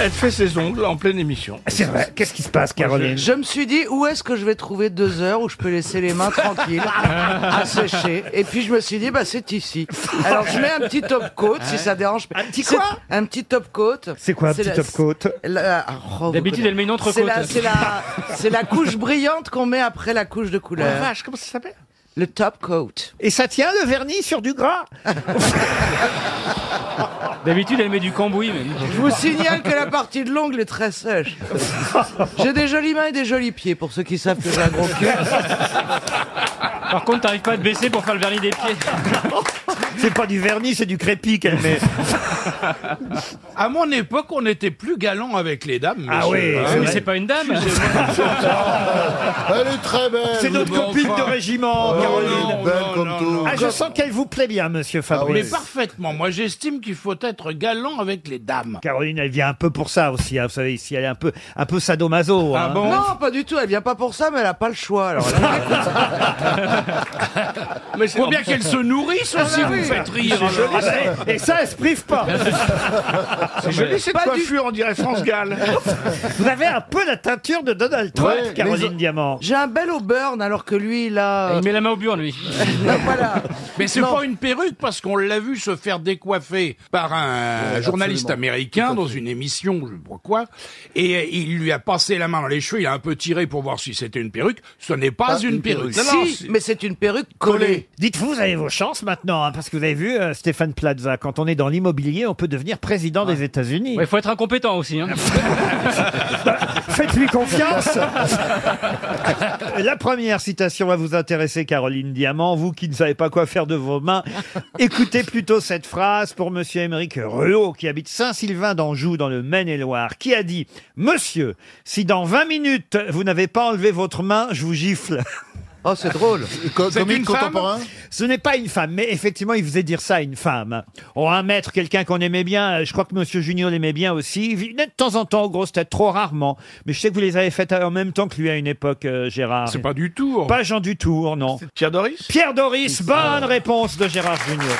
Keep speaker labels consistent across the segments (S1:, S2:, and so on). S1: Elle fait ses ongles en pleine émission.
S2: Ah, C'est vrai. Qu'est-ce qui se passe, Caroline
S3: Je me suis dit, où est-ce que je vais trouver deux heures où je peux laisser les mains tranquilles, à sécher Et puis je me suis dit, bah c'est ici. Alors je mets un petit top coat, si ça dérange pas.
S2: Un petit
S3: C'est-
S2: quoi
S3: Un petit top coat.
S2: C'est quoi un
S3: C'est
S2: petit
S3: la-
S2: top coat
S3: la- ah, oh, vous
S4: D'habitude,
S3: connaissez.
S4: elle met une entrecôte.
S3: C'est la, c'est la, c'est la couche brillante qu'on met après la couche de
S1: La
S2: Oh,
S3: couleur.
S1: vache, comment ça s'appelle
S3: Le top coat.
S2: Et ça tient le vernis sur du gras
S4: D'habitude, elle met du cambouis. Même.
S3: Je vous signale que la partie de l'ongle est très sèche. J'ai des jolies mains et des jolis pieds pour ceux qui savent que j'ai un gros cul.
S4: Par contre, t'arrives pas à te baisser pour faire le vernis des pieds.
S2: C'est pas du vernis, c'est du crépi qu'elle met.
S1: À mon époque, on était plus galant avec les dames.
S2: Ah
S1: monsieur.
S2: oui,
S1: Hein
S2: c'est
S4: Mais
S2: vrai.
S4: c'est pas une dame.
S5: Elle est très belle.
S2: C'est notre
S1: mais
S2: copine
S1: enfin.
S2: de régiment,
S5: Oh,
S2: Caroline.
S5: elle
S1: non,
S5: est belle
S1: non,
S5: comme
S1: non,
S5: tout. Ah
S1: non. Ah
S2: Ah, je sens qu'elle vous plaît bien, monsieur
S1: Mais
S2: Fabrice.
S1: parfaitement. Moi, j'estime qu'il faut être galant avec les dames.
S2: Caroline, elle vient un peu pour ça aussi. hein. Vous savez, ici, elle est un peu, un peu sadomaso.
S1: Ah
S2: hein.
S1: bon
S3: Non, pas du tout. Elle vient pas pour ça, mais elle a pas le choix. Alors, elle-
S1: Mais Ah faut bien qu'elles se nourrissent aussi. Vous faites rire. alors.
S2: Ah bah, Et ça, elle se prive pas.
S1: C'est joli cette
S3: Pas du-
S1: coiffure, on dirait France Gall.
S2: Vous avez un peu la teinture de Donald Trump,
S5: Ouais,
S2: Caroline
S5: les-
S2: Diamant.
S3: J'ai un bel auburn alors que lui, il a.
S4: Il met la main au burn, lui.
S3: Ah. voilà.
S1: Mais c'est
S3: Non.
S1: pas une perruque parce qu'on l'a vu se faire décoiffer par un journaliste américain dans une émission, je sais pas quoi, et il lui a passé la main dans les cheveux, il a un peu tiré pour voir si c'était une perruque. Ce n'est pas, une, perruque. Non, non,
S3: Si,
S1: c'est-
S3: mais c'est une perruque collée.
S2: Dites-vous, vous avez vos chances maintenant, hein, parce que vous avez vu euh, Stéphane Plaza. Quand on est dans l'immobilier, on peut devenir président des États-Unis.
S4: Il faut être incompétent aussi. Hein.
S2: Faites-lui confiance. La première citation va vous intéresser, Caroline Diamant. Vous qui ne savez pas quoi faire de vos mains, écoutez plutôt cette phrase pour Monsieur Émeric Ruot, qui habite Saint-Sylvain d'Anjou, dans le Maine-et-Loire, qui a dit Monsieur, si dans 20 minutes vous n'avez pas enlevé votre main, je vous gifle.
S3: Oh, c'est drôle.
S5: Co-
S1: C'est
S5: Comique
S1: une femme
S5: contemporain
S2: Ce n'est pas une femme, mais effectivement, il faisait dire ça à une femme. Oh, un maître, quelqu'un qu'on aimait bien. euh, Je crois que Monsieur Junior l'aimait bien aussi. Il venait de temps en temps, grosse tête, trop rarement. Mais je sais que vous les avez faites en même temps que lui à une époque, euh, Gérard.
S1: c'est pas du tout. hein.
S2: Pas Jean Dutour, non.
S1: Pierre Doris
S2: Pierre Doris, bonne réponse de Gérard Junior.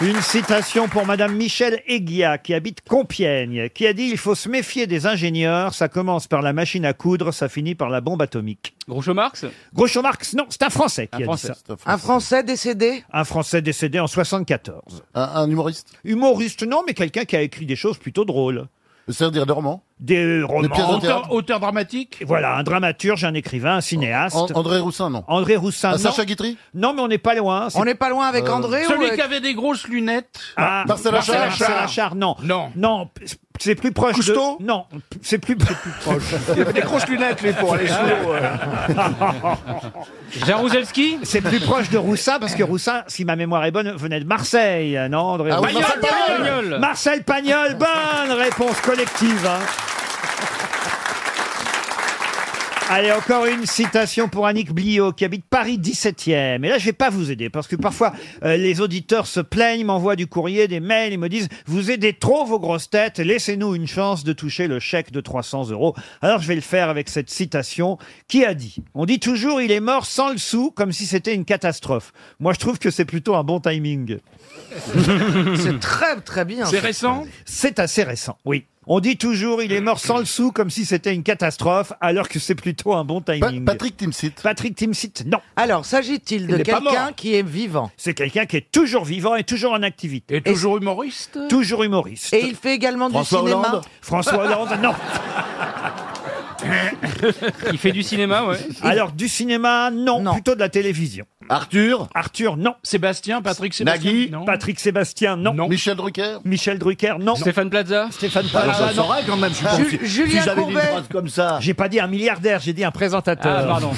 S2: Une citation pour Madame Michel Eguia, qui habite Compiègne, qui a dit Il faut se méfier des ingénieurs, ça commence par la machine à coudre, ça finit par la bombe atomique.
S4: Groucho Marx
S2: Groucho Marx, non, c'est un Français qui
S4: Un
S2: a
S4: Français.
S2: dit ça.
S3: Un Français décédé
S2: Un Français décédé en 74.
S5: Un, un humoriste
S2: Humoriste, non, mais quelqu'un qui a écrit des choses plutôt drôles.
S5: C'est-à-dire dormant
S2: Des
S5: pièces
S2: romans.
S5: de théâtre.
S1: Auteur, auteur dramatique
S2: Voilà, un dramaturge, un écrivain, un cinéaste.
S5: An- André Roussin, non.
S2: André Roussin,
S5: Ah,
S2: non.
S5: Sacha Guitry Euh,
S2: Non, mais on n'est pas loin. c'est-
S3: On n'est pas loin avec André ou
S1: Celui
S3: avec-
S1: qui avait des grosses lunettes
S2: Ah,
S5: Marcel Achard.
S2: Marcel Achard, non.
S1: Non.
S2: Non, p- c'est plus proche
S1: Cousteau
S2: de... Non, p- c'est plus, c'est plus proche. Ah,
S1: Il avait des grosses lunettes, les pour aller euh.
S4: Jaruzelski
S2: c'est plus proche de Roussin, parce que Roussin, si ma mémoire est bonne, venait de Marseille, non, André
S5: Ah oui,
S2: Roussin.
S5: Marcel Pagnol.
S4: Pagnol.
S2: Marcel Pagnol, bonne réponse collective. hein. Allez, encore une citation pour Annick Bliot, qui habite Paris 17e. Et là, je vais pas vous aider, parce que parfois, euh, les auditeurs se plaignent, m'envoient du courrier, des mails, ils me disent « Vous aidez trop vos grosses têtes, laissez-nous une chance de toucher le chèque de 300 euros. » Alors, je vais le faire avec cette citation qui a dit « On dit toujours il est mort sans le sou, comme si c'était une catastrophe. » Moi, je trouve que c'est plutôt un bon timing.
S3: C'est très très bien.
S1: C'est récent
S2: C'est assez récent, oui. On dit toujours il est mort sans le sou comme si c'était une catastrophe, alors que c'est plutôt un bon
S5: Pa-
S2: timing.
S5: Patrick Timsit.
S2: Patrick Timsit, non.
S3: Alors, s'agit-il de
S1: n'est pas
S3: quelqu'un
S1: mort.
S3: qui est vivant
S2: C'est quelqu'un qui est toujours vivant et toujours en activité.
S1: Et toujours humoriste
S2: Toujours humoriste.
S3: Et il fait également
S5: François
S3: du cinéma
S5: Hollande
S2: François Hollande, non.
S4: Il fait du cinéma, ouais.
S2: Alors du cinéma, non.
S3: Non.
S2: Plutôt de la télévision.
S5: Arthur
S2: Arthur, non.
S1: Sébastien, Patrick Sébastien
S5: Nagui
S1: non.
S2: Patrick Sébastien, non.
S1: Non.
S5: Michel Drucker
S2: Michel Drucker, non.
S4: Stéphane Plaza
S2: Stéphane
S6: Ah,
S2: Plaza,
S6: ça
S2: non.
S6: saurait quand même, je pense.
S3: Ju-
S6: Si-
S3: Julien
S6: si j'avais dit une
S3: Courbet.
S6: phrase comme ça.
S2: J'ai pas dit un milliardaire, j'ai dit un présentateur.
S4: Ah, pardon.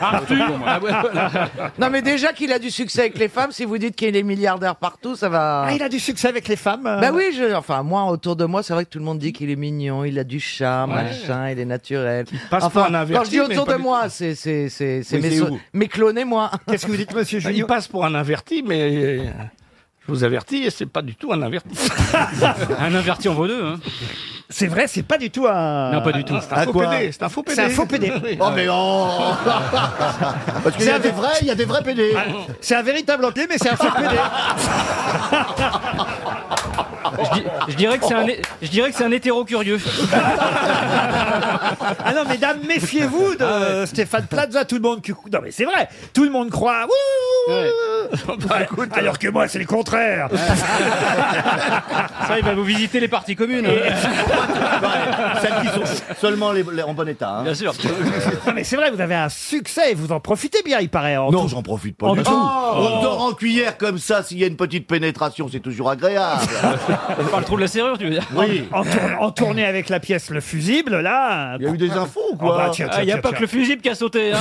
S4: Arthur
S3: Non, Ah, mais déjà qu'il a du succès avec les femmes, si vous dites qu'il est milliardaire partout, ça va.
S2: Ah, il a du succès avec les femmes. euh.
S3: Bah oui, je, enfin moi autour de moi, c'est vrai que tout le monde dit qu'il est mignon, il a du charme, machin, il est naturel.
S1: passe pour
S3: enfin,
S1: un inverti,
S3: quand je dis
S1: mais
S3: autour
S1: pas
S3: de
S1: du
S3: moi, c'est c'est c'est c'est
S6: Oui,
S3: mes,
S6: c'est
S3: so-
S6: où
S3: mes clonés moi.
S2: Qu'est-ce que vous dites, monsieur
S1: Bah, Il
S2: Junior
S1: passe pour un inverti, mais euh, je vous avertis, c'est pas du tout un inverti.
S4: Un inverti en vaut deux. Hein.
S2: C'est vrai, c'est pas du tout un.
S4: Non, pas du tout.
S2: ah,
S1: C'est un, faux
S5: quoi
S1: PD, c'est un faux PD.
S2: C'est un faux PD.
S1: Oui.
S6: Oh mais oh Parce qu'il y a des vrais, il y a des vrais PD.
S2: Ah, C'est un véritable entier, mais c'est un faux PD.
S7: Je, di- je dirais que c'est un, é- je dirais que c'est un hétéro curieux.
S2: Ah non, mesdames, méfiez-vous de
S8: Ah
S2: Stéphane Plaza, tout le monde. qui- Non, mais c'est vrai, tout le monde croit. Ouh, ouh, ouh.
S8: Bah,
S2: Alors que moi, c'est le contraire.
S8: euh,
S7: Ça, il va vous visiter les parties communes.
S8: Celles qui sont seulement les, les- en bon état. hein.
S7: Bien sûr.
S2: non, mais c'est vrai, vous avez un succès et vous en profitez bien, il paraît. En
S8: Non,
S2: tout-
S8: j'en profite pas
S2: En
S8: du
S2: tout.
S8: tout.
S7: Oh.
S8: On dort en cuillère comme ça, s'il y a une petite pénétration, c'est toujours agréable.
S7: Par le trou de la serrure, tu veux dire.
S8: Oui.
S2: en, tour- en tournée avec la pièce Le Fusible, là.
S8: Il y a eu des infos ou
S2: Ah bah,
S8: quoi
S2: tiens, tiens,
S7: Il n'y a
S2: tiens,
S7: pas
S2: tiens.
S7: que le fusible qui a sauté. Hein.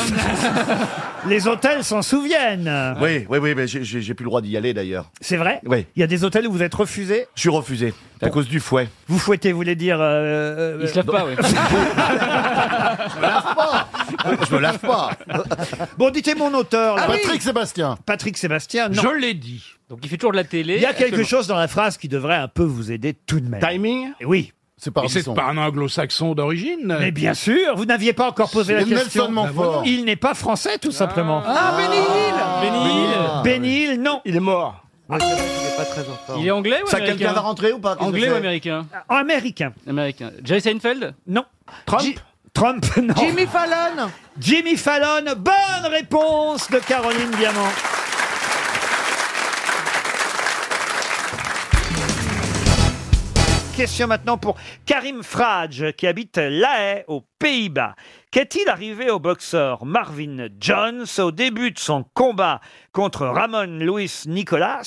S2: Les hôtels s'en souviennent.
S8: Oui, oui, oui, mais j'ai- j'ai j'ai plus le droit d'y aller d'ailleurs.
S2: C'est vrai
S8: Oui.
S2: Il y a des hôtels où vous êtes refusé.
S8: Je suis refusé à cause du fouet.
S2: Vous fouettez, vous voulez dire. euh, euh,
S7: Il se lave pas, oui.
S8: Je me lave pas. Ah
S2: Bon, dites mon auteur, là.
S9: Patrick Sébastien.
S2: Patrick Sébastien. Non.
S10: Je l'ai dit.
S7: Donc il fait toujours de la télé.
S2: Il y a quelque
S7: Absolument.
S2: chose dans la phrase qui devrait un peu vous aider tout de même.
S7: Timing
S2: Et Oui,
S9: C'est
S10: Et
S9: par
S10: c'est pas un anglo-saxon d'origine.
S2: mais bien sûr, vous n'aviez pas encore posé la
S9: Nelson
S2: question. Bah
S9: Montfort.
S2: Il n'est pas français, tout simplement.
S3: Ah, Benny Hill
S7: Benny Hill.
S2: Benny Hill, Ah, non. Ah,
S7: Il est mort.
S3: Il est pas très en forme.
S7: Il est anglais ou
S8: Ça, quelqu'un va
S7: américain
S8: rentrer ou pas Qu'est-ce que
S7: Anglais ou
S8: c'est
S7: américain
S2: En Ah, américain,
S7: Américain. Jerry Seinfeld
S2: non. Trump
S3: Ji-
S2: Trump, non.
S3: Jimmy Fallon
S2: Jimmy Fallon, bonne réponse de Caroline Diamant. Question maintenant pour Karim Fraj, qui habite La Haye, aux Pays-Bas. Qu'est-il arrivé au boxeur Marvin Jones au début de son combat contre Ramon Luis Nicolas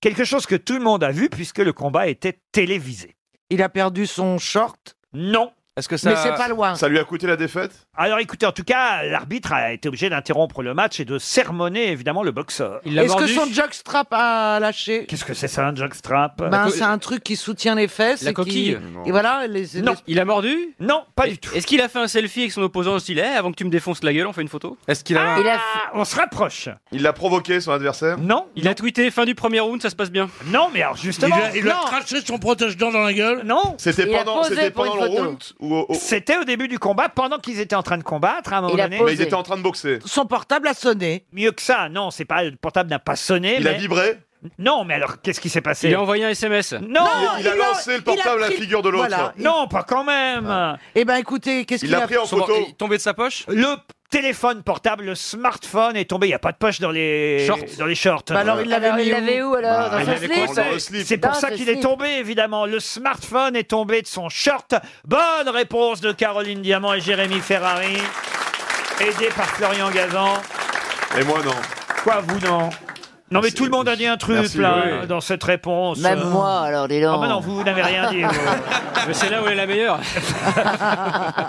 S2: Quelque chose que tout le monde a vu puisque le combat était télévisé.
S3: Il a perdu son short,
S2: Non.
S11: Est-ce que
S3: mais c'est pas loin.
S12: Ça lui a coûté la défaite
S2: Alors écoutez, en tout cas, l'arbitre a été obligé d'interrompre le match et de sermonner évidemment le boxeur.
S7: Il l'a
S3: Est-ce que
S7: mordu
S3: son jockstrap a lâché
S2: Qu'est-ce que c'est ça, un jockstrap
S3: Ben,
S11: co-
S3: c'est un truc qui soutient les fesses.
S7: La
S3: et qui-
S7: coquille.
S3: Et voilà, les...
S2: Non.
S7: Il a mordu
S2: Non, pas du
S7: Et-
S2: tout.
S7: Est-ce qu'il a fait un selfie avec son opposant au stylet avant que tu me défonces la gueule On fait une photo
S11: Est-ce qu'il a
S13: Il a
S2: Ah, on se rapproche.
S12: Il l'a provoqué, son adversaire
S2: Non,
S7: Il a tweeté fin du premier round, ça se passe bien.
S2: non, mais alors justement, non,
S1: craché son protège-dents dans la gueule
S2: non.
S12: C'était
S13: Il a
S12: pendant,
S13: posé
S12: c'était
S13: pour
S12: pendant
S13: une
S12: le
S13: photo.
S12: round ou au- au-
S2: C'était au début du combat, pendant qu'ils étaient en train de combattre, à un moment
S13: Il a
S2: donné.
S13: posé.
S12: Mais ils étaient en train de boxer.
S3: Son portable a sonné.
S2: Mieux que ça, non, c'est pas le portable n'a pas sonné.
S12: Il
S2: mais...
S12: a vibré
S2: Non, mais alors qu'est-ce qui s'est passé
S7: Il a envoyé un SMS.
S2: Non,
S12: Il a
S3: il a-
S12: lancé
S3: il
S12: le
S3: a
S12: portable à la
S3: pris-
S12: figure de l'autre.
S3: Voilà.
S2: non, pas quand même.
S3: Eh ben écoutez, qu'est-ce
S12: Il
S3: qu'il
S12: l'a
S3: a
S12: photo. pris en
S11: Son-
S12: photo.
S11: il est tombé de sa poche
S2: Le téléphone portable, le smartphone est tombé. Il n'y a pas de poche dans les
S11: Shorts.
S2: dans les shorts. Ah,
S3: Bah alors il l'avait
S13: Alors,
S3: mis
S13: il
S3: où
S13: l'avait où alors Dans
S12: Bah, il
S13: son
S12: l'avait coincé dans le
S13: slip
S12: slip.
S2: C'est pour
S13: Non,
S2: ça
S13: je
S2: qu'il est
S13: sais.
S2: tombé, évidemment. Le smartphone est tombé de son short. Bonne réponse de Caroline Diamant et Jérémy Ferrari. Aidé par Florian Gazan.
S12: Et moi, non.
S2: Quoi, vous, non Non, mais tout le monde a dit un truc,
S12: Merci,
S2: là,
S12: oui.
S2: dans cette réponse.
S13: Même
S2: Euh,
S13: moi, alors, dis donc.
S2: Ah, bah non, vous, vous n'avez rien dit. vous.
S7: Mais c'est là où elle est la meilleure.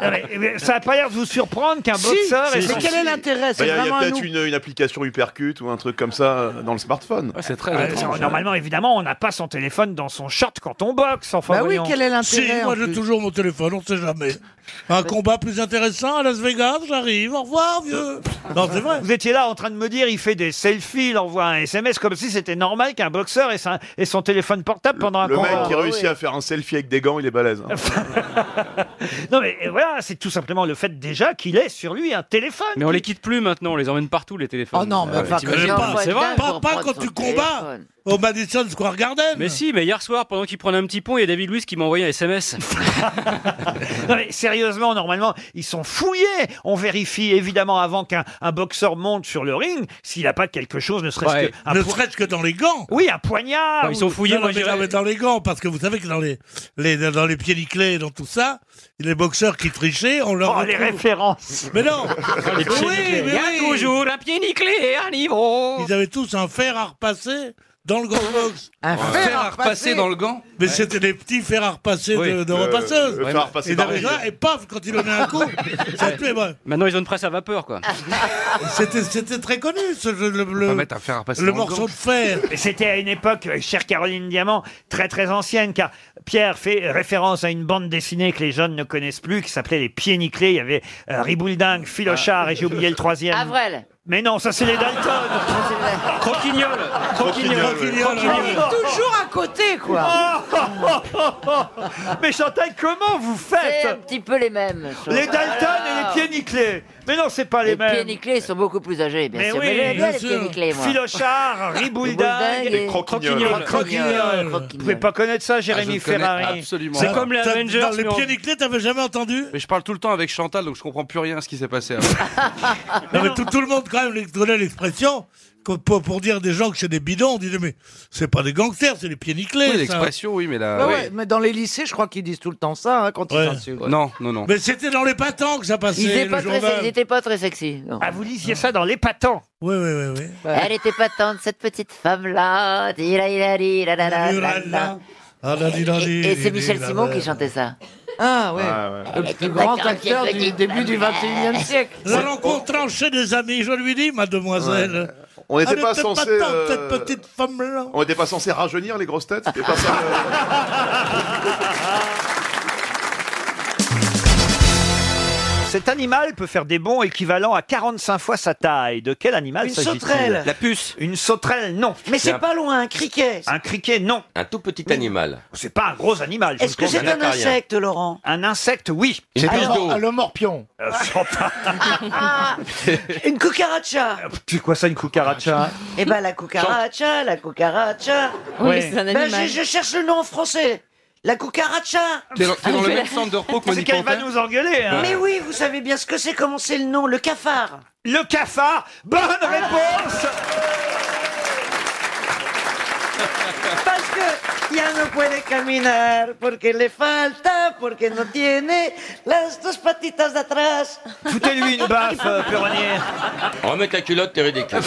S2: Non, mais, eh, mais ça n'a pas l'air de vous surprendre qu'un
S3: Si,
S2: boxeur ait
S3: mais
S2: fait-
S3: quel est l'intérêt
S12: Bah,
S3: C'est
S12: Il y a, il y a
S3: vraiment un
S12: peut-être
S3: ou-
S12: une, une application Hypercut ou un truc comme ça euh, dans le smartphone.
S11: C'est très
S2: Euh,
S1: hein.
S2: Normalement, évidemment, on n'a pas son téléphone dans son short quand on boxe. Enfin,
S3: Bah oui,
S2: voyons.
S3: quel est
S1: Si,
S3: l'intérêt en
S1: moi j'ai
S3: plus Bah-
S1: toujours mon téléphone, on sait jamais. Un combat plus intéressant à Las Vegas, j'arrive, au revoir vieux Non, c'est vrai
S2: Vous étiez là en train de me dire, il fait des selfies, il envoie un SMS comme si c'était normal qu'un boxeur ait, sa- ait son téléphone portable pendant un
S3: Ah,
S12: Le mec
S3: bah
S2: combat.
S12: qui réussit à faire un selfie avec des gants, il est balèze. hein.
S2: Non mais euh, voilà, c'est tout simplement le fait déjà qu'il ait sur lui un téléphone.
S7: Mais on les quitte plus maintenant, on les emmène partout les téléphones. Ah
S3: Oh non, mais enfin,
S1: Mais
S7: t'imagines
S13: Non,
S1: pas-
S13: faut être
S7: C'est vrai.
S13: dingue pour
S1: Pas- pas
S13: prendre
S1: quand
S13: son
S1: tu combats.
S13: téléphone.
S1: Au Madison Square Garden
S7: Mais si, mais hier soir, pendant qu'il prenait un petit pont, il y a David Luiz qui m'a envoyé un SMS.
S2: Non mais sérieusement, normalement, ils sont fouillés. On vérifie évidemment avant qu'un un boxeur monte sur le ring s'il n'a pas quelque chose, ne serait-ce
S7: Ouais.
S2: que un
S1: Ne
S2: po-
S1: serait-ce que dans les gants
S2: oui, un poignard.
S7: Ils sont fouillés,
S1: Non, non,
S7: moi
S1: mais non,
S7: j'irais.
S1: mais dans les gants, parce que vous savez que dans les, les- dans les pieds nickelés et dans tout ça, les boxeurs qui trichaient, on leur
S2: Oh, les
S1: retrouve-
S2: références.
S1: Mais non
S7: Ah, Les pieds
S1: Oui,
S7: nickelés.
S1: mais
S7: Il y a
S1: oui.
S7: toujours un pied nickelé à niveau.
S1: Ils avaient tous un fer à repasser dans le gant box.
S3: Un
S11: Faire à repasser dans le gant
S1: Mais c'était des petits fers à repasser
S7: Oui,
S1: de, de
S12: Le-
S1: repasseuses.
S12: Le faire passer
S1: Et
S12: par
S1: d'arriver là, et paf, quand il donnait un coup, ça te plaît, bah,
S7: Maintenant, ils ont une presse à vapeur, quoi.
S1: C'était, c'était très connu, ce, le, le-
S11: On
S1: le-
S11: va mettre un fer à repasser
S1: le
S11: dans le
S1: morceau
S11: gant.
S1: de fer.
S2: Et C'était à une époque, euh, chère Caroline Diamant, très très ancienne, car Pierre fait référence à une bande dessinée que les jeunes ne connaissent plus, qui s'appelait Les Pieds Nickelés. Il y avait euh, Ribouledingue, Filochard, et j'ai oublié le troisième.
S14: Ah,
S13: Avrel.
S2: Mais non, ça c'est les Dalton.
S7: Croquignol
S1: Ah,
S12: Croquignol, ouais.
S1: Croquignol,
S3: toujours à
S15: côté, quoi.
S2: Oh, Mais Chantal, comment vous
S14: C'est un
S2: faites
S14: petit peu les mêmes. sur-
S2: Les Dalton et les
S14: Voilà.
S2: pieds nickelés. Mais non, c'est pas
S14: Ah.
S2: les,
S14: Les pieds
S2: mêmes.
S14: nickelés sont beaucoup plus âgés, bien
S2: Mais
S14: sûr.
S2: oui,
S14: mais j'aime bien,
S1: bien
S14: les
S1: sûr.
S14: pieds nickelés, moi.
S2: Filochard,
S14: Bouledingue
S2: Ribouldingue.
S14: et-
S3: Croquignoles.
S1: Croquignoles.
S2: Vous pouvez pas connaître ça, Jérémy
S8: je connais
S2: Ferrari.
S8: absolument.
S16: C'est
S8: pas.
S16: comme les
S1: T'as-
S16: Avengers.
S1: Dans les
S16: mais en-
S1: pieds nickelés, t'avais jamais entendu
S8: Mais je parle tout le temps avec Chantal, donc je comprends plus rien à ce qui s'est passé. avant.
S1: Non, mais tout, tout le monde, quand même, les- connaît l'expression que pour, pour dire des gens que c'est des bidons. On disait, mais c'est pas des gangsters, c'est des pieds nickelés.
S8: oui,
S1: ça.
S8: l'expression, oui, mais
S15: Ouais,
S8: là.
S15: ouais, mais dans les lycées, je crois qu'ils disent tout le temps ça hein, quand
S1: Euh, Ouais.
S15: ils s'insultent.
S8: oui. Non, non, non.
S1: Mais c'était dans les patins que ça passait.
S14: Ils n'étaient
S1: le
S14: pas, très-
S1: journal.
S14: ils étaient pas très sexy. non.
S2: Ah, vous lisiez ça dans l'épatant.
S1: Oui, oui, oui. oui.
S14: Elle était pas tendre, cette petite femme-là. Tiraïraïraïraïra, la, la.
S1: Ah, là, dis, là, dis,
S14: Et, et
S1: dis,
S14: c'est
S1: dis,
S14: Michel
S1: là,
S14: Simon
S1: là.
S14: qui chantait ça.
S15: Ah ouais. Le
S14: Elle
S15: plus
S14: était
S15: grand
S14: pas
S15: acteur
S14: gentille,
S15: du
S14: petite
S15: début du
S14: femme.
S15: 21e siècle.
S1: La rencontre tranchée des amis, je lui dis, mademoiselle.
S3: On n'était
S1: Elle
S3: pas
S1: était
S3: censé.
S1: patente,
S3: euh,
S1: cette petite femme-là.
S3: On n'était pas censé rajeunir les grosses têtes. C'était pas ça. le-
S2: Cet animal peut faire des bonds équivalents à 45 fois sa taille. De quel animal
S15: Une
S2: s'agit-il
S15: sauterelle.
S8: La puce.
S2: Une sauterelle, non.
S15: Mais c'est pas loin, un criquet.
S2: Un criquet, non.
S4: Un tout petit animal.
S2: C'est pas un gros animal. je
S4: Est-ce
S2: vous le
S4: que c'est
S2: confirme.
S4: un insecte,
S15: Laurent
S2: un insecte Oui.
S4: Une puce d'eau.
S6: Alors, Ah, le morpion.
S2: Euh, Chantal,
S15: Une cucaracha.
S2: C'est quoi ça une cucaracha
S15: Eh ben la cucaracha, la cucaracha.
S2: Oui,
S14: mais c'est un
S15: Ben, je, je cherche le nom en français. La cucaracha.
S8: T'es dans, t'es dans le même centre de repos que
S2: C'est
S8: Monique
S2: qu'elle va
S8: Pantin
S2: nous engueuler. hein.
S15: Mais oui, vous savez bien ce que c'est, comment c'est le nom, le cafard.
S2: Le cafard. Bonne réponse.
S15: Parce que ya no puede caminar, porque le falta, porque no tiene las dos patitas de atrás.
S2: Foutez-lui une baffe, euh, Perronnier.
S4: Remets ta culotte, t'es ridicule.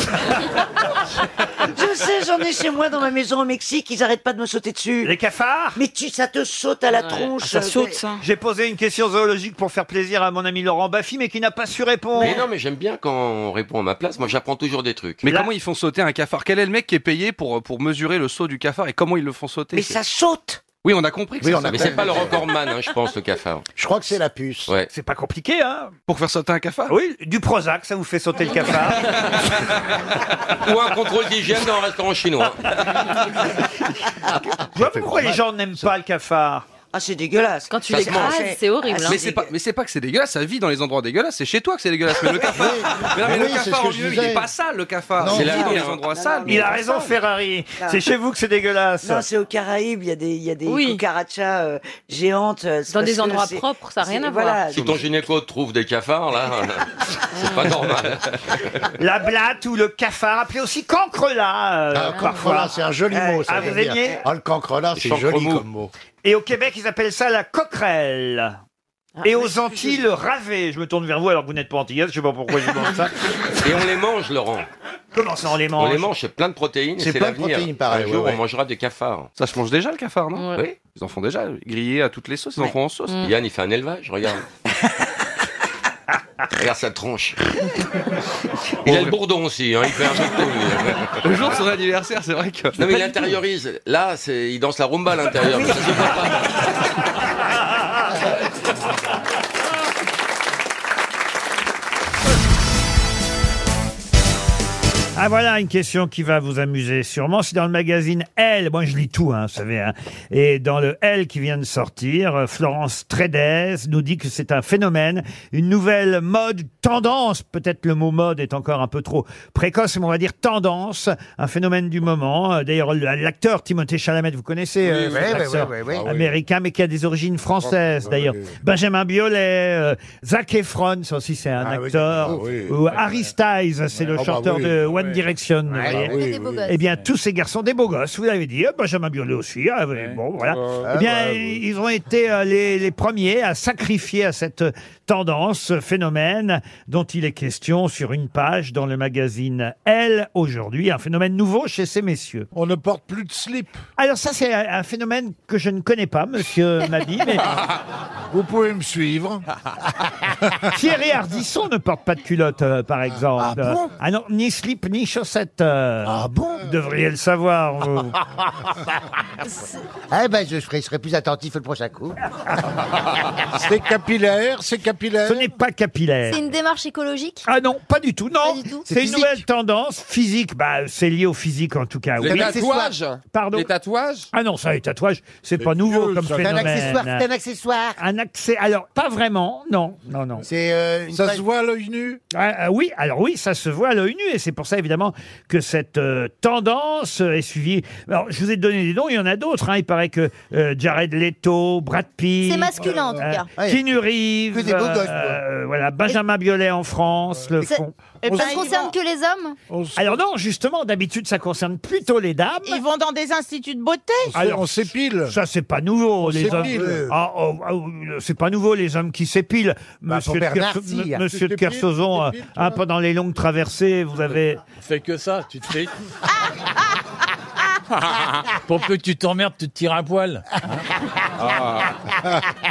S15: Je sais, j'en ai chez moi dans ma maison au Mexique, ils arrêtent pas de me sauter dessus.
S2: Les cafards
S15: Mais tu, ça te saute à la tronche.
S14: Ah, Ça saute, ça.
S2: J'ai posé une question zoologique pour faire plaisir à mon ami Laurent Baffy, mais qui n'a pas su répondre.
S4: Mais non, mais j'aime bien quand on répond à ma place. Moi, j'apprends toujours des trucs.
S8: Mais
S2: Là-
S8: comment ils font sauter un cafard Quel est le mec qui est payé pour, pour mesurer le saut du cafard et comment ils le font sauter
S15: Mais ça saute.
S8: Oui, on a compris que
S6: Oui,
S8: ça-
S6: on a-
S4: Mais c'est pas le recordman, hein, je pense, le cafard.
S6: Je crois que c'est la puce.
S4: Ouais.
S2: C'est pas compliqué, hein
S8: pour faire sauter un cafard.
S2: Oui, du Prozac, ça vous fait sauter le cafard.
S4: Ou un contrôle d'hygiène dans un restaurant chinois.
S2: Je vois pas pourquoi les gens n'aiment pas le cafard.
S15: Ah, c'est dégueulasse.
S14: Quand tu
S4: Ça se
S14: l'écrases,
S15: mange.
S14: c'est horrible.
S15: Ah,
S14: hein.
S8: Mais c'est pas, mais c'est pas que c'est dégueulasse, ça vit dans les endroits dégueulasses, c'est chez toi que c'est dégueulasse. Mais le cafard, mais non, mais
S6: Mais
S8: le
S6: oui, c'est
S8: cafard
S6: ce que
S8: en
S6: je
S8: lieu, il
S6: disais.
S8: est pas sale le cafard.
S6: Non,
S8: il
S4: non,
S8: vit dans les
S4: non,
S8: endroits sales. mais
S2: Il a raison, Ferrari. C'est chez vous que c'est dégueulasse.
S17: Non, c'est aux Caraïbes, il y a des, il y a des
S14: Oui.
S17: cucarachas euh, géantes. euh, c'est
S14: Dans
S17: parce
S14: des
S17: que
S14: endroits
S17: c'est-
S14: propres, ça n'a rien
S17: c'est-
S14: à voir.
S17: voilà,
S15: Ah,
S4: Si ton gynéco trouve des cafards, là, c'est pas normal.
S2: La blatte ou le cafard, appelé aussi cancrelat, euh,
S6: Ah,
S2: parfois.
S6: cancrelat, c'est un joli mot. Ça
S2: ah,
S6: veut
S2: vous
S6: dire.
S2: aimiez
S6: Ah, le cancrelat, c'est
S4: Chancre
S6: joli
S4: mou.
S6: comme mot.
S2: Et au Québec, ils appellent ça la coquerelle. Et aux Antilles, le ravet. Je me tourne vers vous alors que vous n'êtes pas antillaise, je sais pas pourquoi je vous demande ça.
S4: Et on les mange, Laurent.
S2: Comment ça, on les mange
S4: On les mange, c'est plein de protéines. et
S6: C'est
S4: C'est
S6: plein de
S4: l'avenir.
S6: protéines, pareil,
S4: Un jour,
S6: ouais, ouais.
S4: on mangera des cafards.
S8: Ça se mange déjà le cafard, non
S14: Ouais.
S4: Oui.
S8: Ils en font déjà, grillés à toutes les sauces, ils en font en sauce.
S4: Yann, il fait un élevage, regarde. regarde sa tronche. Il a le bourdon aussi, hein, il fait un peu de tout, lui.
S8: Le jour de son anniversaire, c'est vrai que.
S4: Non mais il intériorise. Là, c'est il danse la rumba à l'intérieur. Ça se voit pas.
S2: Ah voilà une question qui va vous amuser sûrement. C'est dans le magazine Elle. Moi je lis tout, hein, vous savez. hein. Et dans le Elle qui vient de sortir, euh, Florence Trédès nous dit que c'est un phénomène, une nouvelle mode, tendance. Peut-être le mot mode est encore un peu trop précoce, mais on va dire tendance, un phénomène du moment. Euh, D'ailleurs l'acteur Timothée Chalamet, vous connaissez, euh,
S15: oui,
S2: cet
S15: oui,
S2: acteur
S15: oui, oui, oui.
S2: américain, mais qui a des origines françaises d'ailleurs. Benjamin Biolay, euh, Zac Efron, ça aussi c'est un
S6: Ah oui,
S2: acteur.
S6: ah oui.
S2: Ou Harry Styles, c'est le
S6: Ah bah
S2: chanteur
S6: oui.
S2: de One Direction. vous
S6: Ah,
S2: voyez.
S6: oui,
S14: Des beaux
S6: oui.
S14: gosses.
S2: Eh bien, tous ces garçons, des beaux gosses, vous l'avez dit, Ah, Benjamin Biolay aussi, ah, bon, voilà.
S1: Ah
S2: eh bien,
S6: bah, oui.
S2: ils ont été euh, les, les premiers à sacrifier à cette tendance, ce phénomène dont il est question sur une page dans le magazine Elle aujourd'hui, un phénomène nouveau chez ces messieurs.
S1: On ne porte plus de slip.
S2: Alors ça, c'est un un phénomène que je ne connais pas, monsieur Mabi, mais Vous pouvez me suivre. Thierry Ardisson ne porte pas de culotte, euh, par exemple.
S5: Ah bon
S2: Ah non, ni slip, ni chaussettes. Ah bon Vous devriez le savoir. vous.
S5: ah ben, je serai, je serai plus attentif le prochain coup.
S1: C'est capillaire, c'est capillaire.
S2: Ce n'est pas capillaire.
S7: C'est une démarche écologique
S2: Ah non, pas du tout, non.
S7: C'est
S2: C'est une
S7: physique.
S2: nouvelle tendance physique. Bah, c'est lié au physique en tout cas.
S5: Les tatouages
S2: Pardon. Les tatouages Ah non, ça, les tatouages, c'est pas nouveau comme
S5: C'est un
S2: phénomène. Ah,
S5: accessoire, c'est un accessoire.
S2: Un accès. Alors, pas vraiment, non, non, non.
S5: C'est euh, une page-
S2: voit à l'œil nu ah, Oui, alors oui, ça se voit à l'œil nu, et c'est pour ça évidemment que cette euh, tendance euh, est suivie. Alors, je vous ai donné des noms, il y en a d'autres. hein. Il paraît que euh, Jared Leto, Brad Pitt.
S7: C'est masculin, en tout cas.
S2: Euh, Keanu Reeves,
S7: Que des beaux gosses, quoi.
S2: euh, voilà, Benjamin Biolay en France le
S7: Ça,
S2: font.
S7: ça ne concerne que les hommes
S2: Alors non, justement, d'habitude, ça concerne plutôt les dames.
S6: Ils vont dans des instituts de beauté
S2: Alors, on s'épile. Ça, c'est pas nouveau, les hommes.
S6: s'épile.
S2: Ah, oh, ah, oh, c'est pas nouveau, les hommes qui s'épilent. Monsieur,
S5: pour
S2: de,
S5: Bernard,
S2: Kerso-
S5: si,
S2: M-
S5: hein.
S2: Monsieur
S5: Tu
S2: de
S5: t'épiles,
S2: Kersauzon,
S5: tu t'épiles,
S2: euh, hein, pendant les longues traversées, vous avez...
S18: Fais que ça, tu te fais.
S2: Ah,
S18: Pour peu que tu t'emmerdes, tu te tires un poil.
S2: Ah.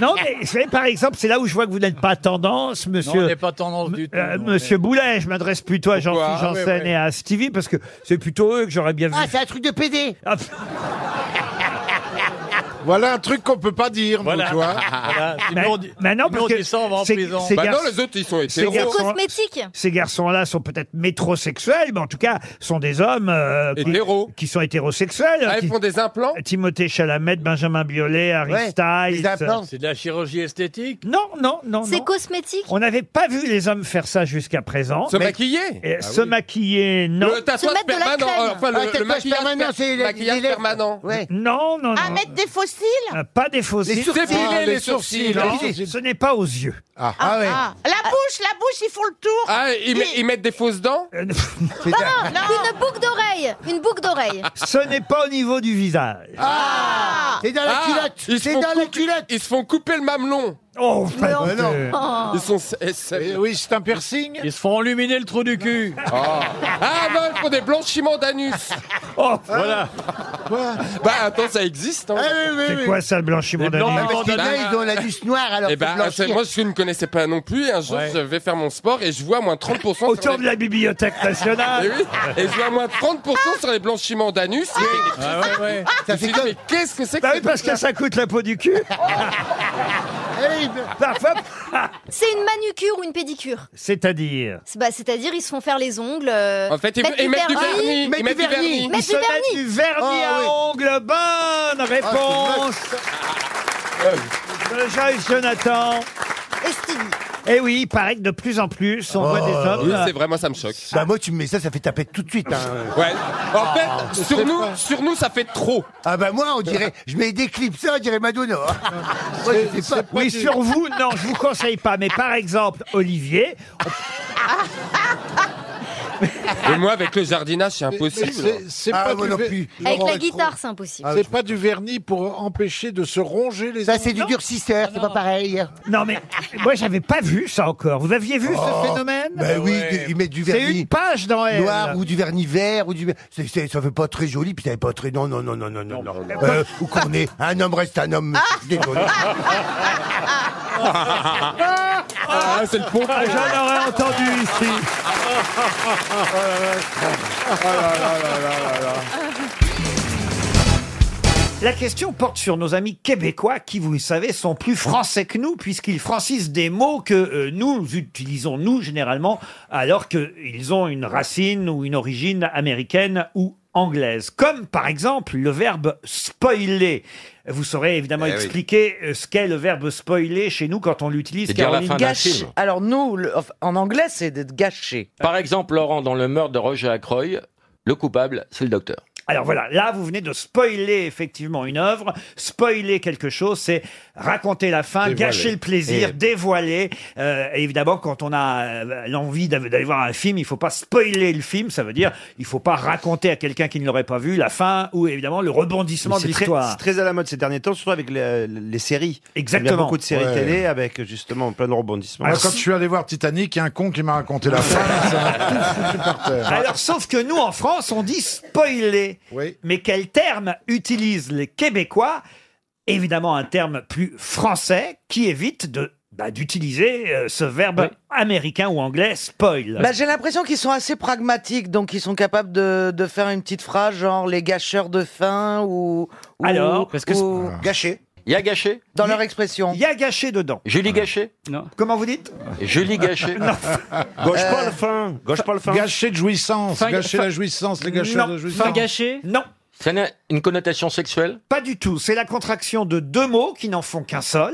S2: Non, mais vous savez, par exemple, c'est là où je vois que vous n'êtes pas tendance, monsieur.
S18: Non, on n'est pas tendance du tout.
S2: Euh,
S18: non,
S2: monsieur Boulet, je m'adresse plutôt à
S18: Pourquoi
S2: Jean-Philippe
S18: Ah, ouais,
S2: Janssen
S18: ouais.
S2: et à Stevie, parce que c'est plutôt eux que j'aurais bien vu.
S5: Ah, c'est un truc de PD.
S2: Ah,
S1: Voilà un truc qu'on peut pas dire,
S18: Voilà.
S1: nous, toi.
S18: Voilà.
S2: Mais- mais Bah, non, parce que c'est- c'est
S1: Bah
S2: gar-
S1: non, les autres, ils sont
S2: c'est
S1: hétéros.
S2: gar-
S7: C'est cosmétique
S2: Ces garçons-là sont peut-être métrosexuels, mais en tout cas, sont des hommes euh, qui- qui, sont hétérosexuels. ils font
S18: des implants
S2: Timothée Chalamet, Benjamin Biolay, Harry
S18: Ouais,
S2: Styles.
S18: C'est de la chirurgie esthétique
S2: Non, non, non.
S7: C'est cosmétique
S2: On n'avait pas vu les hommes faire ça jusqu'à présent.
S18: Se
S2: Mais-
S18: maquiller
S2: Eh,
S18: Ah
S2: Se
S18: oui.
S2: maquiller, non.
S18: Le tatouage Se mettre de la permanent, crème. euh,
S2: Ah,
S18: enfin, le-
S1: Ah,
S5: le maquillage per- maquillage
S6: permanent.
S2: Non, non, non.
S6: À mettre des fossiles
S2: Euh, Pas des faux
S6: Les
S2: cils.
S6: sourcils. Dépiler les hein.
S18: sourcils.
S2: Non,
S18: Les
S2: ce n'est pas aux yeux. Ah,
S6: Ah, La bouche, la bouche, ils font le tour
S4: Ah, ils, met-
S6: Oui.
S4: ils mettent des fausses dents
S2: Euh,
S7: Non, non, une boucle d'oreille Une boucle d'oreille
S2: Ce n'est pas au niveau du visage.
S5: C'est dans la
S4: Ah,
S5: culotte.
S4: ils se
S5: C'est
S4: font
S5: dans la
S4: couper-
S5: culotte.
S4: Ils se font couper le mamelon
S2: Oh,
S4: Mais enfin.
S7: non.
S4: Ils sont... eh, c'est-
S1: Oui, c'est un piercing.
S18: Ils se font enluminer le trou du cul.
S4: Ah non, ils font des blanchiments d'anus
S2: Oh,
S1: Hein?
S18: voilà.
S4: Bah attends, ça existe hein.
S2: C'est quoi ça, le blanchiment
S4: Les blancs,
S2: d'animaux
S4: parce que là,
S5: ils ont l'anus noir alors.
S4: Eh ben,
S5: faut
S4: c'est-
S5: blanchir.
S4: moi, je ne connaissais pas non plus. Un jour,
S5: Ouais.
S4: je vais faire mon sport et je vois moins 30%.
S2: Autour de la Bibliothèque nationale.
S4: Et, Eh oui, et je vois moins 30% sur les blanchiments d'anus.
S18: Ah ouais, ouais.
S4: Ça fait mais qu'est-ce que c'est que
S2: Bah oui,
S4: cette
S2: parce que
S4: boucle-là
S2: ça coûte la peau du cul. Parfois,
S7: C'est une manucure ou une pédicure
S2: c'est-à-dire.
S7: C'est- bah, C'est-à-dire, ils se font faire les ongles. euh,
S2: En fait, ils-
S7: mettre
S2: ils mettent du vernis, ils
S7: Mettre
S2: mettent du vernis. Ah, Ils
S7: Mettre
S2: se
S7: du
S2: mettent
S7: vernis. Ah, Oh,
S2: du vernis à ongles. Bonne réponse de Joyce Jonathan.
S7: Et Stevie.
S2: Eh oui, il paraît que de plus en plus, on voit
S4: Oh.
S2: des hommes.
S4: Oui, c'est vrai, moi, ça me choque.
S5: Bah moi tu me mets ça, ça fait taper tout de suite. hein.
S4: Ouais. En fait,
S5: Ah, je sais
S4: sur, nous,
S5: pas.
S4: sur nous, ça fait trop.
S5: Ah bah moi on dirait, je mets des clips ça, on dirait Madonna. Moi, je sais pas.
S2: Oui, sur vous, non, je vous conseille pas. Mais par exemple, Olivier,
S4: Et moi, avec le jardinage, c'est impossible.
S1: C'est- C'est
S5: Ah,
S1: pas
S5: moi
S1: du
S5: non
S1: ver-
S5: plus.
S7: Avec
S1: Laurent, Ah,
S7: la guitare, c'est impossible.
S1: C'est pas du vernis pour empêcher de se ronger les.
S5: Ah, Ça c'est du durcisseur, Ah, c'est pas pareil.
S2: non mais moi j'avais pas vu ça encore. Vous aviez vu ce phénomène
S5: Bah oui, du- ils mettent du
S2: C'est
S5: vernis
S2: une page dans elle.
S5: noir ou du vernis vert ou du. c'est- c'est- ça fait pas très joli, puis ça fait pas très. Non non non non non non. non. Euh, Ou qu'on est un homme reste un homme. Je déconne.
S4: Ah, c'est le pont.
S2: Ah, J'en aurais entendu ici.
S17: Ah,
S2: La question porte sur nos amis québécois qui, vous le savez, sont plus français que nous puisqu'ils francisent des mots que euh, nous utilisons, nous, généralement, alors qu'ils ont une racine ou une origine américaine ou anglaise. Comme, par exemple, le verbe « spoiler ». Vous saurez évidemment
S4: Eh oui.
S2: expliquer euh, ce qu'est le verbe « spoiler » chez nous quand on l'utilise.
S4: C'est dire la
S2: Caroline
S4: fin d'un
S2: Gâche.
S4: film.
S19: Alors nous, le- enfin, en anglais, c'est de gâcher.
S4: Par exemple, Laurent, dans le meurtre de Roger Ackroyd, le coupable, c'est le docteur.
S2: Alors voilà, là vous venez de spoiler effectivement une œuvre, spoiler quelque chose, c'est raconter la fin,
S4: Dévoiler.
S2: gâcher le plaisir,
S20: Eh.
S4: Et-
S2: dévoiler. Euh, et évidemment, quand on a euh, l'envie d'av- d'aller voir un film, il faut pas spoiler le film, ça veut dire il faut pas raconter à quelqu'un qui ne l'aurait pas vu la fin ou évidemment le rebondissement de
S20: C'est très,
S2: l'histoire.
S20: c'est très à la mode ces derniers temps, surtout avec les, les séries. Il y a
S2: Exactement.
S20: beaucoup de séries
S2: Ouais.
S20: télé avec justement plein de rebondissements.
S1: Moi, quand je suis allé voir Titanic, il y a un con qui m'a raconté la fin. ça m'a tout foutu par terre.
S2: Alors, sauf que nous, en France, on dit spoiler. Mais quel terme utilisent les Québécois évidemment un terme plus français qui évite de bah, d'utiliser euh, ce verbe américain ou anglais spoil.
S3: Bah, j'ai l'impression qu'ils sont assez pragmatiques, donc ils sont capables de, de faire une petite phrase genre les gâcheurs de faim ou. ou- ou-
S1: Gâché.
S21: Il y a gâché
S3: Dans leur expression.
S2: Il y a gâché dedans.
S21: Julie Gâché
S2: Non. Comment vous dites
S21: Julie Gâché.
S1: Gauche pas le fin. Gauche pas le fin.
S22: Gâcher de jouissance,
S1: Fin-
S22: gâcher
S1: fin-
S22: la jouissance, les gâcheurs de jouissance.
S2: Non.
S4: Ça n'a une connotation sexuelle
S2: Pas du tout. C'est la contraction de deux mots qui n'en font qu'un seul.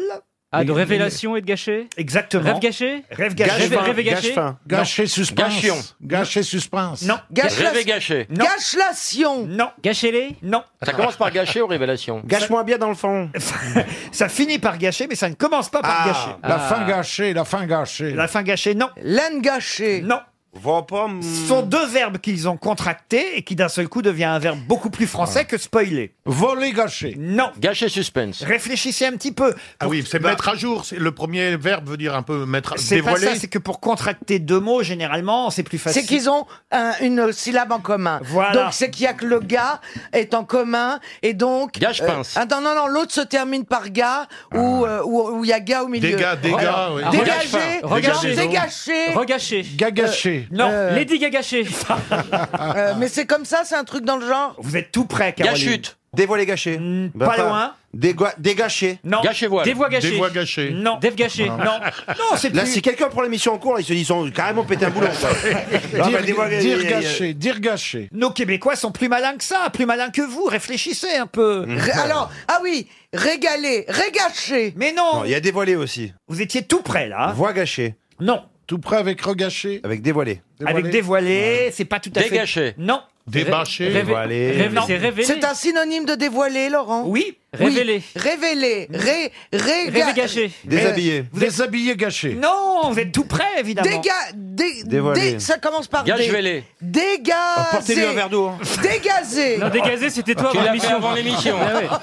S23: Ah, de révélation et de gâché
S2: Exactement.
S23: Rêve gâché
S2: Rêve gâché.
S23: Rêve-
S2: Gâche-fin.
S23: Rêve gâché
S2: Gâche-fin.
S22: Gâcher
S2: Non.
S22: suspense.
S2: Gâchion.
S22: Gâcher suspense.
S2: Non.
S3: Gâche-la-
S4: Rêver gâché.
S3: Gâche-la-sion.
S2: Non.
S23: Gâchez-les
S2: Non.
S4: Ça commence par gâcher ou révélation
S2: Gâche-moi bien dans le fond. ça finit par gâcher, mais ça ne commence pas par gâcher.
S22: Ah,
S4: Ah.
S22: La fin gâchée, la fin gâchée.
S2: La fin gâchée, non.
S3: Laine gâchée.
S2: Non.
S1: Vampom.
S2: Ce sont deux verbes qu'ils ont contractés et qui d'un seul coup devient un verbe beaucoup plus
S1: Ah.
S2: français que spoiler.
S22: Voler gâché.
S2: Non.
S4: Gâcher suspense.
S2: Réfléchissez un petit peu.
S24: Ah oui, c'est mettre à jour. c'est- Le premier verbe veut dire un peu mettre à
S2: C'est pas
S24: dévoiler.
S2: ça, c'est que pour contracter deux mots, généralement, c'est plus facile.
S3: C'est qu'ils ont un- une syllabe en commun.
S2: Voilà.
S3: Donc c'est qu'il y a que le gars est en commun et donc.
S4: Gage pince.
S3: ah, non non non, l'autre se termine par gars ou euh, ou ou il y a gars au milieu.
S24: Dégâts, dégâts,
S3: Voilà.
S24: oui.
S3: Dégagé,
S24: Regâche fin.
S3: genre
S24: Dégagez.
S3: dégagé.
S23: Regâché.
S22: Gagaché.
S23: Non,
S3: Euh,
S23: Lady Gagaché.
S3: Euh, mais c'est comme ça, c'est un truc dans le genre.
S2: Vous êtes tout prêts, Caroline.
S4: Gâchute.
S1: Dévoiler gâché.
S2: Hmm, pas loin.
S1: Dégâché.
S2: Non.
S4: Gâcher voile.
S23: Des voix gâchées.
S1: Des voix gâchées.
S2: Non.
S23: Dev gâché.
S1: Ah. Non.
S2: Non. Non, c'est
S1: Là,
S2: plus.
S1: si quelqu'un prend l'émission en cours, là, ils se disent, ils ont carrément pété un boulon. quoi. Ah, bah,
S22: Dire,
S1: dévoiler-
S22: dire
S1: il y a- il y a-
S22: gâché, dire gâché.
S2: Nos Québécois sont plus malins que ça, plus malins que vous. Réfléchissez un peu.
S1: Mmh.
S3: Ré- Alors ah oui, régalé, régâché.
S2: Mais non.
S1: Non, Il y a dévoilé aussi.
S2: Vous étiez tout près là.
S1: Voix gâchée.
S2: Non.
S22: Tout près avec regâché.
S1: Avec dévoilé.
S2: Avec dévoilé, c'est pas tout à fait.
S4: Dégâché.
S2: Non.
S24: Débâché.
S1: Dévoilé.
S23: Révélé.
S2: Non.
S23: C'est révélé.
S3: C'est un synonyme de dévoiler, Laurent.
S2: Oui.
S23: Révélé.
S3: Révélé, ré, ré,
S23: Rêver gâché.
S1: Déshabillé.
S22: Déshabillé gâché.
S2: Non, vous êtes tout près évidemment.
S3: Déga... dé-
S1: Dévoilé.
S3: dé- Ça commence par
S4: Gage
S3: dé-
S4: vélé.
S3: Dégazé.
S1: Portez-lui un verre d'eau. hein.
S3: Dégazé.
S23: Non, dégazé, c'était
S2: Ah,
S23: toi
S4: Tu
S23: avant
S4: l'as fait
S23: l'émission.
S4: avant l'émission.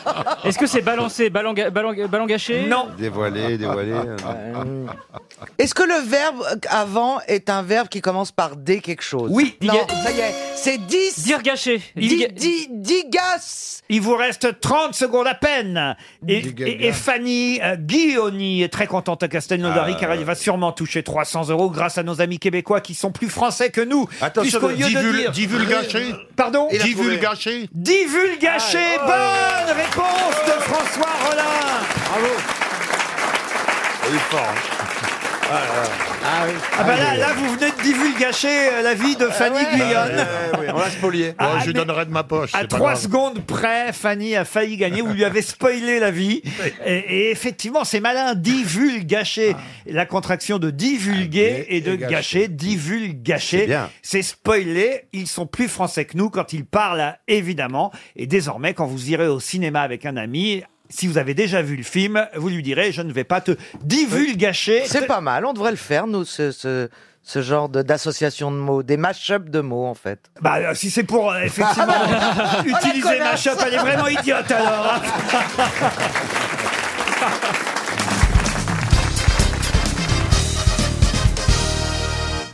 S23: Ah ouais. Est-ce que c'est balancé, ballon, ga- ballon, ballon gâché
S2: Non.
S1: Dévoilé, dévoilé.
S2: Ah,
S1: euh,
S3: Est-ce que le verbe avant est un verbe qui commence par dé quelque chose
S2: Oui.
S3: Non,
S23: Diga-
S3: ça y est, c'est 10.
S23: Dire gâché. Il
S3: Di,
S23: ga-
S3: di- digas.
S2: Il vous reste 30 secondes à peine. Et,
S22: Diga-
S2: et- et Fanny euh, Guilloni est très contente à Castelnaudary
S1: Ah.
S2: car elle va sûrement toucher 300 euros grâce à nos amis québécois qui sont plus français que nous.
S1: Attention,
S2: Puisqu'au lieu de
S24: Divul-
S2: dire...
S24: divulgaché.
S2: Pardon
S1: Il a trouvé.
S24: Divulgaché.
S2: Divulgaché
S1: Ah,
S2: Bonne réponse de François Rollin
S1: Il est fort. hein.
S2: Ah bah là, là, vous venez de divulgacher euh, la vie de Fanny Guillon.
S1: Ouais, ouais, on l'a spolié.
S24: Bon,
S2: Ah,
S24: Oh, je lui
S2: mais-
S24: donnerai de ma poche.
S2: À
S24: c'est pas
S2: trois
S24: grave.
S2: secondes près, Fanny a failli gagner. Vous lui avez spoilé la vie. Et, et effectivement, c'est malin. Divulgacher. La contraction de divulguer
S22: Et-
S2: et de
S22: et
S2: gâcher.
S22: gâcher.
S1: C'est
S2: Divulgacher.
S1: bien.
S2: C'est spoiler. Ils sont plus français que nous quand ils parlent, évidemment. Et désormais, quand vous irez au cinéma avec un ami, si vous avez déjà vu le film, vous lui direz Je ne vais pas te divulgacher.
S3: C'est pas mal, on devrait le faire, nous, ce, ce, ce genre de- d'association de mots, des mash-up de mots, en fait.
S2: Bah, euh, si c'est pour euh, effectivement utiliser ma chape, elle est vraiment idiote alors. hein.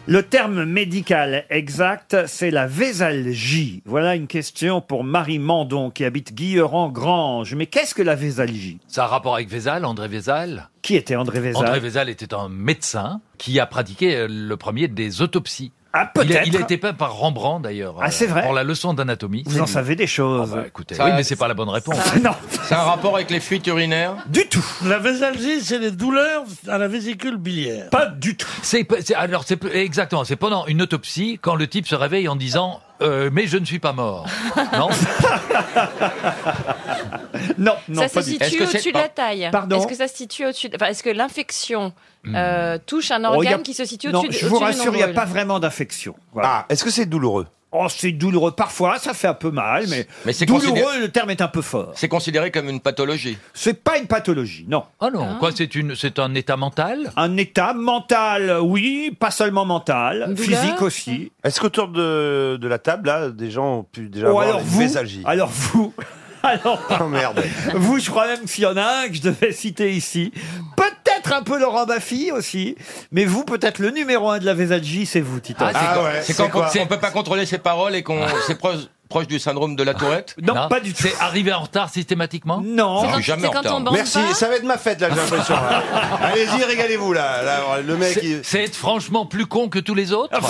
S2: Le terme médical exact, c'est la vésalgie. Voilà une question pour Marie Mandon qui habite Guilleran-Grange. Mais qu'est-ce que la vésalgie
S8: Ça a rapport avec Vézal, André Vézal.
S2: Qui était André Vézal
S8: André Vézal était un médecin qui a pratiqué euh, le premier des autopsies.
S2: Ah,
S8: Il a,
S2: peut-être.
S8: il a été peint par Rembrandt d'ailleurs.
S2: Ah,
S8: euh,
S2: c'est vrai
S8: Pour la leçon d'anatomie.
S2: Vous en savez des choses.
S8: Bah, écoutez,
S4: Ça-
S8: oui, mais c'est pas la bonne réponse.
S2: non,
S4: C'est un rapport avec les fuites urinaires
S2: du tout.
S25: La vésalgie, c'est les douleurs à la vésicule biliaire.
S2: Pas du tout.
S8: C'est pe- c'est- alors c'est pe- exactement, c'est pendant une autopsie quand le type se réveille en disant euh, mais je ne suis pas mort. Non.
S2: Non, non,
S14: ça
S2: pas
S14: se
S2: du tout.
S4: Est-ce
S14: situe
S4: que c'est-
S14: au-dessus de la taille.
S2: Pardon
S14: Est-ce que ça se situe au-dessus de- enfin, Est-ce que l'infection euh, touche un
S2: Oh,
S14: organe
S2: y a-
S14: qui se situe
S2: Non,
S14: au-dessus de-
S2: je
S14: au-dessus
S2: vous
S14: du
S2: rassure, il n'y a
S14: nombril
S2: pas vraiment d'infection. Voilà.
S1: Ah, est-ce que c'est douloureux
S2: Oh, c'est douloureux parfois, ça fait un peu mal, mais,
S4: Mais c'est
S2: douloureux,
S4: considéré-
S2: le terme est un peu fort.
S4: C'est considéré comme une pathologie.
S2: C'est pas une pathologie, non.
S8: Ah non, quoi, c'est une c'est un état mental
S2: Un état mental, oui, pas seulement mental,
S14: Une douleur
S2: physique aussi.
S1: Est-ce qu'autour de, de la table, là, des gens ont pu déjà
S2: Ou
S1: avoir
S2: Oh, alors
S1: une
S2: vous,
S1: vésalgie
S2: alors vous, alors
S1: Oh merde.
S2: Ah vous, je crois même qu'il y en a un que je devais citer ici. Peut-être un peu Laurent Baffy aussi, mais vous, peut-être le numéro un de la Vésalgie, c'est vous, Tito.
S4: Ah, c'est
S1: Ah
S4: quand,
S1: ouais,
S4: c'est
S1: c'est
S4: quand
S1: quoi
S4: on, c'est- on peut pas contrôler ses paroles et qu'on ses preuves proche du syndrome de la Tourette
S2: non,
S8: pas du tout. Ah. C'est arrivé en retard systématiquement
S2: Non.
S4: C'est quand- Jamais c'est en quand retard. on bande
S1: Merci,
S4: pas
S1: ça va être ma fête là, j'ai l'impression.
S2: hein.
S1: là. Allez-y, régalez-vous là. là, le mec,
S8: C'est-
S1: il-
S8: C'est être franchement plus con que tous les autres.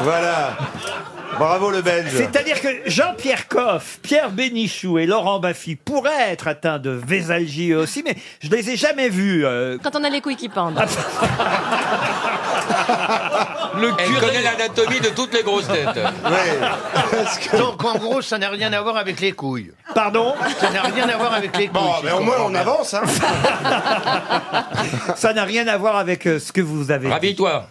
S1: voilà. Bravo le Belge.
S2: C'est-à-dire que Jean-Pierre Coff, Pierre Bénichou et Laurent Baffy pourraient être atteints de vésalgie eux aussi, mais je les ai jamais vus. euh,
S17: Quand on a les couilles qui pendent.
S2: Ah,
S4: Elle connaît l'anatomie de toutes les grosses têtes.
S26: Donc en gros, ça n'a rien à voir avec les couilles.
S2: Pardon
S26: Ça n'a rien à voir avec les couilles.
S1: Bon,
S26: si
S1: mais
S26: je
S1: au moins
S26: comprends
S1: on
S26: bien.
S1: avance. Hein.
S2: ça n'a rien à voir avec euh, ce que vous avez dit.
S8: Rabis-toi.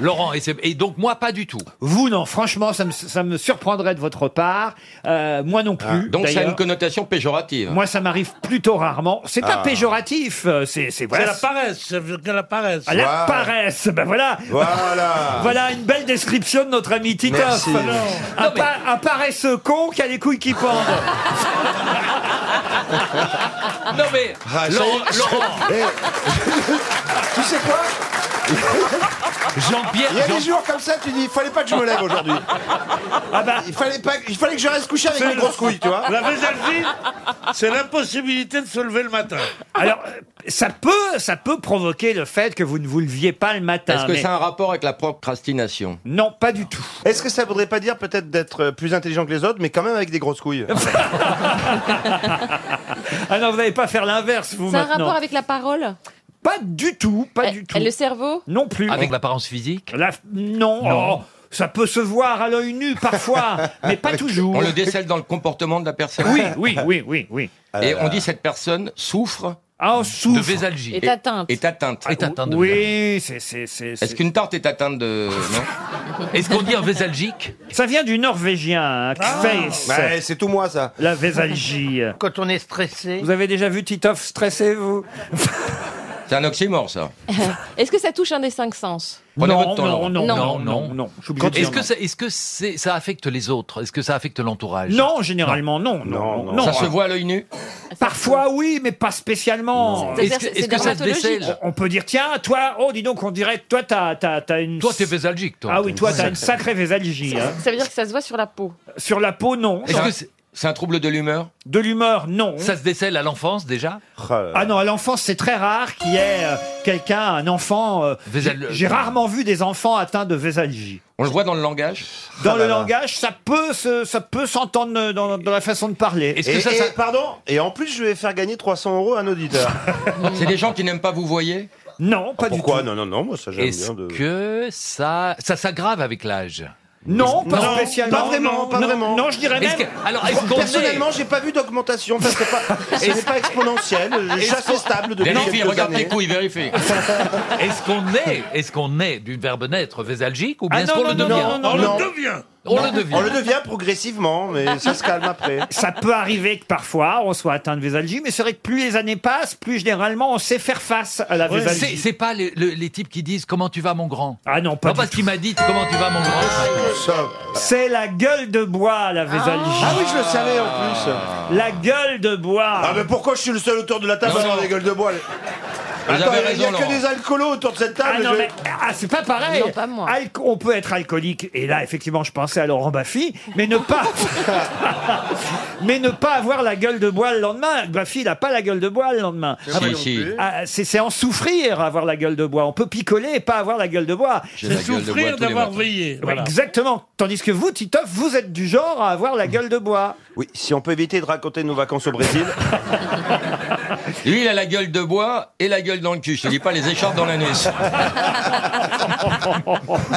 S8: Laurent, et, c'est- et donc moi pas du tout.
S2: Vous, non, franchement, ça me, ça me surprendrait de votre part. Euh, moi non
S1: Ah.
S2: plus.
S4: Donc ça a
S2: d'ailleurs.
S4: une connotation péjorative.
S2: Moi, ça m'arrive plutôt rarement. C'est pas
S4: Ah.
S2: péjoratif, euh, c'est c'est voilà.
S27: la paresse, ça veut dire qu'elle apparaisse.
S2: À la paresse, ben voilà.
S27: Voilà.
S2: Voilà une belle description de notre ami Titoff.
S27: Merci. Non.
S2: Un, pa- un paresseux con qui a les couilles qui pendent.
S8: Non mais
S1: Ah, ça y est.
S8: Laurent, Laurent,
S1: Eh, tu sais quoi
S8: Jean-Pierre.
S1: Il y a des
S8: Jean-
S1: jours comme ça, tu dis, il fallait pas que je me lève aujourd'hui. il fallait pas, il fallait que je reste couché avec mes grosses couilles, tu vois.
S27: Ah bah. La vésalgie, c'est l'impossibilité de se lever le matin.
S2: Alors, ça peut, ça peut provoquer le fait que vous ne vous leviez pas le matin.
S4: Est-ce que
S2: mais-
S4: ça a un rapport avec la procrastination
S2: Non, pas du tout.
S1: Est-ce que ça voudrait pas dire peut-être d'être euh, plus intelligent que les autres, mais quand même avec des grosses couilles
S2: Ah non, vous n'allez pas faire l'inverse, vous
S17: C'est un
S2: maintenant.
S17: rapport avec la parole
S2: Pas du tout, pas du tout.
S17: Eh, Le cerveau
S2: Non plus.
S8: Avec l'apparence physique.
S2: La- Non.
S8: Non.
S2: oh, ça peut se voir à l'œil nu parfois, mais
S1: Ah,
S2: pas toujours.
S4: On le décèle dans le comportement de la personne.
S2: Oui, oui, oui, oui, oui.
S4: Et on dit cette personne souffre
S2: Ah, on souffre.
S4: de vésalgie.
S17: Est atteinte.
S4: Est atteinte.
S8: Est atteinte de
S2: Oui, c'est c'est c'est.
S4: Est-ce
S2: c'est-
S4: qu'une tarte est atteinte de non
S8: Est-ce qu'on dit un vésalgique
S2: Ça vient du norvégien, hein, Kveis.
S1: Ouais, c'est tout moi ça.
S2: La vésalgie.
S26: Quand on est stressé.
S2: Vous avez déjà vu Titoff stressé, vous
S4: C'est un oxymore ça.
S17: Est-ce que ça touche un des cinq sens
S4: Prenez
S2: non,
S4: votre temps,
S2: non,
S4: Laurent.
S2: non,
S17: Non.
S2: non, non, non, Je suis obligé de
S8: Est-ce
S2: dire
S8: que, ça, est-ce que c'est- ça affecte les autres Est-ce que ça affecte l'entourage
S2: non. Non, généralement, non, non, non.
S4: Ça se voit à l'œil nu.
S17: Ah,
S2: Parfois, oui, mais pas spécialement.
S17: C'est-à-dire, c'est- c'est dermatologique.
S2: On peut dire, tiens, toi, oh, dis donc, on dirait, toi, t'as, t'as, t'as une.
S8: Toi, t'es vésalgique, toi.
S2: Ah oui, toi, t'as une sacrée vésalgie. hein.
S17: Ça veut dire que ça se voit sur la peau.
S2: Sur la peau, non.
S4: Est-ce que c'est- c'est un trouble de l'humeur
S2: De l'humeur, non.
S8: Ça se décèle à l'enfance déjà
S2: Ah non, à l'enfance, c'est très rare qu'il y ait euh, quelqu'un, un enfant. euh,
S8: Vésal-
S2: j'ai- J'ai rarement vu des enfants atteints de vésalgie.
S4: On le voit dans le langage.
S8: Ah
S2: Dans le langage, ça peut, se- ça peut s'entendre euh, dans, dans la façon de parler.
S8: Est-ce que ça, ça-
S1: Pardon Et en plus, je vais faire gagner 300 euros à un auditeur.
S4: C'est des gens qui n'aiment pas vous voyez.
S2: Non, pas du tout.
S1: Pourquoi Non, non, non, moi ça j'aime
S8: Est-ce
S1: bien de.
S8: que ça, ça s'aggrave avec l'âge
S2: Non, pas
S1: Non,
S2: spécialement.
S1: Pas vraiment,
S2: non,
S1: pas
S2: non,
S1: vraiment.
S2: Non, je dirais
S8: Est-ce
S2: même.
S8: que- alors, est-ce qu'on
S1: Personnellement, j'ai pas vu d'augmentation. Enfin, c'est pas, ce n'est pas exponentiel.
S8: Est-ce
S1: C'est assez
S8: qu'on-
S1: stable depuis
S4: Vérifie,
S1: quelques
S4: regarde
S1: années.
S4: tes couilles, vérifie.
S8: est, est-ce qu'on est, est-ce qu'on est du verbe naître vésalgique ou bien
S2: Ah
S8: est-ce
S2: non,
S8: qu'on
S2: non,
S8: le
S2: non,
S8: devient
S2: non, non,
S27: On
S1: Non.
S27: le devient.
S8: On le devient.
S1: On le devient progressivement, mais ça se calme après.
S2: Ça peut arriver que parfois on soit atteint de vésalgie, mais c'est vrai que plus les années passent, plus généralement on sait faire face à
S1: Ah,
S2: la
S8: C'est,
S2: vésalgie.
S8: c'est pas les, le- les types qui disent comment tu vas mon grand.
S2: Ah non, pas
S8: Non
S2: du
S8: parce
S2: tout.
S8: qu'il m'a dit comment tu vas mon
S1: Ah,
S8: grand.
S2: C'est la gueule de bois, la vésalgie.
S1: Ah oui, je le savais en plus.
S2: La gueule de bois.
S1: Ah, mais pourquoi je suis le seul autour de la table
S4: Non,
S1: à avoir
S4: non.
S1: des gueules de bois les-
S4: Vous
S1: Attends,
S4: avez
S1: il n'y a
S4: raison,
S1: que
S4: Laurent.
S1: des alcoolos autour de cette table.
S2: Ah non,
S1: je-
S2: mais ah, c'est pas pareil.
S17: Non, pas moi.
S2: Alco- on peut être alcoolique, et là, effectivement, je pensais à Laurent Baffy, mais ne pas, mais ne pas avoir la gueule de bois le lendemain. Baffy, il n'a pas la gueule de bois le lendemain.
S4: Si, si.
S2: Ah, c'est c'est en souffrir, avoir la gueule de bois. On peut picoler et pas avoir la gueule de bois.
S4: J'ai
S27: C'est
S4: la gueule de bois
S27: souffrir
S4: tous les
S27: d'avoir
S4: matins.
S27: veillé. Voilà.
S2: Exactement. Tandis que vous, Titoff, vous êtes du genre à avoir la gueule de bois.
S1: Oui, si on peut éviter de raconter nos vacances au Brésil.
S4: Lui, il a la gueule de bois et la gueule dans le cul. Je te dis pas les écharpes dans l'anus.
S1: ah,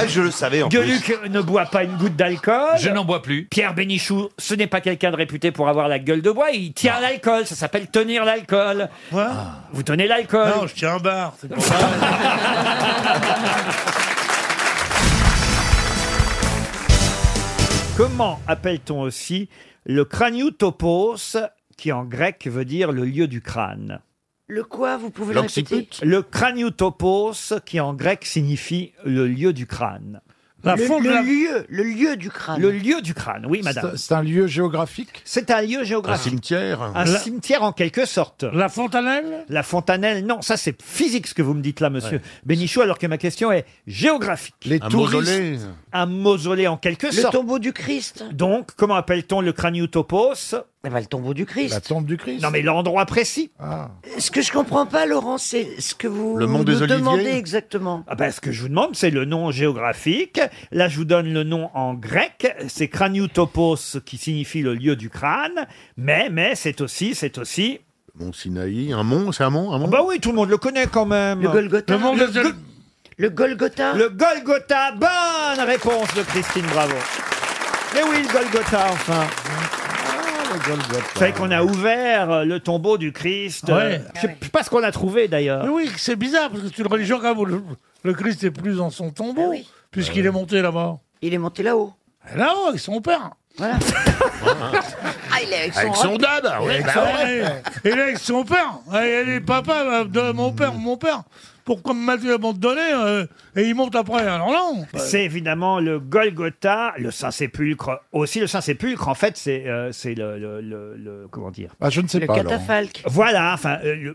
S1: je le savais en plus.
S2: Gueuluc ne boit pas une goutte d'alcool.
S8: Je n'en bois plus.
S2: Pierre Bénichou, ce n'est pas quelqu'un de réputé pour avoir la gueule de bois. Il tient l'alcool. Ça s'appelle tenir l'alcool. Ah.
S27: Quoi
S2: Vous tenez l'alcool.
S27: Non, je tiens un bar. c'est pour ça.
S2: Comment appelle-t-on aussi le craniotopos, qui en grec veut dire le lieu du crâne
S15: Le quoi, vous pouvez le répéter
S2: Le craniotopos, qui en grec signifie le lieu du crâne. La
S14: le,
S2: fonte de
S14: le
S2: la-
S14: lieu, le lieu du crâne.
S2: Le lieu du crâne, oui, madame. Ah. C'est un lieu géographique C'est un lieu géographique.
S28: Un cimetière
S2: Un
S28: La-
S2: cimetière en quelque sorte. La fontanelle La fontanelle, non, ça c'est physique ce que vous me dites là, monsieur
S28: Ouais.
S2: Bénichou, alors que ma question est géographique. Les
S28: Un touristes- mausolée.
S2: Un mausolée en quelque
S28: Le
S2: sorte.
S28: tombeau
S2: du Christ. Donc, comment appelle-t-on le craniutopos Le tombeau du Christ. La tombe du Christ. Non, mais l'endroit précis.
S15: Ce que je comprends pas, Laurent, c'est ce que vous
S2: Le mont
S15: nous
S2: des Oliviers
S15: demandez exactement.
S2: Ah ben, ce que je vous demande, c'est le nom géographique. Là, je vous donne le nom en grec. C'est craniutopos, qui signifie le lieu du crâne. Mais, mais, c'est aussi, c'est aussi.
S28: Mont Sinaï, un mont, c'est un mont, un mont.
S2: bah oui, tout le monde le connaît quand même.
S28: Le Golgotha.
S2: Le,
S28: Le mont des
S2: Go- le Golgotha. Le Golgotha. Bonne réponse de Christine Bravo. Mais oui, le Golgotha, enfin.
S1: Ah,
S2: Vous savez qu'on a ouvert euh, le tombeau du Christ. euh,
S1: Ouais.
S2: Je sais pas ce qu'on a trouvé d'ailleurs.
S28: Ah.
S1: Mais oui, c'est bizarre, parce que c'est une religion quand même où le, le Christ n'est plus dans son tombeau, puisqu'il est monté là-bas.
S15: Ah Il est monté là-haut.
S1: Là-haut, avec son père.
S15: Voilà.
S14: Ah, il est avec
S28: ah
S1: Avec
S28: bah
S1: son- Et là, avec son père. Et il dit, papa, bah, donne- mon père, mon père. Pourquoi me m'a-t-il abandonné euh, Et il monte après. Alors non.
S2: C'est évidemment le Golgotha, le Saint-Sépulcre. Aussi, le Saint-Sépulcre, en fait, c'est euh, c'est le, le- le- le- Comment dire
S28: Ah, je ne sais
S2: Le
S28: pas.
S15: catafalque.
S2: Voilà, enfin. euh, le,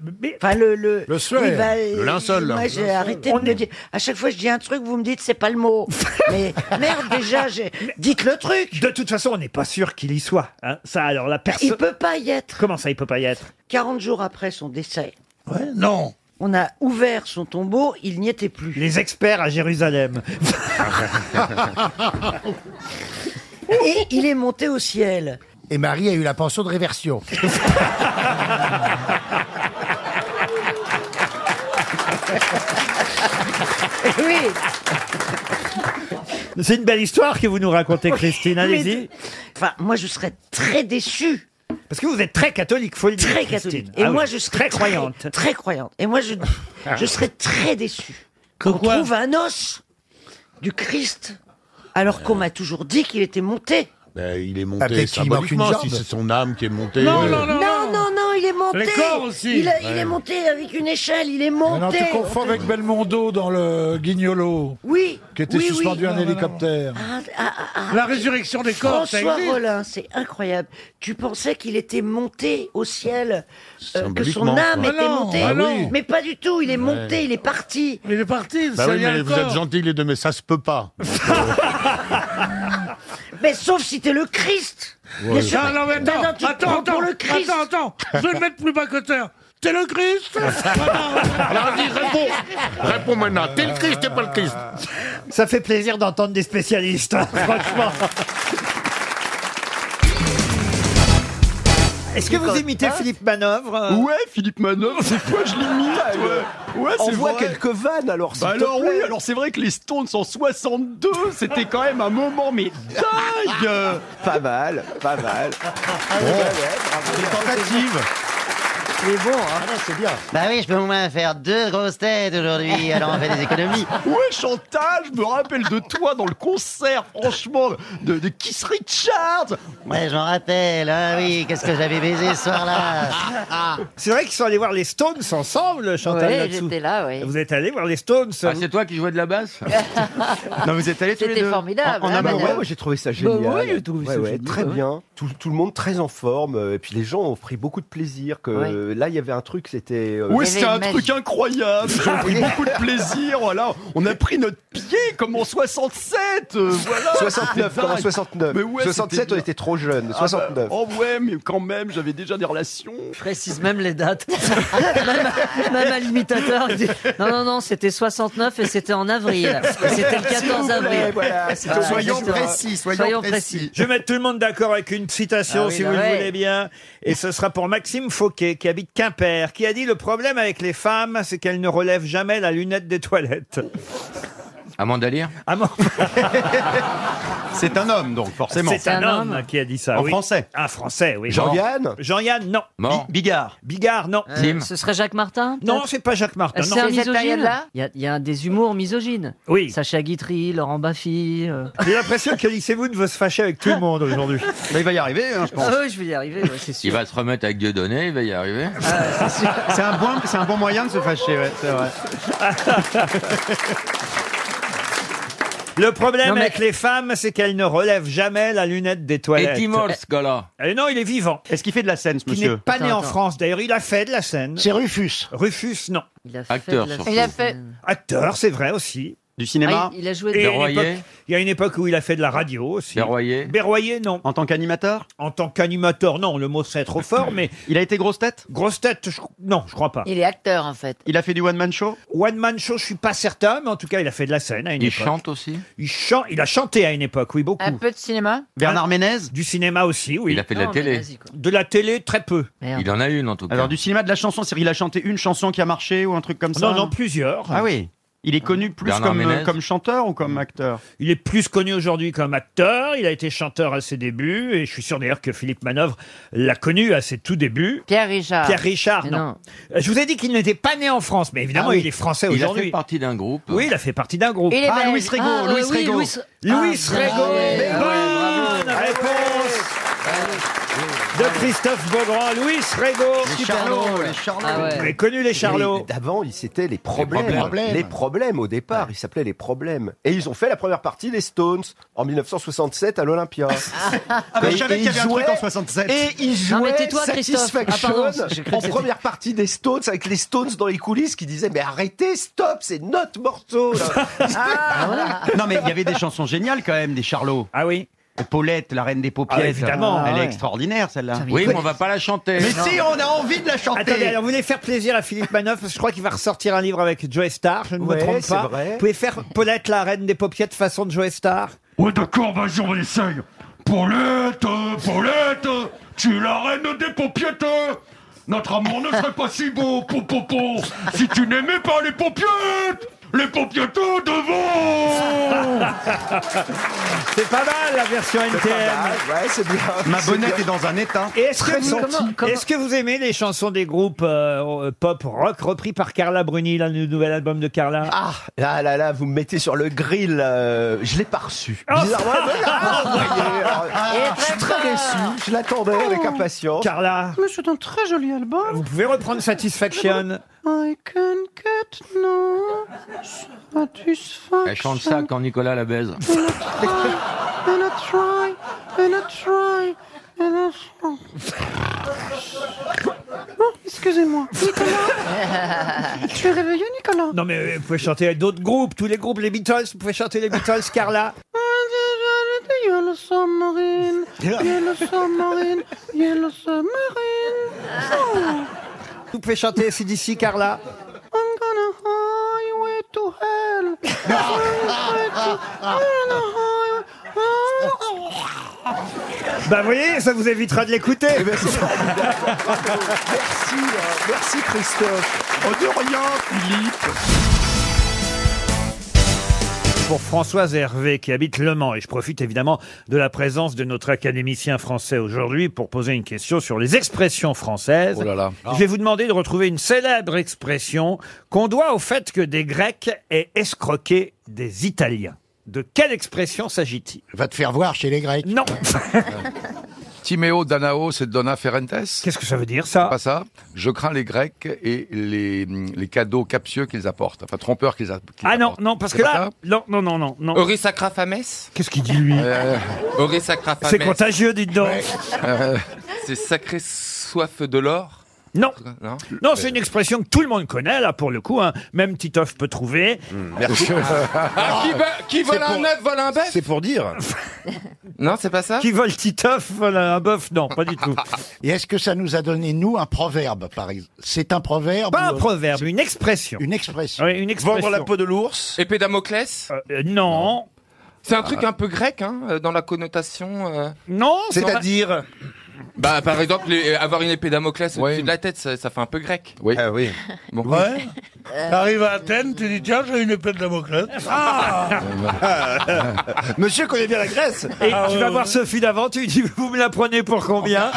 S15: le, le,
S28: Le suaire.
S15: Oui, bah,
S28: Le linceul.
S15: Moi,
S28: Le
S15: j'ai
S28: linceul.
S15: arrêté de me dire. À chaque fois, je dis un truc, vous me dites, c'est pas le mot. Mais merde, déjà, j'ai.
S2: Dites le truc De toute façon, on n'est pas sûr qu'il y soit. hein. Ça, alors, la personne.
S15: Il peut pas y être.
S2: Comment ça, il peut pas y être
S15: 40 jours après son décès.
S1: non.
S15: On a ouvert son tombeau, il n'y était plus.
S2: Les experts à Jérusalem.
S15: Et il est monté au ciel.
S5: Et Marie a eu la pension de réversion.
S15: oui.
S2: C'est une belle histoire que vous nous racontez, Christine. Allez-y.
S15: Enfin, moi, je serais très déçu.
S2: Parce que vous êtes très catholique, faut le dire.
S15: Très
S2: Christine.
S15: catholique. Et
S2: Ah
S15: moi,
S2: oui,
S15: je
S2: Très
S15: serais
S2: croyante.
S15: Très croyante. Et moi, je, je serais très déçu.
S1: Que
S15: qu'on
S1: quoi
S15: trouve un os du Christ, alors qu'on m'a toujours dit qu'il était monté.
S28: Ben, il est
S5: Ah,
S28: monté
S5: peut-être qu'il manque une
S28: symboliquement,
S5: jambe.
S28: si c'est son âme qui est montée.
S15: Non,
S28: euh,
S15: non, non, non, non, il est monté.
S28: Les corps aussi.
S15: Il, a- il
S28: Ouais.
S15: est monté avec une échelle, il est monté.
S29: Non, tu confonds avec Belmondo dans le Guignolo.
S15: Oui.
S29: Qui était
S15: oui, oui.
S29: suspendu à un hélicoptère.
S15: Ah, ah, ah,
S1: La résurrection des corps, ça
S15: François
S1: existe.
S15: Rollin, c'est incroyable. Tu pensais qu'il était monté au ciel, euh, que son
S28: Symboliquement,
S15: âme
S28: quoi.
S15: était
S28: Ah non,
S15: montée,
S28: ah oui.
S15: mais pas du tout. Il
S28: Ouais.
S15: est monté, il est parti.
S1: Il est parti.
S28: Bah oui, mais vous êtes gentils les deux, mais ça se peut pas.
S15: Mais sauf si t'es le Christ.
S28: Ouais.
S15: Bien sûr.
S1: Ah, Non, non, mais
S15: Non,
S1: attends,
S15: non, tu te
S1: attends,
S15: prends
S1: attends,
S15: pour le Christ.
S1: attends, attends, je vais le mettre plus bas que terre. T'es le Christ
S28: Alors dis, réponds Réponds maintenant, t'es le Christ, t'es pas le Christ
S2: Ça fait plaisir d'entendre des spécialistes, franchement. Est-ce que vous
S1: hein
S2: imitez Philippe Manœuvre euh
S13: Ouais, Philippe Manœuvre, c'est quoi je l'imite Ouais, ouais c'est
S29: Envoie
S13: vrai.
S29: quelques vannes alors. s'il
S13: Bah
S29: te
S13: alors
S29: plaît.
S13: oui, alors c'est vrai que les Stones en 62, c'était quand même un moment mais dingue Pas mal, pas mal.
S29: tentatives.
S6: C'est bon, hein c'est bien. Bah oui, je peux au moins faire deux grosses têtes aujourd'hui, alors on fait des économies.
S13: Ouais, Chantal, je me rappelle de toi dans le concert, franchement, de, de Kiss Richard
S6: Ouais, j'en rappelle, ah oui, qu'est-ce que j'avais baisé ce soir-là
S2: C'est vrai qu'ils sont allés voir les Stones ensemble, Chantal.
S6: Ouais,
S2: là-dessous.
S6: j'étais là, ouais.
S2: Vous êtes allés voir les Stones.
S4: Ah, c'est toi qui jouais de la basse Non, vous êtes allés tous les
S6: C'était
S4: deux.
S6: formidable,
S4: En, en
S6: hein,
S4: amont,
S6: madame.
S4: ouais, ouais, j'ai trouvé ça
S6: Bah
S4: génial.
S6: oui, j'ai trouvé
S4: Ouais,
S6: ça
S4: ouais,
S6: génial,
S4: Très
S6: ouais.
S4: bien. Tout, tout le monde très en forme. euh, Et puis les gens ont pris beaucoup de plaisir. Que
S6: Ouais.
S4: là, il y avait un truc, c'était. euh,
S13: Ouais, c'était un truc incroyable, j'ai pris beaucoup de plaisir, voilà, on a pris notre pied comme en 67, euh, voilà
S4: 69,
S13: c'était
S4: comme en
S13: dingue.
S4: 69.
S13: Mais ouais,
S4: 67,
S13: c'était
S4: on était trop jeunes,
S13: Ah bah,
S4: 69.
S13: oh ouais, mais quand même, j'avais déjà des relations.
S6: Précise même les dates. Ah
S7: même, même à l'imitateur. il dit, Non, non, non, c'était 69 et c'était en avril. Et c'était le
S6: S'il
S7: 14
S6: vous plaît,
S7: avril.
S6: voilà, c'est tout. Soyons
S7: exactement.
S6: précis, Ah, soyons précis. bah
S2: Je vais mettre tout le monde d'accord avec une citation,
S7: Ah oui,
S2: si
S7: là,
S2: vous
S7: ouais.
S2: le voulez bien. Et ce sera pour Maxime Fauquet, qui habite Quimper, qui a dit Le problème avec les femmes, c'est qu'elles ne relèvent jamais la lunette des toilettes.
S4: Amandalire C'est un homme, donc, forcément.
S2: C'est un homme qui a dit ça.
S4: En
S2: oui.
S4: français
S2: Un français, oui.
S4: Jean-Yann
S2: Jean-Yann, non.
S4: Mort.
S2: Bigard. Bigard, non.
S7: Euh, ce serait Jacques Martin peut-être
S2: Non, c'est pas Jacques Martin.
S7: Euh,
S2: non.
S7: C'est un misogyne Il y a- il y, a un des humours misogynes.
S2: Oui.
S7: Sacha Guitry, Laurent Baffy. euh.
S2: J'ai l'impression que Lycévoune veut se fâcher avec tout le monde aujourd'hui.
S4: il va y arriver, je
S7: Ah
S13: Oh,
S7: oui, je vais y arriver, ouais, c'est sûr.
S30: Il va se remettre avec Dieudonné, il va y arriver.
S4: Ah. C'est un, bon, c'est un bon moyen de se fâcher, ouais, c'est vrai.
S2: Le problème
S31: Non, mais-
S2: avec les femmes, c'est qu'elles ne relèvent jamais la lunette des toilettes.
S31: Et est mort, ce gars-là
S2: Eh non, il est vivant. Est-ce qu'il fait de la scène,
S31: ce
S2: Il
S31: monsieur
S2: n'est pas né
S31: Attends,
S2: en
S31: attends.
S2: France. D'ailleurs, il a fait de la scène. C'est Rufus. Rufus, non. Il a
S31: fait Acteur, de la surtout.
S17: Il a fait.
S2: Acteur, c'est vrai aussi. Du
S17: cinéma Ah, il- il a joué de- Berroyer
S2: Il y a une époque où il a fait de la radio aussi. Berroyer Berroyer, non. En tant qu'animateur En tant qu'animateur, non. Le mot serait trop fort, mais. Il a été grosse tête Grosse tête, je- non, je crois pas.
S8: Il est acteur en fait.
S2: Il a fait du one-man show One-man show, je suis pas certain, mais en tout cas, il a fait de la scène à une
S8: Il
S2: époque.
S8: chante
S2: aussi il, chan- il a chanté à une époque, oui, beaucoup.
S8: Un peu de cinéma
S2: Bernard Ménez Du cinéma aussi, oui.
S8: Il a fait de la Non, mais télé. vas-y,
S2: De la télé, très peu.
S8: Il en a une en tout
S13: Alors du cinéma de la chanson, c'est il a chanté une chanson qui a marché ou un truc comme ça
S2: Non, non, plusieurs.
S13: Ah oui. Il est connu plus
S2: Bernard
S13: comme, euh,
S2: Ménez. Mm.
S13: comme chanteur ou comme acteur
S2: Il est plus connu aujourd'hui comme acteur, il a été chanteur à ses débuts, et je suis sûr d'ailleurs que Philippe Manœuvre l'a connu à ses tout débuts.
S8: Pierre Richard.
S2: Pierre Richard,
S8: Mais
S2: non. Euh, Je vous ai dit qu'il n'était pas né en France, mais évidemment,
S8: Ah oui.
S2: il est français
S8: Il a fait
S2: aujourd'hui.
S8: partie
S2: d'un groupe. Oui, il a fait partie d'un groupe.
S8: Il est Ah, belge. Louis
S13: Rego, Ah, Louis oui, Rego. Louis-
S2: Louis
S13: Ah,
S2: Rego.
S13: ouais, ouais,
S2: Bonne
S13: bravo.
S2: réponse de Christophe Beaugrand, Louis Rego.
S32: Les
S2: Super
S32: Charlots,
S2: drôle.
S32: les Charlots.
S2: Vous avez connu Ah les Charlots.
S32: Mais D'avant, ils- c'était les problèmes.
S2: problèmes. Problèmes.
S32: Les problèmes au départ, ils s'appelaient les problèmes. Et ils ont fait la première partie des Stones en 1967 à l'Olympia.
S13: Ah bah, je
S32: Et-
S13: savais
S32: et ils
S13: qu'il y avait un truc
S32: jouaient-
S13: en 67.
S32: Et ils jouaient
S13: Non, mais tais-toi, Christophe.
S32: Satisfaction
S13: Ah, pardon, j'ai cru que
S32: en
S13: c'était-
S32: première partie des Stones avec les Stones dans les coulisses qui disaient mais arrêtez, stop, c'est notre morceau. là.
S13: Non mais il y avait des chansons géniales quand même, des Charlots.
S2: Ah oui
S13: Paulette, la reine des paupières.
S31: Ah, évidemment.
S13: Elle
S31: Ah,
S13: est
S31: ouais.
S13: extraordinaire celle-là.
S31: Oui, mais on va pas la chanter.
S13: Mais si, on a envie de la chanter.
S2: Attendez, alors vous voulez faire plaisir à Philippe Manoff, parce que je crois qu'il va ressortir un livre avec Joe Star, je ne me
S32: Ouais,
S2: trompe
S32: c'est
S2: pas.
S32: vrai.
S2: Vous pouvez faire Paulette, la reine des paupières de façon de Joe Star
S14: Ouais, d'accord, vas-y, on essaye. Paulette, Paulette, tu es la reine des paupiètes. Notre amour ne serait pas si beau, popopo, si tu n'aimais pas les paupiètes. Les paupiètes devant
S2: C'est pas mal la version NTM.
S32: Ouais, c'est bien.
S13: Ma
S2: C'est
S13: bonnette
S2: bien.
S13: est dans un état.
S2: Et est-ce que,
S13: Très
S2: vous,
S13: gentil.
S2: est-ce que vous aimez les chansons des groupes euh, pop rock repris par Carla Bruni, là, le nouvel album de Carla
S32: Ah, là, là, là, vous me mettez sur le grill. euh, je l'ai pas reçu.
S2: Oh.
S32: Bizarrement, voilà, envoyé. Alors, Ah, je suis très déçu. Je l'attendais avec impatience.
S2: Carla.
S6: Mais c'est un très joli album.
S2: Oh. Vous pouvez reprendre Satisfaction.
S6: I can get no satisfaction.
S31: Elle chante ça quand Nicolas la baise.
S6: And I try, and I try, and I try. Oh, excusez-moi. Nicolas Tu es réveillé, Nicolas
S2: Non mais euh, vous pouvez chanter avec d'autres groupes, tous les groupes, les Beatles, vous pouvez chanter les Beatles, Carla.
S6: Yellow submarine, yellow submarine, yellow submarine. Oh.
S2: Vous pouvez chanter CDC, Carla.
S6: I'm gonna highway to hell. Highway to- I'm gonna highway-
S2: Bah vous voyez, ça vous évitera de l'écouter.
S6: Eh ben,
S32: Merci, euh, merci Christophe. On ne rien, Philippe.
S2: Pour Françoise Hervé qui habite Le Mans, et je profite évidemment de la présence de notre académicien français aujourd'hui pour poser une question sur les expressions françaises. Je vais vous demander de retrouver une célèbre expression qu'on doit au fait que des Grecs aient escroqué des Italiens. De quelle expression s'agit-il
S33: Va te faire voir chez les Grecs.
S2: Non.
S4: Timéo Danao, c'est Dona Ferentes.
S2: Qu'est-ce que ça veut dire ça
S4: Pas ça. Je crains les Grecs et les, les cadeaux captieux qu'ils apportent, enfin trompeurs qu'ils a- qu'ils apportent.
S2: Ah non, non, parce
S4: C'est
S2: que
S4: pas
S2: là... Non, non, non, non, non. Qu'est-ce qu'il dit lui
S33: Euh,
S2: C'est
S4: C'est
S2: contagieux, dites donc.
S4: c'est sacré soif de l'or.
S2: Non.
S4: Non,
S2: Non, c'est une expression que tout le monde connaît, là, pour le coup. hein. Même Titoff peut trouver.
S4: Hmm, merci. Ah, qui va- qui vole un œuf,
S2: vole un bœuf
S4: C'est pour dire.
S2: Non, c'est pas ça Qui vole Titoff, vole un bœuf Non, pas du tout.
S33: Et est-ce que ça nous a donné, nous, un proverbe, par exemple C'est un proverbe
S2: Pas un
S33: ou-
S2: proverbe, une expression.
S33: Une expression.
S2: Oui, une expression. Euh,
S4: de l'ours. Épée Damoclès
S2: Non. Ah.
S4: C'est un truc un peu grec, hein, euh, dans la connotation. euh.
S2: Non,
S4: C'est-à-dire Bah, par exemple, les- euh, avoir une épée Damoclès au-dessus de la tête, ça, ça fait un peu grec. Oui. Ah oui. Bon.
S1: Ouais.
S2: Euh.
S1: T'arrives
S2: Bah,
S1: à Athènes, tu dis tiens, j'ai une épée de Damoclès. Ah
S2: Monsieur connaît bien la Grèce. euh, Et
S1: Ah,
S2: tu
S1: ouais,
S2: vas
S1: ouais.
S2: voir Sophie d'avant, tu lui dis Vous me la prenez pour combien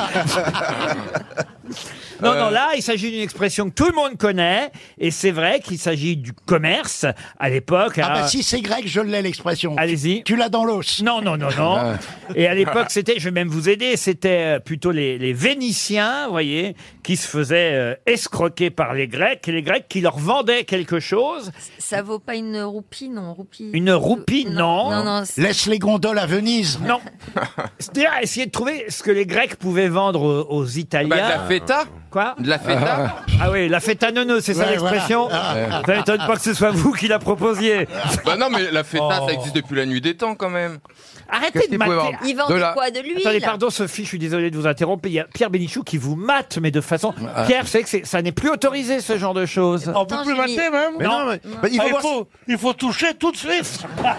S2: Non, non, là, il s'agit d'une expression que tout le monde connaît, et c'est vrai qu'il s'agit du commerce à l'époque.
S33: Ah
S2: hein.
S33: bah si c'est grec, je l'ai l'expression.
S2: Allez-y.
S33: Tu l'as dans l'os. Ah.
S2: Non, non, non, non. Et à l'époque, c'était, je vais même vous aider, c'était euh, plutôt les, les Vénitiens, vous voyez, qui se faisaient euh, escroquer par les Grecs, et les Grecs qui leur vendaient quelque chose.
S3: Ça vaut pas une roupie, non roupie.
S2: Une roupie, non.
S3: Non, non, c'est-
S2: Laisse les gondoles à Venise. Non. C'est-à-dire essayer de trouver ce que les Grecs pouvaient vendre aux, aux Italiens.
S4: Bah, de la feta
S2: Quoi
S4: De la feta
S2: Ah oui, la feta neuneu, c'est ça
S4: Ouais,
S2: l'expression
S4: voilà. Ah.
S2: Ça m'étonne pas que ce soit vous qui la proposiez.
S4: Bah non, mais la feta,
S2: Oh.
S4: ça existe depuis la nuit des temps quand même.
S2: Arrêtez
S4: Qu'est-ce
S2: de
S4: qu'il pouvait
S2: mater.
S4: vendre Il vendait De la- quoi, de l'huile
S2: Attendez, pardon Sophie, je suis désolé de vous interrompre. Il y a Pierre Bénichou qui vous mate, mais de façon... Pierre, c'est que c'est- ça n'est plus autorisé, ce genre de choses.
S1: On peut plus Oh, mater, même Ah,
S2: Mais non, mais- bah, il
S1: il,
S2: faut
S1: faut
S2: voir
S1: il, faut, toucher tout de suite
S33: Ah.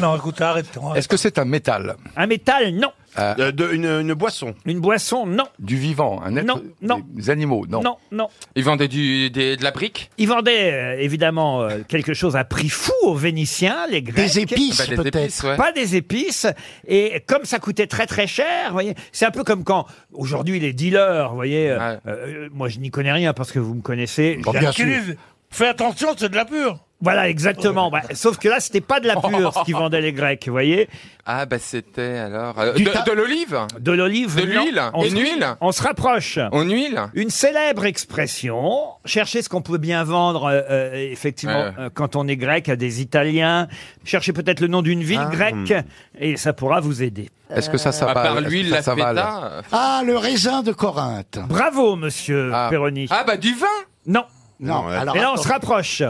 S1: Non, écoute, arrête.
S7: Est-ce que c'est un métal
S2: Un métal, non.
S4: Euh,
S7: une, boisson
S2: Une boisson, non.
S7: Du vivant, un être Non,
S2: non.
S7: Des animaux, non.
S2: Non, non.
S4: Il vendait du, des- de la brique
S2: Ils vendaient euh, évidemment euh, quelque chose à prix fou aux Vénitiens, les Grecs.
S4: Des épices, Bah, des peut-être. épices, ouais.
S2: Pas des épices. Et comme ça coûtait très très cher, vous voyez, c'est un peu comme quand aujourd'hui les dealers, vous voyez, euh, euh, moi je n'y connais rien parce que vous me connaissez.
S1: Oh, bien sûr.
S2: Fais attention, c'est de la pure. Voilà, exactement. Bah, sauf que là, c'était pas de la pure ce qu'ils vendaient les Grecs, vous voyez.
S4: Ah bah c'était alors... euh,
S2: Du
S4: de
S2: ta-
S4: de l'olive
S2: De l'olive.
S4: De
S2: non.
S4: l'huile
S2: On
S4: Une
S2: se-
S4: huile
S2: On se rapproche.
S4: Une huile
S2: Une célèbre expression. Cherchez ce qu'on peut bien vendre, euh, euh, effectivement,
S4: Ouais.
S2: euh, quand on est grec, à des Italiens. Cherchez peut-être le nom d'une ville
S4: Ah.
S2: grecque et ça pourra vous aider.
S7: Est-ce que ça
S4: À
S7: s'avale
S4: part
S7: Est-ce que
S4: l'huile,
S7: ça
S4: la
S7: s'avale
S4: feta euh,
S33: Ah, le raisin de Corinthe.
S2: Bravo, monsieur Perroni.
S4: Ah bah du vin
S2: Non.
S33: Non,
S4: Non,
S33: alors.
S2: Mais là, on
S33: attendez.
S2: se rapproche.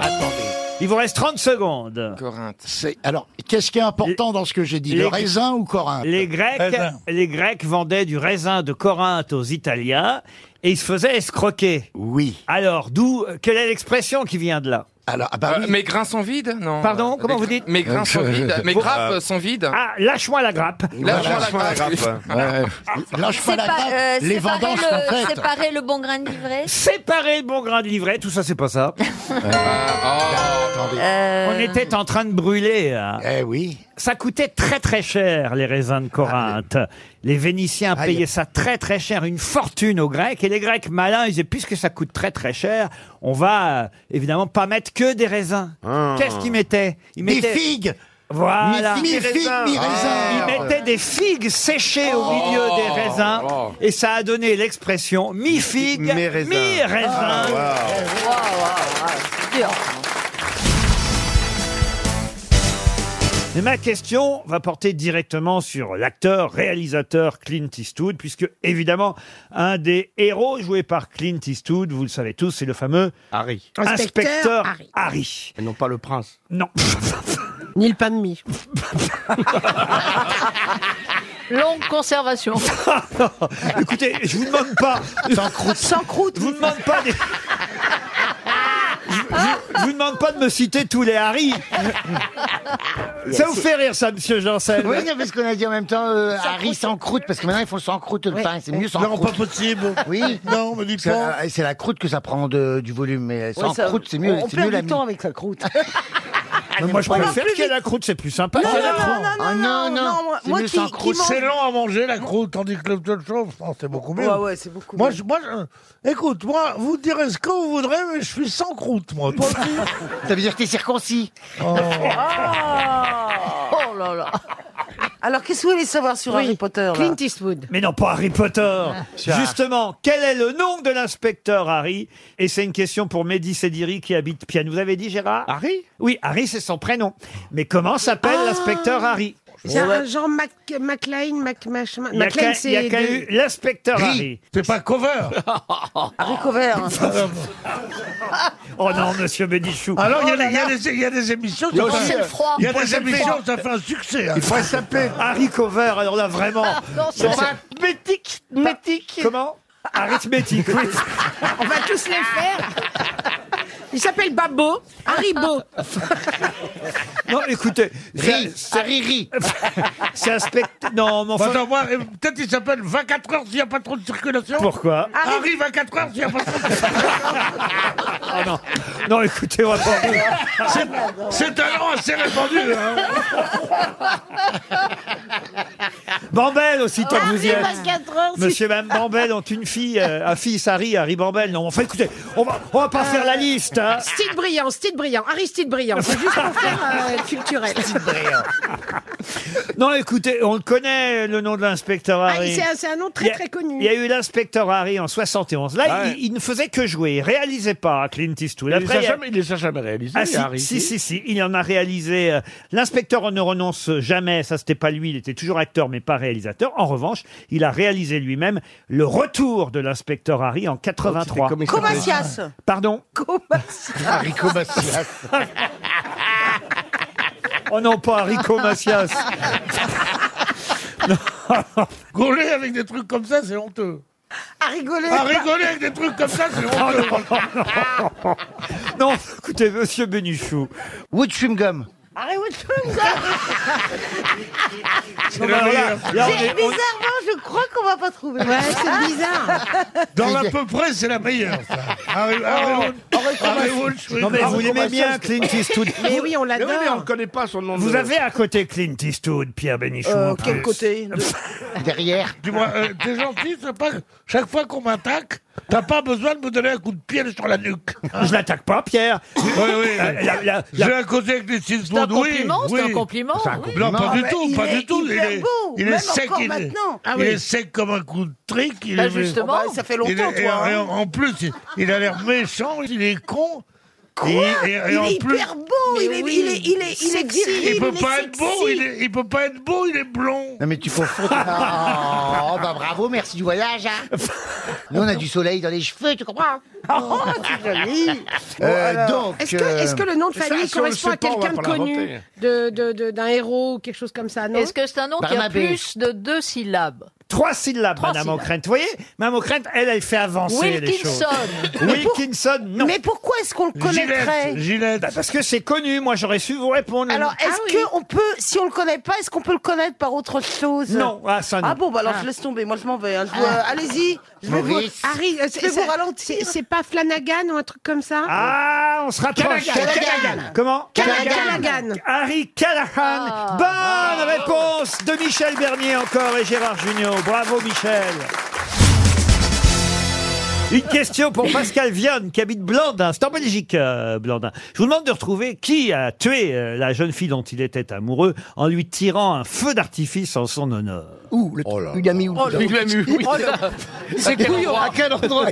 S2: Il vous reste 30 secondes.
S33: C'est- Alors, qu'est-ce qui est important dans ce que j'ai dit
S2: les-
S33: Le raisin ou Corinthe
S2: Les Grecs,
S33: Raisin.
S2: les Grecs vendaient du raisin de Corinthe aux Italiens et ils se faisaient escroquer.
S33: Oui.
S2: Alors, d'où, quelle est l'expression qui vient de là
S33: Alors, ah bah
S4: Euh, Mes grains sont vides Non.
S2: Pardon,
S4: Les
S2: comment vous
S4: gra-
S2: dites
S4: Mes grains sont
S33: Euh,
S4: vides. Mes
S2: Vous-
S4: grappes sont vides.
S2: Ah, lâche-moi la grappe.
S4: Lâche-moi la Lâche-moi la grappe.
S33: Lâche-moi la
S3: Sépa-
S33: grappe,
S3: euh,
S33: les
S3: séparer
S33: vendanges
S3: le-
S33: sont faites.
S3: Séparer le bon grain de livret.
S2: Séparer le bon grain de livret, tout ça, c'est pas ça.
S3: Euh,
S2: On était en train de brûler. hein.
S33: Eh
S2: Ça coûtait très très cher, les raisins de Corinthe. Les Vénitiens payaient ça très très cher, une fortune aux Grecs. Et les Grecs malins, ils disaient, puisque ça coûte très très cher, on va euh, évidemment pas mettre que des raisins. Qu'est-ce qu'ils mettaient Ils
S33: Ah. Des
S2: mettaient-
S33: figues
S2: voilà.
S33: Mi- mi- figues, mi- raisins. Oh.
S2: Ils mettaient des figues séchées au milieu des raisins et ça a donné l'expression mi-figue, mi-raisin. Ah,
S3: Ah,
S2: Et ma question va porter directement sur l'acteur, réalisateur Clint Eastwood, puisque évidemment, un des héros joués par Clint Eastwood, vous le savez tous, c'est le fameux
S13: Harry. Inspecteur
S2: inspecteur, Harry.
S13: Et non pas le prince.
S2: Non.
S13: Ni le pain de mie.
S2: Longue conservation. Écoutez, je vous demande pas. Sans croûte. Sans croûte. Je vous demande pas des. Je, je- je vous demande pas de me citer tous les Harry. Ça vous fait rire, ça, monsieur Janssen
S33: Oui, non, parce qu'on a dit en même temps euh, Harry sans croûte, parce que maintenant ils font sans croûte le pain, c'est mieux sans
S1: Non,
S33: croûte.
S1: pas possible.
S33: Oui.
S1: Non, mais dis
S33: Parce que,
S1: pas.
S33: euh, C'est la croûte que ça prend de- du volume, mais sans croûte, c'est mieux.
S9: On
S33: c'est
S9: perd
S33: mieux la
S9: du
S33: mie.
S9: temps avec sa croûte.
S2: Non, moi, je
S33: Voilà.
S2: préfère qu'il y ait la croûte, c'est plus sympa.
S9: Non,
S2: qu'il y ait
S9: non,
S2: la croûte.
S9: non,
S33: Ah non, non,
S9: moi-
S33: c'est
S9: moi
S33: mieux
S9: qui-
S33: sans
S9: qui
S33: croûte.
S9: mange-
S1: C'est lent à manger la croûte, tandis que le de chose, c'est beaucoup mieux.
S9: Ouais, ouais, c'est beaucoup
S1: moi,
S9: mieux.
S1: je, moi, je- écoute, moi, vous direz ce que vous voudrez, mais je suis sans croûte, moi. Toi aussi.
S33: Ça veut dire que t'es circoncis.
S1: Ah.
S9: Oh là là. Alors, qu'est-ce que vous voulez savoir sur
S34: Oui,
S9: Harry Potter là
S34: Clint Eastwood.
S2: Mais non, pas Harry Potter.
S9: Ah.
S34: Harry.
S2: Justement, quel est le nom de l'inspecteur Harry Et c'est une question pour Mehdi Sediri qui habite Piane. Vous avez dit Gérard Harry Oui, Harry, c'est son prénom. Mais comment
S9: Ah.
S2: s'appelle l'inspecteur Harry
S9: C'est un genre Mac, McLean, Mac, machin-
S2: Il y a
S9: McLean,
S2: qu'à- il y a
S9: c'est
S2: qu'à
S9: de-
S2: eu l'inspecteur
S9: Ri.
S2: Harry.
S1: C'est pas cover
S9: Harry Cover.
S2: Oh non, monsieur Bénichou.
S1: Alors,
S9: Oh
S1: il y, a des- il y a des- il y a des émissions,
S2: Il y a
S1: ça
S2: aussi
S1: fait-
S2: le froid.
S1: il y a
S2: Il pourrait
S1: des
S2: s'appeler-
S1: émissions, ça fait un succès. hein.
S2: Il pourrait s'appeler Harry Cover, alors là vraiment.
S9: Ah, Non, c'est pas métique, métique.
S2: Comment Arithmétique, oui.
S9: On va tous les faire. Il s'appelle Babo, Haribo.
S2: Non, écoutez.
S33: Ri,
S1: Ah,
S2: c'est-
S33: Harry ri.
S2: C'est un spectacle. Non, mais enfin.
S1: Attends, moi, euh, peut-être il s'appelle 24 heures s'il n'y a pas trop de circulation.
S2: Pourquoi
S1: Harry 24 heures s'il n'y a pas trop de
S2: Ah non. non, écoutez, on va
S9: Ah,
S2: pas-
S1: C'est- C'est un nom assez répandu. hein.
S2: Bambel aussi, tant que vous y
S9: Harry,
S2: êtes.
S9: 24 heures, si-
S2: Monsieur et Mme Bambel ont une fille, euh, un fils, Harry, Harry Bambel. Non, enfin, écoutez, on va, on va pas faire la liste. ça
S9: Style brillant, style brillant, Aristide brillant. C'est juste pour faire euh, culturel.
S2: Non, écoutez, on le connaît, le nom de l'inspecteur
S9: Ah,
S2: Harry.
S9: c'est un- c'est un nom très,
S2: Il y a-
S9: très connu.
S2: Il y a eu l'inspecteur Harry en 71. Là,
S9: Ouais.
S2: il, il ne faisait que jouer. Il réalisait pas Clint Eastwood.
S35: Il les a
S2: il y a-
S35: jamais- il les a jamais réalisés,
S2: Ah, si,
S35: Harry.
S2: si, si, si, il en a réalisé. euh, L'inspecteur ne renonce jamais, ça c'était pas lui, il était toujours acteur mais pas réalisateur. En revanche, il a réalisé lui-même le retour de l'inspecteur
S35: Oh,
S2: Harry en 83.
S6: C'était comme- Comasias.
S2: Pardon Ah.
S6: Haricot Macias.
S2: Oh non, pas Haricot Macias.
S1: Gauler avec des trucs comme ça, c'est honteux.
S9: À rigoler.
S1: À rigoler avec des trucs comme ça, c'est honteux.
S2: Non, écoutez, monsieur Bénichou. Wood Chewing-Gum.
S6: Arrête,
S2: Non, mais alors là- là, on est- on-
S6: Bizarrement, je crois qu'on va pas trouver.
S9: Ouais, c'est bizarre.
S1: Dans l'à peu près, c'est la meilleure. ça.
S2: Oh,
S1: Harry- Harry Wood- Harry Wood, je suis-
S2: Non, mais vous l'aimez bien, Clint Eastwood.
S9: Mais oui, on l'adore.
S2: Mais oui, mais on
S9: ne connaît pas son nom.
S2: Vous avez à côté Clint Eastwood, Pierre Bénichou.
S9: Euh,
S2: en
S9: quel
S2: plus.
S9: côté
S2: Derrière.
S1: Dis-moi, euh, t'es gentil, c'est pas que chaque fois qu'on m'attaque, t'as pas besoin de me donner un coup de pied sur la nuque.
S2: Je l'attaque pas, Pierre.
S1: Oui, oui.
S2: Euh, la- la-
S1: J'ai un côté avec les six
S2: un
S1: oui,
S2: compliment, c'est
S1: oui.
S2: un compliment,
S1: C'est un
S2: oui.
S1: compliment. Non, pas
S2: Ah,
S1: du
S2: bah,
S1: tout,
S2: il
S1: pas
S2: est
S1: du tout.
S2: hyper
S1: il est,
S2: beau,
S1: il est
S2: même
S1: sec,
S2: encore
S1: il est,
S2: maintenant.
S1: il
S2: Ah oui.
S1: est sec comme un coup de trick. il
S2: Bah,
S1: est- Ah,
S2: justement. Oh, bah, ça fait longtemps,
S1: Il est- et
S2: toi,
S1: en- et
S2: hein.
S1: en, en plus, il, il a l'air méchant, il est con.
S9: Quoi Il est hyper beau, il est- il est- il est- il est
S1: Sexy.
S9: viril,
S1: Il peut
S9: il est
S1: pas être beau,
S9: sexy.
S1: il, est- il peut pas être beau, il est blond.
S10: Non mais tu confonds. Oh, bah bravo, merci du voyage. hein. Nous on a du soleil dans les cheveux, tu comprends
S9: Oh, c'est joli.
S10: Euh,
S9: alors,
S10: donc,
S9: Est-ce que,
S10: euh,
S9: est-ce que le nom de
S10: ça,
S9: famille
S10: si on le
S9: correspond
S10: sait
S9: à
S10: pas, on va
S9: quelqu'un de
S10: pas
S9: connu
S10: l'inventer.
S9: de- de- de- D'un héros ou quelque chose comme ça, non
S11: Est-ce que c'est un nom qui a
S2: Barnabé.
S11: plus de deux syllabes
S2: Trois syllabes,
S11: Trois
S2: Madame
S11: syllabes.
S2: O'Krent. Vous voyez, Madame O'Krent, elle, elle fait avancer les choses.
S11: Wilkinson.
S2: Wilkinson, non. Mais
S9: pourquoi est-ce qu'on le
S11: connaîtrait
S2: Gillette. Bah, parce que c'est connu. Moi, j'aurais su vous répondre.
S11: Alors,
S2: Ah oui.
S11: est-ce
S2: que
S11: qu'on peut, si on le connaît pas, est-ce qu'on peut le connaître par autre chose
S2: Non, ah, ça, non.
S11: Ah bon, bah alors
S2: Ah.
S11: je laisse tomber, moi je m'en vais. hein. Je
S9: Ah.
S11: vois- Allez-y, je vais vous.
S9: Maurice. Harry, euh,
S11: je
S9: c'est-
S11: vais vous
S9: c'est-
S11: ralentir.
S9: c'est- C'est pas Flanagan ou un truc comme ça
S2: Ah, on se rapproche.
S9: Callaghan.
S2: Comment
S9: Callaghan. Callaghan.
S2: Harry Callahan. Bonne réponse de Michel Bernier encore et Gérard Junior. Bravo Michel. Une question pour Pascal Vianne qui habite Blandin, c'est en Belgique, euh, Blandin. Je vous demande de retrouver qui a tué euh, la jeune fille dont il était amoureux en lui tirant un feu d'artifice en son honneur.
S10: Où le Il a mis où
S2: Oh, le- il a mis où Oui, c'est ça. C'est quel endroit
S10: À quel endroit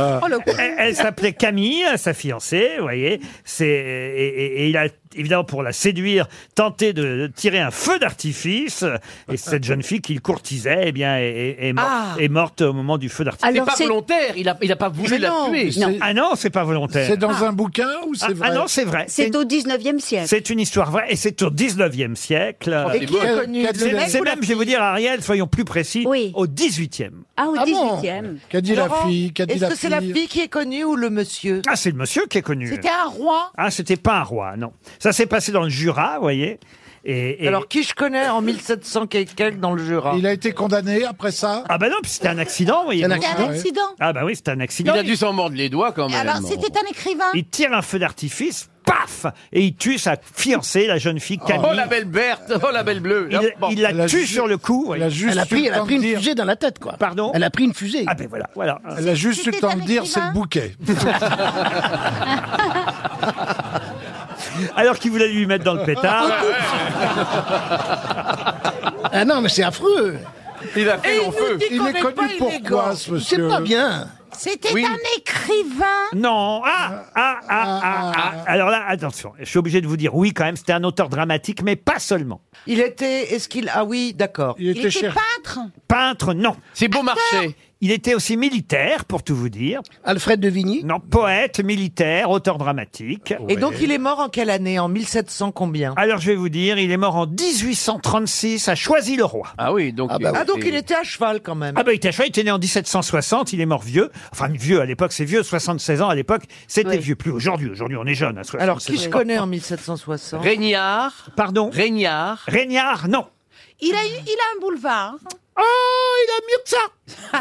S2: Oh, le- elle elle s'appelait Camille, sa fiancée, vous voyez. C'est et, et- et il a évidemment pour la séduire tenté de tirer un feu d'artifice. Et cette jeune fille qu'il courtisait, eh bien, est, est- est mor-
S5: Ah.
S2: est morte au moment du feu d'artifice.
S5: C'est pas volontaire, il a, il a pas voulu la tuer.
S2: Ah non, c'est pas volontaire.
S5: C'est dans
S2: Ah.
S5: un bouquin ou c'est
S2: Ah,
S5: vrai
S2: Ah non, c'est vrai.
S36: C'est
S2: une-
S36: au 19e siècle.
S2: C'est une histoire vraie et c'est au 19e
S5: Oh,
S2: siècle.
S36: Et qui est Quel- connu, quel- le mec
S2: C'est
S36: ou la
S2: même, je vais vous dire, Ariel, soyons plus précis, au 18e.
S36: Ah, au 18e.
S2: Qu'a dit la fille Qu'a dit
S36: Est-ce
S2: la
S36: que c'est la
S2: fille
S36: fille qui est connue ou le monsieur
S2: Ah, c'est le monsieur qui est connu.
S36: C'était un roi.
S2: Ah, c'était pas un roi, non. Ça s'est passé dans le Jura, vous voyez. Et, et-
S5: Alors qui je connais en 1700 et quelques dans le Jura Il a été condamné après ça
S2: Ah bah non, puis c'était un accident, vous voyez.
S5: C'est un C'était un accident, ouais. accident.
S2: Ah bah oui, c'était un accident.
S5: Il a dû s'en mordre les doigts quand
S36: Alors, c'était un écrivain.
S2: Ah, Il tire un feu d'artifice, paf Et il tue sa fiancée, la jeune fille Camille.
S5: Oh la belle Berthe, oh la belle bleue.
S2: Il, il la tue sur le coup. oui.
S10: Elle a pris, elle a pris une fusée dans la tête, quoi.
S2: Pardon
S10: Bah, Elle a pris une fusée.
S2: Ah ben voilà, voilà.
S10: Elle a juste eu le temps de dire, c'est le
S5: bouquet.
S2: Alors qu'il voulait lui mettre dans le pétard.
S10: Ah non, mais c'est affreux.
S5: Il a
S10: fait Et il long nous feu. dit qu'on est pas
S5: pourquoi,
S10: élégant.
S5: ce monsieur
S10: C'est pas bien.
S36: C'était
S2: Oui.
S36: un écrivain.
S2: Non, ah, ah, ah, ah, ah. Alors là, attention, je suis obligé de vous dire, oui, quand même, c'était un auteur dramatique, mais pas seulement.
S5: Il était, est-ce qu'il, ah oui, d'accord.
S2: Il était cher-
S36: peintre.
S2: Peintre, non.
S5: C'est Beaumarchais.
S2: Il était aussi militaire, pour tout vous dire. Alfred de Vigny Non, poète, militaire, auteur dramatique.
S5: Et donc il est mort en quelle année En 1700 combien
S2: Alors je vais vous dire, il est mort en 1836 à Choisy-le-Roi.
S5: Ah oui, donc
S2: bah oui.
S5: ah donc il était à cheval quand même.
S2: Ah bah il était, il était né en 1760, il est mort vieux. Enfin vieux à l'époque, c'est vieux, 76 ans à l'époque, c'était
S5: Oui.
S2: vieux. Plus aujourd'hui, aujourd'hui on est jeune à 76
S5: Alors qui je
S2: ans.
S5: connais en 1760
S2: Régnard. Pardon Régnard. Régnard, non.
S36: Il a, eu, il a un boulevard.
S6: Oh, il a mieux que ça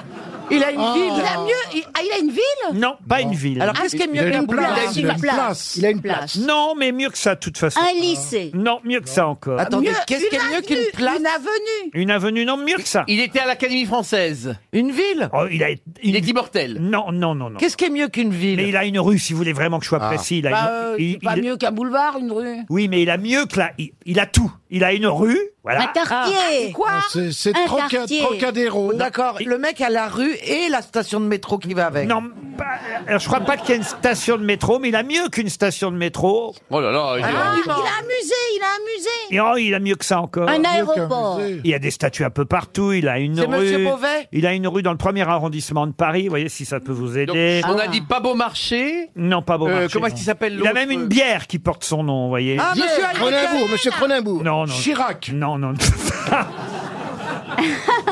S7: Il a une
S6: Oh.
S7: ville. Il a mieux. Il, ah, il a une ville
S2: Non, pas une ville.
S7: Alors, qu'est-ce qui est mieux qu'une place Il a une place.
S2: Il a une place. Non, mais mieux que ça, de toute façon.
S7: Un lycée.
S2: Non, mieux que ça encore.
S3: Attendez, qu'est-ce qui est mieux qu'une place Une
S7: avenue.
S2: Une avenue, non, mieux que ça.
S3: Il était à l'Académie française. Oh,
S2: Une ville il, a, il est immortel. Non, non, non, non.
S3: Qu'est-ce qui est mieux qu'une ville
S2: Mais il a une rue, si vous voulez vraiment que je sois
S37: Ah.
S2: précis. Il a
S3: Bah,
S2: une-
S3: euh,
S2: il-
S3: c'est pas
S2: il-
S3: mieux
S7: qu'un boulevard, une rue.
S2: Oui, mais il a mieux que la... Il, il a tout. Il a une rue, voilà.
S3: Un
S2: ah,
S3: quartier.
S7: Quoi
S37: Ah, C'est- c'est
S3: Un
S37: troca-
S3: quartier.
S37: Trocadéro.
S3: D'accord, le mec a la rue et la station de métro qui va avec.
S2: Non, pas- alors, je crois pas qu'il y ait une station de métro, mais il a mieux qu'une station de métro.
S4: Oh là là, il est-
S2: Ah,
S4: il est-
S7: Il a un musée. Il a un musée.
S2: Et oh, il a mieux que ça encore.
S7: Un Mieux aéroport. qu'un musée.
S2: Il y a des statues un peu partout. Il a une
S3: C'est
S2: rue.
S3: Monsieur Beauvais
S2: Il a une rue dans le premier arrondissement de Paris. Vous voyez si ça peut vous
S3: Donc,
S2: aider.
S3: on a dit pas beau marché.
S2: Non, pas Beaumarchais.
S3: Euh, comment est-ce qu'il s'appelle
S2: Il a
S3: l'autre
S2: même une bière qui porte son nom, vous voyez.
S3: Ah, monsieur Bière. Alexandre. Cronenbourg,
S2: Monsieur Cronenbourg. Non, non. Chirac. Non, non.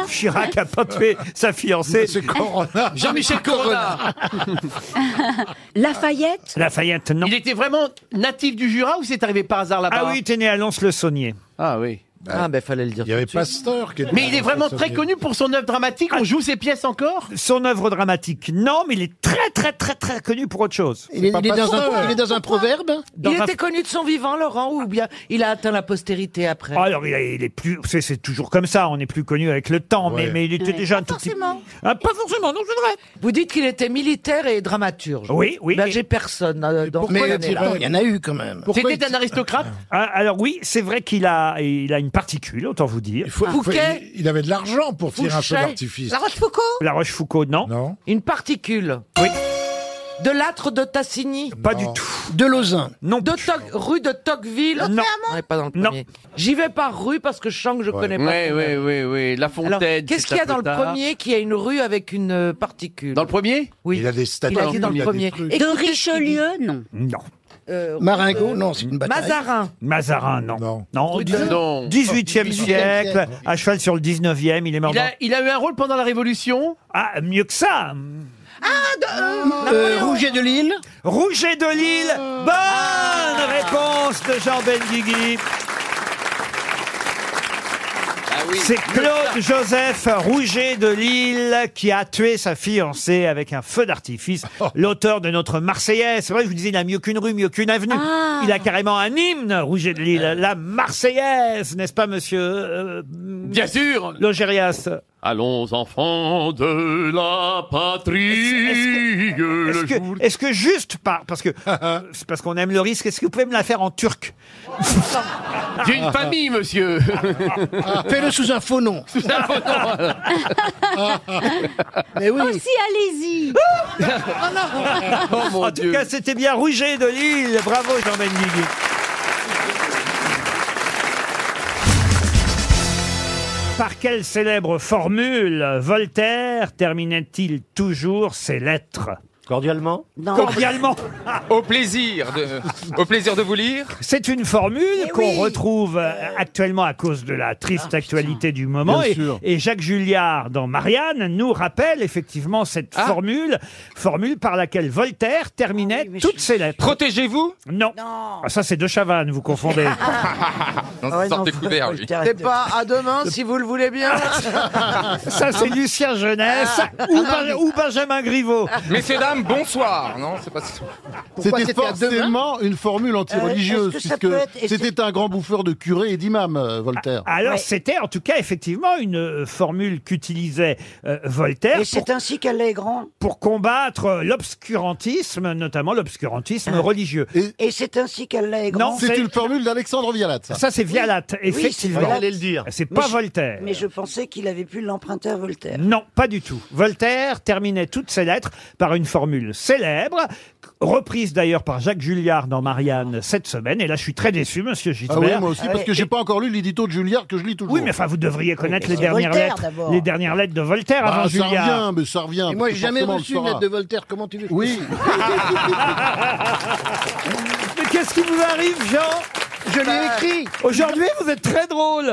S2: Chirac a pas tué sa fiancée. C'est Corona.
S3: Jean-Michel Corona.
S7: Lafayette
S2: Lafayette, non.
S3: Il était vraiment natif du Jura ou c'est arrivé par hasard là-bas
S2: Ah oui, il était né à Lons-le-Saunier.
S3: Ah oui. Ah ben fallait le dire. Il y avait
S37: Pasteur qui était
S3: Mais il est vraiment
S37: dans
S3: très
S37: ce-
S3: connu pour son œuvre dramatique.
S2: Ah,
S3: On joue ses pièces encore
S2: Son œuvre dramatique, non, mais il est très, très, très, très connu pour autre chose.
S3: Il est- il est dans un- il est dans un
S2: proverbe
S3: il était connu de son vivant, Laurent, ou bien il a atteint la postérité après.
S2: Alors, il, est- il est plus. C'est, c'est toujours comme ça, on est plus connu avec le temps, mais, mais il était déjà un tout petit. Ah, pas forcément, non, c'est vrai.
S3: Vous dites qu'il était militaire et dramaturge.
S2: Oui, oui.
S3: Ben, j'ai personne euh, dans
S2: pourquoi
S3: cette
S2: il-
S3: année-là.
S2: attends, il y en a eu quand même. Pourquoi
S3: C'était un aristocrate
S2: Ah, alors, oui, c'est vrai qu'il a, il a une particule, autant vous dire.
S3: Fouquet
S37: Il avait de l'argent pour tirer un feu
S3: Fouchet
S37: d'artifice.
S3: La Rochefoucauld
S2: La Rochefoucauld, non.
S37: Non.
S3: Une particule.
S2: Oui.
S3: De l'âtre de Tassigny
S2: Pas du tout.
S3: De Lausanne
S2: Non.
S3: De Toc- rue de Tocqueville
S2: Non.
S3: On n'est pas dans le premier. J'y vais par rue parce que je sens que je connais pas.
S4: Ouais,
S3: tout.
S4: ouais, ouais, ouais. La fontaine.
S3: Alors, qu'est-ce
S4: c'est
S3: qu'il y
S4: un
S3: a dans
S4: peu
S3: le
S4: tard.
S3: premier qui a une rue avec une euh, particule Dans le premier Oui.
S37: Il a des
S3: Il
S37: statues.
S3: a dit dans le premier.
S7: De Richelieu, non.
S2: Non.
S3: Euh,
S37: Maringo, non, c'est une
S3: Mazarin.
S2: Mazarin, non. Non.
S3: Rue
S2: dix-
S3: de- Non.
S2: 18e siècle,
S3: 18e siècle.
S2: à cheval sur le 19e, il est mort.
S3: Il
S2: dans-
S3: a, il a eu un rôle pendant la Révolution
S2: Ah, mieux que ça.
S3: Ah,
S38: Euh,
S2: Rouget de Lille Euh. Ah. Rouget de Lille Bonne réponse de Jean Benguigui C'est Claude Joseph Rouget de Lille qui a tué sa fiancée avec un feu d'artifice. L'auteur de notre Marseillaise. C'est vrai, je vous disais, il a mieux qu'une rue, mieux qu'une avenue. Il a carrément un hymne, Rouget de Lille. La Marseillaise, n'est-ce pas, monsieur Bien
S4: sûr
S2: Logérias.
S4: Allons, enfants de la patrie.
S2: Est-ce que, est-ce que juste par, parce que c'est parce qu'on aime le risque, est-ce que vous pouvez me la faire en turc
S4: J'ai une famille, monsieur.
S1: Fais-le sous un faux nom.
S4: Mais oui.
S2: Ah,
S7: Aussi, allez-y.
S4: Ah,
S1: Oh,
S2: en tout cas, c'était bien Rouget de Lille. Bravo, Jean Benguigui. Par quelle célèbre formule Voltaire terminait-il toujours ses lettres Cordialement Cordialement
S4: Au plaisir de, au plaisir de vous lire.
S2: C'est une formule qu'on retrouve Eh euh, Ah, actuellement à cause de la triste actualité du moment.
S4: Bien
S2: Et,
S4: sûr.
S2: et Jacques Julliard dans Marianne nous rappelle effectivement cette formule, formule par laquelle Voltaire terminait toutes ses lettres.
S4: Protégez-vous
S2: Non. Ah, ça, c'est de Chavannes, vous confondez.
S4: Non, sortez couvert, lui.
S3: C'est pas à demain si vous le voulez bien.
S2: ça, c'est Lucien Jeunesse
S12: Ah.
S2: ou, Ben- ou Benjamin Griveaux.
S4: Messieurs, dames, bonsoir. Non, c'est pas ça.
S1: C'était forcément une formule anti-religieuse,
S4: Euh, est-ce que ça
S1: puisque
S4: peut être- est-ce-
S1: c'était un grand bouffeur de curés et d'imams, euh, Voltaire.
S2: Ah, Alors, c'était en tout cas effectivement une euh, formule qu'utilisait euh, Voltaire.
S15: Et
S2: pour-
S15: c'est ainsi qu'elle est grande.
S2: pour combattre euh, l'obscurantisme, notamment l'obscurantisme religieux.
S15: Et c'est ainsi qu'elle l'est grande.
S1: Non, c'est une formule d'Alexandre Vialat. Ça,
S2: Ça, c'est Vialatte, effectivement.
S15: J'allais
S2: C'est pas Voltaire.
S15: Mais je pensais qu'il avait pu l'emprunter à Voltaire.
S2: Non, pas du tout. Voltaire terminait toutes ses lettres par une formule célèbre, reprise d'ailleurs par Jacques Julliard dans Marianne cette semaine. Et là, je suis très déçu, monsieur Gisbert.
S1: Ah oui, moi aussi, parce que j'ai pas encore lu l'édito de Julliard que je lis toujours.
S2: Euh, Oui, mais enfin, vous devriez connaître
S1: mais
S2: les
S1: c'est
S2: dernières,
S1: Voltaire,
S2: lettres,
S1: d'abord.
S2: les dernières lettres de Voltaire
S1: Bah,
S2: avant
S1: ça
S2: Julliard.
S1: revient, mais ça revient.
S2: Et moi,
S1: parce
S2: j'ai
S1: que
S2: jamais
S1: forcément, on
S2: reçu
S1: le
S2: une lettre
S1: saura.
S2: de
S37: Voltaire, comment tu veux
S1: Oui.
S2: Mais qu'est-ce qui vous arrive, Jean Bah,
S4: Je lui ai écrit.
S2: Aujourd'hui, vous êtes très drôle.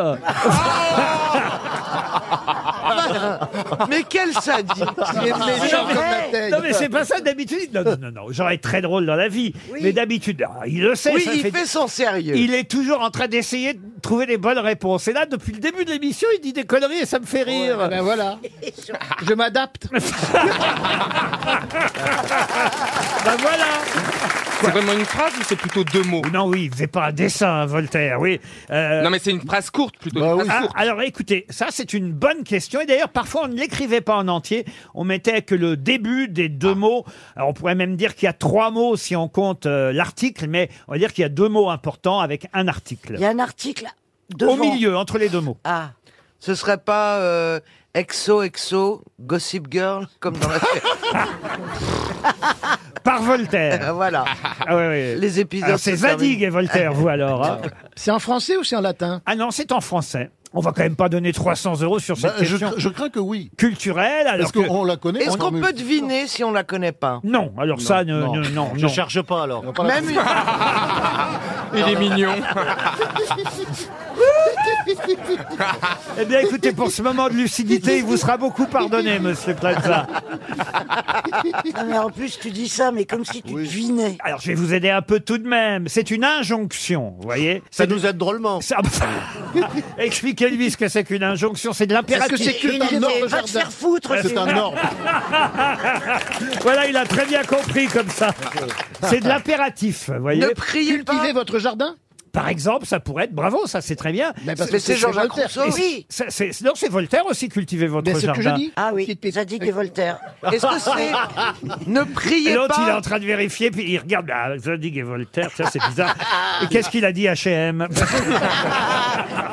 S2: Mais quel sadique
S6: Il est méchant comme la tête.
S2: Non mais c'est pas ça d'habitude. Non, non, non, non. J'aurais très drôle dans la vie. Mais d'habitude, ah, il le sait.
S12: Oui,
S2: ça
S12: il fait son sérieux.
S2: Il est toujours en train d'essayer de trouver les bonnes réponses. Et là, depuis le début de l'émission, il dit des conneries et ça me fait rire.
S1: ah
S2: ben voilà. Je m'adapte. ben voilà.
S4: C'est vraiment une phrase ou c'est plutôt deux mots
S2: Non, oui, il faisait pas un dessin, hein, Voltaire, oui. Euh,
S4: Non, mais c'est une phrase courte plutôt.
S5: Bah
S4: une phrase
S2: Ah,
S4: courte.
S2: alors écoutez, ça c'est une bonne question. Et d'ailleurs, parfois on ne l'écrivait pas en entier. On mettait que le début des deux mots. Alors, on pourrait même dire qu'il y a trois mots si on compte euh, l'article, mais on va dire qu'il y a deux mots importants avec un article.
S15: Il y a un article
S2: Au milieu, entre les deux mots.
S12: Ah, ce serait pas euh, exo exo gossip girl comme dans la
S2: Par Voltaire. Ah
S12: voilà. Les épisodes.
S2: Alors, c'est
S12: se terminent.
S2: Zadig et Voltaire, vous alors. hein.
S5: C'est en français ou c'est en latin
S2: Ah non, c'est en français. On va quand même pas donner 300 euros sur cette
S5: Bah, je
S2: question.
S5: cra- je crains que oui.
S2: Culturelle, alors
S5: Parce qu'on la connaît,
S12: Est-ce qu'on peut deviner si on la connaît pas
S2: Non, alors ça, ne- ne- non,
S12: Je
S2: non.
S12: cherche
S5: pas alors.
S12: Même une-
S4: Il est mignon.
S2: Eh bien, écoutez, pour ce moment de lucidité, il vous sera beaucoup pardonné, monsieur Plaza.
S15: Ah, mais en plus, tu dis ça, mais comme si tu devinais.
S2: Alors, je vais vous aider un peu tout de même. C'est une injonction, vous voyez Ça nous aide drôlement. Expliquez-lui ce que c'est qu'une injonction. C'est de l'impératif.
S5: Est-ce que c'est que Une- un une- ordre, va te Jardin faire foutre, C'est tu- un ordre.
S2: voilà, il a très bien compris comme ça. C'est de l'impératif, vous voyez.
S5: Ne priez pas. Cultivez votre jardin
S2: Par exemple, ça pourrait être bravo, ça c'est très bien.
S5: Mais parce que Mais c'est c'est Jean-Jacques Voltaire. Rousseau.
S2: Et c'est-
S5: Oui.
S2: c'est- c'est- Non, c'est Voltaire aussi cultiver votre
S5: Mais c'est ce
S2: jardin.
S5: que je dis.
S15: Ah oui, Zadig et Voltaire.
S12: Est-ce que c'est ne priez
S2: L'autre, il est en
S12: pas
S2: train de vérifier, puis il regarde ah, Zadig et Voltaire, ça c'est bizarre. Et qu'est-ce qu'il a dit H&M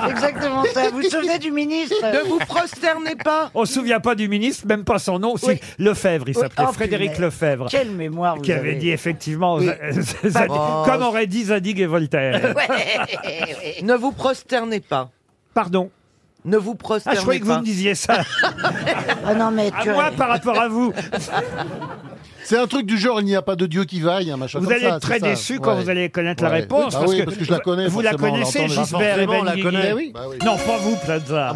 S15: Exactement ça. Vous vous souvenez du ministre
S12: Ne vous prosternez pas.
S2: On se souvient pas du ministre, même pas son nom, si Lefebvre, il
S15: Oui.
S2: s'appelait
S15: Oh,
S2: Frédéric
S15: punaise.
S2: Lefebvre.
S15: Quelle mémoire vous
S2: Qui avait
S15: avez.
S2: dit effectivement,
S15: Oui.
S2: Zadig-
S12: Oh.
S2: comme aurait dit Zadig et Voltaire.
S12: Ne vous prosternez pas.
S2: Pardon.
S12: Ne vous prosternez pas.
S2: Ah, je croyais que vous me disiez ça.
S15: Ah non, mais
S2: À
S15: tu
S2: moi par rapport à vous.
S5: C'est un truc du genre, il n'y a pas de Dieu qui vaille, un machin
S2: Vous
S5: comme
S2: allez
S5: ça,
S2: être très
S5: c'est ça.
S2: déçu quand
S5: Ouais.
S2: vous allez connaître la
S5: Ouais.
S2: réponse.
S5: Bah oui, parce que je la connais.
S2: Vous la
S5: forcément, on
S2: connaissez,
S5: l'a entendu.
S2: Gisbert et
S5: Forcément, on la
S2: Ben
S5: connaît.
S2: Guigui.
S5: Oui. Bah oui. Ah
S2: Non, pas vous, Plaza.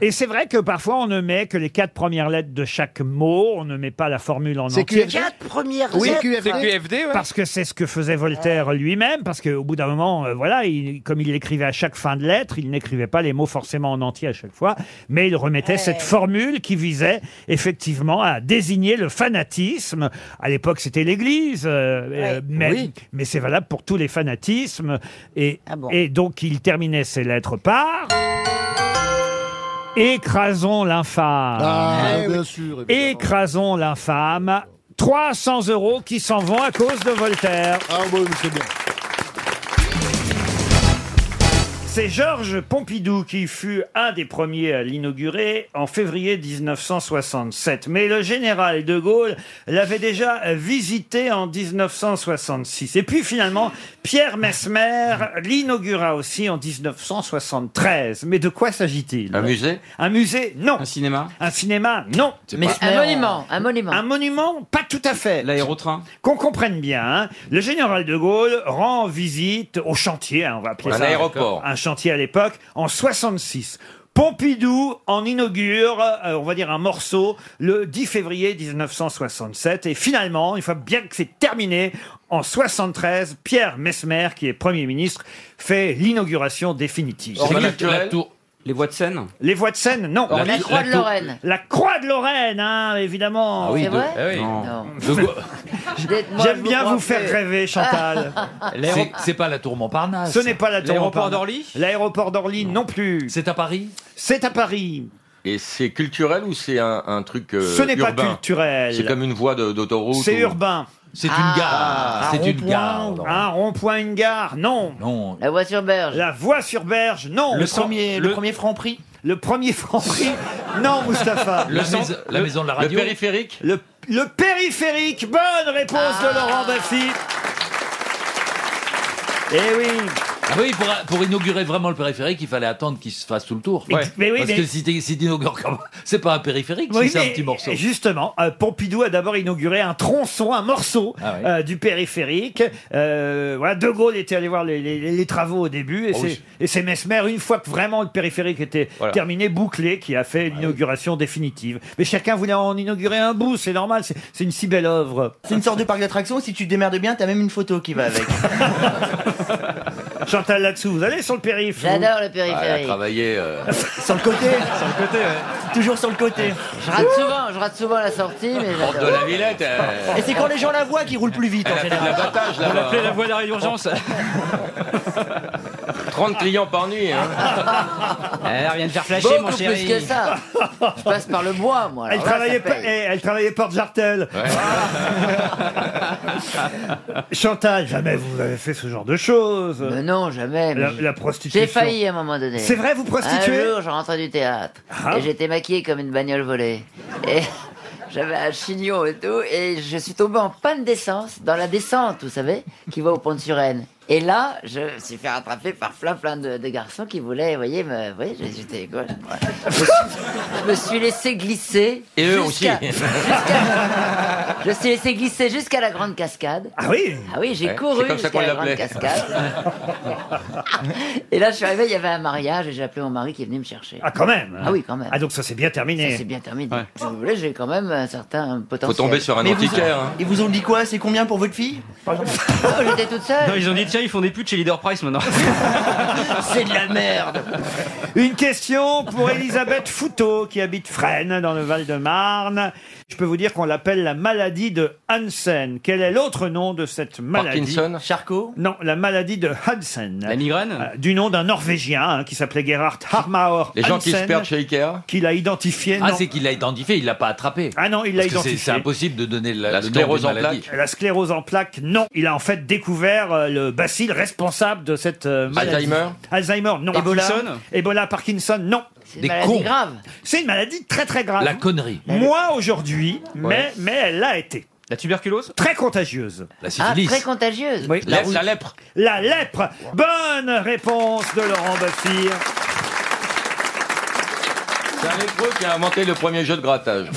S2: Et c'est vrai que parfois, on ne met que les quatre premières lettres de chaque mot. On ne met pas la formule en
S15: C'est
S2: entier.
S15: Quatre premières
S2: Oui,
S15: lettres.
S2: Parce que c'est ce que faisait Voltaire lui-même, parce qu'au bout d'un moment, euh, voilà, il- comme il l'écrivait à chaque fin de lettre, il n'écrivait pas les mots forcément en entier à chaque fois, mais il remettait cette formule qui visait effectivement à désigner le fanatisme. À l'époque, c'était l'Église, euh, euh, mais, mais c'est valable pour tous les fanatismes. Et, et donc, il terminait ses lettres par. Écrasons l'infâme.
S5: Ah, Eh bien oui. sûr,
S2: Écrasons l'infâme. 300 euros qui s'en vont à cause de Voltaire. Ah bon, c'est bien. C'est Georges Pompidou qui fut un des premiers à l'inaugurer en février 1967. Mais le général de Gaulle l'avait déjà visité en 1966. Et puis finalement, Pierre Mesmer l'inaugura aussi en 1973. Mais de quoi s'agit-il Un musée Un musée, non. Un cinéma Un cinéma, non.
S31: pas- Un monument,
S2: un monument. Un monument, pas tout à fait. L'aérotrain Qu'on comprenne bien, hein. le général de Gaulle rend visite au chantier, hein, on va appeler
S4: Un
S2: ça
S4: aéroport.
S2: un chantier à l'époque, en 66. Pompidou en inaugure, euh, on va dire un morceau, le 10 février 1967. Et finalement, une fois bien que c'est terminé, en 73, Pierre Mesmer, qui est Premier ministre, fait l'inauguration définitive.
S31: C'est culturel. La
S2: tour. Les voies de Seine Les voies de Seine, non.
S31: La La Croix de tour. Lorraine.
S2: La Croix de Lorraine, hein, évidemment.
S31: de- eh oui. De Gaulle-
S2: J'aime bien vous faire rêver, Chantal.
S8: C'est- C'est pas la tour Montparnasse.
S2: Ce n'est pas la tour
S8: L'aéroport
S2: Montparnasse.
S8: d'Orly
S2: L'aéroport d'Orly non. plus.
S8: C'est à Paris
S2: C'est à Paris.
S4: Et c'est culturel ou c'est un, un truc euh,
S2: Ce n'est pas
S4: urbain
S2: culturel.
S4: C'est comme une voie de- d'autoroute
S2: C'est
S4: ou-
S2: urbain.
S8: C'est une Ah, gare.
S2: un
S8: c'est une
S2: rond-point,
S8: gare.
S2: Un rond-point, une gare. Non.
S8: Non.
S2: La voie sur berge. La voie sur berge. Non.
S8: Le premier- le premier
S2: franc prix. Le premier franc prix. non, Mustapha.
S8: La maison- la maison de la radio.
S2: Le périphérique. Le, le périphérique.
S8: Ah.
S2: Bonne réponse de Laurent Baffy. Eh oui.
S8: Ah Oui, pour, pour inaugurer vraiment le périphérique, il fallait attendre qu'il se fasse tout le tour.
S2: Ouais. Mais oui,
S8: Parce
S2: mais-
S8: que si t'es- si t'inaugures comme... C'est pas un périphérique, si
S2: Oui,
S8: c'est un
S2: mais
S8: petit morceau.
S2: Justement, euh, Pompidou a d'abord inauguré un tronçon, un morceau
S8: Ah oui.
S2: euh, du périphérique. Euh, voilà, De Gaulle était allé voir les, les- les travaux au début, et
S8: Oh
S2: c'est
S8: oui.
S2: et c'est Mesmer, une fois que vraiment le périphérique était
S8: Voilà. Ah
S2: terminé, bouclé, qui a fait l'inauguration définitive. Mais chacun voulait en inaugurer un bout, c'est normal, c'est c'est une si belle œuvre. C'est une sorte de parc d'attractions, si tu te démerdes bien, t'as même une photo qui va avec. Chantal, là-dessous, vous allez sur le périph' vous
S14: J'adore le
S4: Ah, elle a
S14: périphérique.
S4: travaillé. euh,
S14: sur le côté.
S13: Sur le côté, ouais. Toujours sur le côté.
S8: Ah.
S14: Je rate souvent, je rate souvent la sortie, mais
S4: Porte de la
S14: j'adore.
S4: Villette. euh,
S14: Et c'est quand les gens la voient qu'ils roulent plus vite
S4: Elle a fait de l'abattage là-bas. hein.
S13: voie d'arrêt d'urgence.
S4: 30 clients par nuit. Hein.
S13: Elle vient de faire
S14: flasher, Beaucoup mon plus chéri. que ça. Je passe par le bois, moi.
S2: Elle
S14: alors là, ça
S2: travaillait, pas-
S14: paye.
S2: eh, elle travaillait porte Jartel. Ah. Chantal, jamais vous avez fait ce genre de choses.
S14: non, jamais.
S2: La,
S14: mais
S2: la prostitution.
S14: J'ai failli à un moment donné.
S2: C'est vrai, vous prostituez
S14: Un jour, je rentrais du théâtre
S2: Ah.
S14: et j'étais maquillée comme une bagnole volée. Et j'avais un chignon et tout, et je suis tombée en panne d'essence dans la descente, vous savez, qui va au pont de Suresnes. Et là, je me suis fait rattraper par plein plein de, de garçons qui voulaient, vous voyez, me, vous voyez, j'étais quoi je, me suis, je me suis laissé glisser.
S4: Et eux aussi.
S14: jusqu'à- Je me suis laissé glisser jusqu'à la grande cascade.
S2: Ah oui
S14: Ah oui, j'ai
S4: Ouais,
S14: couru
S4: C'est comme ça qu'on
S14: jusqu'à la grande
S4: l'appelait.
S14: cascade. Et là, je suis arrivé, il y avait un mariage et j'ai appelé mon mari qui est venu me chercher.
S2: Ah, quand même
S14: Ah oui, quand même.
S2: Ah, donc ça c'est bien terminé.
S14: Ça, c'est bien terminé. Si vous voulez, j'ai quand même un certain potentiel.
S4: tomber sur un Mais vous- antiquaire, hein.
S14: Ils vous ont dit quoi C'est combien pour votre fille Oh, J'étais toute seule.
S13: Non, ils ont dit tiens, ils font des putes chez Leader Price maintenant.
S14: C'est de la merde.
S2: Une question pour Elisabeth Fouteau, qui habite Fresnes, dans le Val-de-Marne. Je peux vous dire qu'on l'appelle la maladie de Hansen. Quel est l'autre nom de cette maladie
S13: Parkinson
S2: Charcot Non, la maladie de Hansen. La
S13: migraine
S2: Du nom d'un Norvégien hein, qui s'appelait Gerhard Harmauer
S8: Les gens qui se
S2: Hansen,
S8: perdent chez
S4: Ikea
S2: Qui l'a identifié.
S8: Ah,
S2: non.
S8: c'est qu'il l'a identifié, il l'a pas attrapé.
S2: Ah non, il l'a
S8: Parce que c'est-
S2: identifié.
S8: C'est impossible de donner la, le nom
S4: sclérose
S8: d'une
S4: en
S8: maladie.
S2: La sclérose en plaques, non. Il a en fait découvert euh, le bacille responsable de cette euh, maladie.
S4: Alzheimer
S2: Alzheimer, non.
S4: Ebola
S2: Parkinson Ebola, Parkinson, non.
S14: C'est une Des maladie cons. grave.
S2: C'est une maladie très très grave.
S8: La connerie.
S2: Moi aujourd'hui, mais,
S4: Ouais.
S2: mais elle l'a été. La tuberculose Très contagieuse. La
S14: Ah, très contagieuse.
S4: La- la lèpre.
S2: La lèpre. Bonne réponse de Laurent Baffir.
S4: C'est un lépreux qui a inventé le premier jeu de grattage.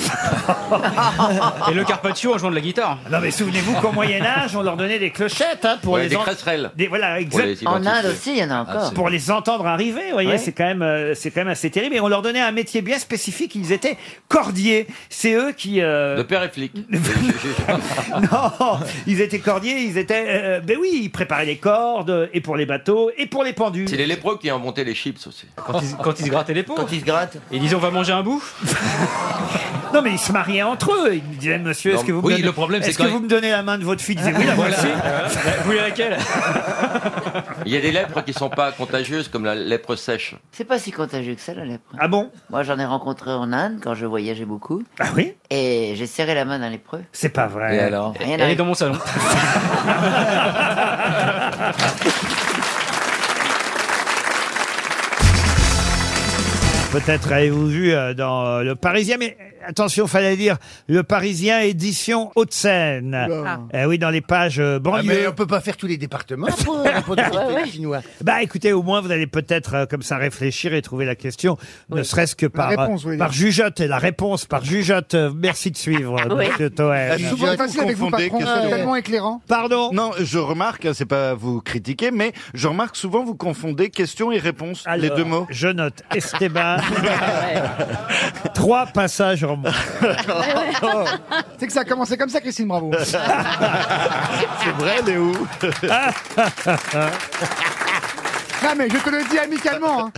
S13: Et le Carpaccio en jouant de la guitare.
S2: Non mais souvenez-vous qu'au Moyen Âge, on leur donnait des clochettes hein, pour
S4: Ouais,
S2: les
S4: des
S2: en-
S4: cresserelles.
S2: Des- voilà,
S4: Pour
S2: exact.
S4: les Ah, identifier. En Inde aussi, il y en a encore. Absolument.
S2: Pour les entendre arriver, vous voyez,
S4: Ouais.
S2: c'est quand même, euh, c'est quand même assez terrible. Et on leur donnait un métier bien spécifique. Ils étaient cordiers. C'est eux qui. euh,
S4: De père et flic.
S2: non, ils étaient cordiers. Ils étaient. euh, ben oui, ils préparaient les cordes euh, et pour les bateaux et pour les pendus.
S4: C'est les lépreux qui ont inventé les chips aussi.
S13: Quand ils, quand ils se grattaient les peaux. Quand ils se grattent. Ils disaient on va manger un bout.
S2: Non, mais ils se mariaient entre eux. Ils me disaient, monsieur, est-ce
S13: Non,
S2: que vous me
S13: oui,
S2: donnez,
S13: le problème, c'est
S2: est-ce que
S4: quand-
S2: vous me donnez la main de votre fille Ils disaient, oui, la
S13: Voilà.
S2: voici.
S13: Vous voulez laquelle
S4: Il y a des lèpres qui sont pas contagieuses comme la lèpre sèche.
S14: C'est pas si contagieux que ça, la lèpre.
S2: Ah bon
S14: Moi, j'en ai rencontré en Inde quand je voyageais beaucoup.
S2: Ah oui
S14: Et j'ai serré la main d'un lépreux.
S2: C'est pas vrai.
S4: Et alors
S14: Rien à-
S13: mon salon.
S2: Peut-être avez-vous vu euh, dans euh, Le Parisien, mais euh, attention, fallait dire Le Parisien édition Haute-Seine.
S10: Oula.
S2: Eh oui, dans les pages euh,
S10: Ah, mais
S2: banlieue.
S10: on peut pas faire tous les départements pour, euh, pour développer
S2: Ouais, ouais.
S10: les Chinois.
S2: Bah écoutez, au moins vous allez peut-être euh, comme ça réfléchir et trouver la question, ne serait-ce que par,
S10: réponse,
S2: euh,
S10: oui.
S2: par jugeote et la réponse par jugeote. Euh, Merci de suivre, euh,
S10: Oui.
S2: monsieur Toer.
S10: C'est souvent facile avec vous, patron,
S38: hein,
S10: c'est tellement
S39: éclairant.
S2: Pardon
S39: Non, je remarque, hein, c'est pas vous critiquer, mais je remarque souvent vous confondez questions et réponses, les
S2: Alors,
S39: deux mots.
S2: Je note Esteban. Trois passages en moins.
S39: C'est que ça a commencé comme ça, Christine Bravo. c'est vrai, Léo.
S38: Non, Ah, mais je te le dis amicalement. hein.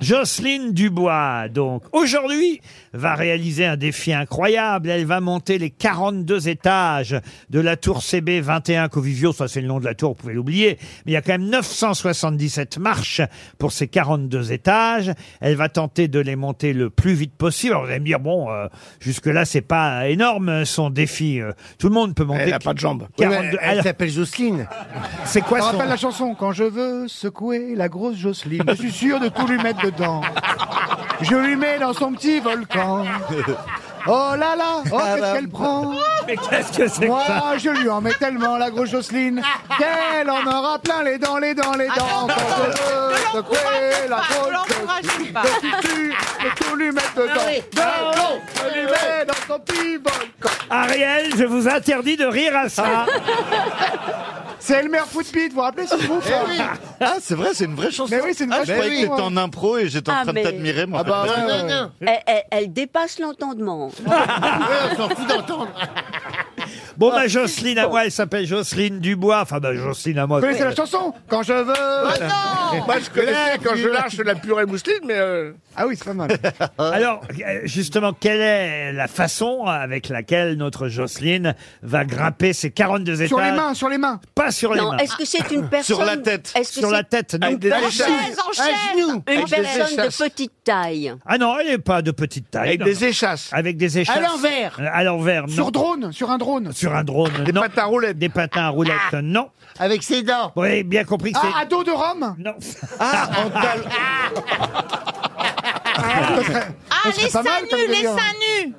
S2: Jocelyne Dubois, donc, aujourd'hui, va réaliser un défi incroyable. Elle va monter les 42 étages de la tour CB21 Covivio. Ça, c'est le nom de la tour, vous pouvez l'oublier. Mais il y a quand même 977 marches pour ces 42 étages. Elle va tenter de les monter le plus vite possible. Alors, vous allez me dire, bon, euh, jusque-là, c'est pas énorme, euh, son défi. Euh, Tout le monde peut monter.
S38: Elle a pas de jambes.
S10: Oui, mais elle
S2: s'appelle Jocelyne. C'est quoi
S38: On
S2: son...
S38: rappelle la chanson Quand je veux secouer la grosse Jocelyne, je suis sûr de tout lui mettre dedans. Je lui mets dans son petit volcan. Oh là là Oh,
S6: Ah
S38: qu'est-ce
S6: bah.
S38: qu'elle prend
S6: Mais qu'est-ce que c'est que
S38: Moi,
S6: ça
S38: je lui en mets tellement, la grosse Jocelyne, qu'elle en aura plein les dents, les dents, les dents.
S6: Attends,
S38: Quand
S6: attends,
S38: je veux secouer la grosse Jocelyne, que tu tues et tout lui mettre dedans.
S6: Ah oui.
S38: De l'eau, je lui mets dans son petit volcan.
S2: Ariel, je vous interdis de rire à ça.
S38: Ah, C'est le maire Footbeat, vous vous rappelez ce groupe
S2: Eh
S38: hein
S2: oui.
S3: Ah, c'est vrai, c'est une vraie chanson.
S38: Mais oui, c'est une vraie
S3: Ah, je
S38: chanson,
S3: croyais que t'étais
S38: ouais.
S3: en impro et j'étais en
S7: Ah,
S3: train
S7: mais-
S3: de t'admirer. mais en
S7: Ah
S3: fait,
S7: bah,
S3: pas du
S7: ouais,
S3: tout.
S2: euh,
S7: ouais, ouais. Elle, elle- elle dépasse l'entendement.
S38: Ah,
S2: Bon, bah, Jocelyne à moi, elle s'appelle Jocelyne Dubois. Enfin, bah, Jocelyne à moi.
S38: Vous connaissez la chanson Quand je veux.
S35: Moi, je connaissais quand je lâche la purée mousseline, mais. euh,
S38: Ah oui, c'est pas mal.
S3: Ah.
S2: Alors, euh, justement, quelle est la façon avec laquelle notre Jocelyne va grimper ses 42 étages
S38: Sur les mains, sur les mains.
S2: Pas sur les
S7: Non,
S2: mains.
S7: est-ce que c'est une personne Est-ce que
S2: Sur
S7: c'est
S2: la tête, non.
S7: Une en chaise, en chaise, Une
S2: Avec des
S7: personne de
S2: échasses.
S7: petite taille.
S2: Ah non, elle n'est pas de petite taille.
S7: Avec
S2: non,
S7: des
S2: non. Avec des échasses.
S7: À l'envers.
S2: Euh, À l'envers, non.
S38: Sur drone, sur un drone.
S2: Sur un drone, Des patins à roulettes. Des patins à roulettes, non. Avec ses dents. Oui, bien compris que c'est...
S38: Ah, à dos de Rome
S2: Non.
S38: Ah, en tal...
S2: Ah,
S38: les seins nus, les
S2: seins nus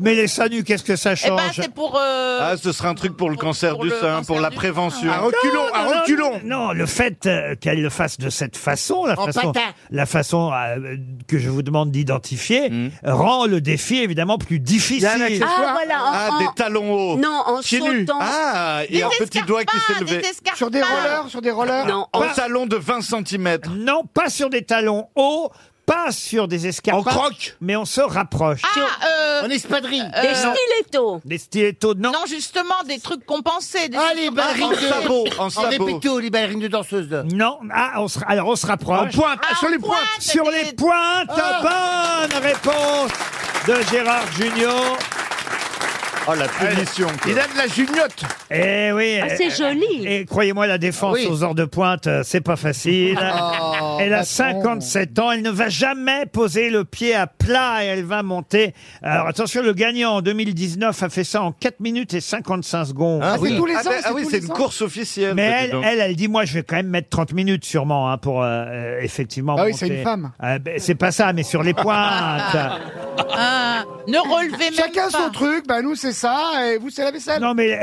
S2: Mais les seins nus, qu'est-ce que ça
S12: Eh
S3: Eh ben,
S2: change
S12: ben,
S9: pour.
S12: euh,
S3: Ah, ce serait un truc pour le Ah, cancer du
S9: le
S3: sein,
S7: hein,
S9: cancer
S3: pour la
S9: du
S3: prévention.
S9: sein. À reculons,
S2: Non, non, non, Non, non, le fait euh, qu'elle le fasse de cette façon, la
S9: En
S2: façon,
S9: patin.
S2: la façon euh, que je vous demande d'identifier,
S3: Hmm.
S2: rend le défi évidemment plus difficile.
S7: Il y a un accessoire. Ah, voilà, en-
S3: Ah,
S7: en-
S3: des talons hauts.
S7: Non, en
S3: Pieds nus.
S7: sautant.
S3: Ah, et
S7: Des
S3: un petit doigt qui s'est levé.
S7: Sur des rollers,
S38: sur des rollers
S7: Non,
S3: En
S7: en-
S3: talon de 20 cm.
S2: Non, pas sur des talons hauts, pas sur des escarpins. En croque. Mais on se rapproche.
S9: en espadrille.
S7: Ah, Des stilettos.
S2: Des stilettos, non.
S9: Non, justement, des trucs compensés. Des
S10: Ah, les ballerines de
S2: sabots.
S10: des pétos, les ballerines de danseuses. là.
S2: Non, ah, on se, alors on se rapproche.
S10: En pointe,
S2: Ah,
S10: sur les
S2: en
S10: pointes.
S2: Sur les pointes,
S10: Ah.
S2: bonne réponse de Gérard Junior.
S3: Oh, la punition.
S2: Il a de la juniote. Eh oui.
S7: Ah, c'est
S2: eh,
S7: joli.
S2: Et croyez-moi, la défense
S7: Ah oui.
S2: aux heures de pointe, euh, c'est pas facile.
S7: Oh,
S2: elle a
S7: attends.
S2: 57 ans, elle ne va jamais poser le pied à plat et elle va monter. Alors attention, le gagnant en 2019 a fait ça en 4 minutes et 55 secondes.
S3: Ah, c'est oui. tous les Ah ans, ben, c'est ah oui, tous c'est les une ans. course officielle,
S2: Mais
S3: ça, dis
S2: elle,
S3: donc.
S2: elle, elle dit, moi, je vais quand même mettre 30 minutes sûrement hein, pour euh, euh, effectivement
S3: Bah
S9: Ah oui,
S2: monter.
S9: c'est une femme.
S2: Ah, ben, c'est pas ça, mais sur les pointes.
S9: Ah, ne relevez même
S38: Chacun
S9: pas.
S38: son truc, bah nous c'est ça, et vous c'est la vaisselle.
S2: Non mais...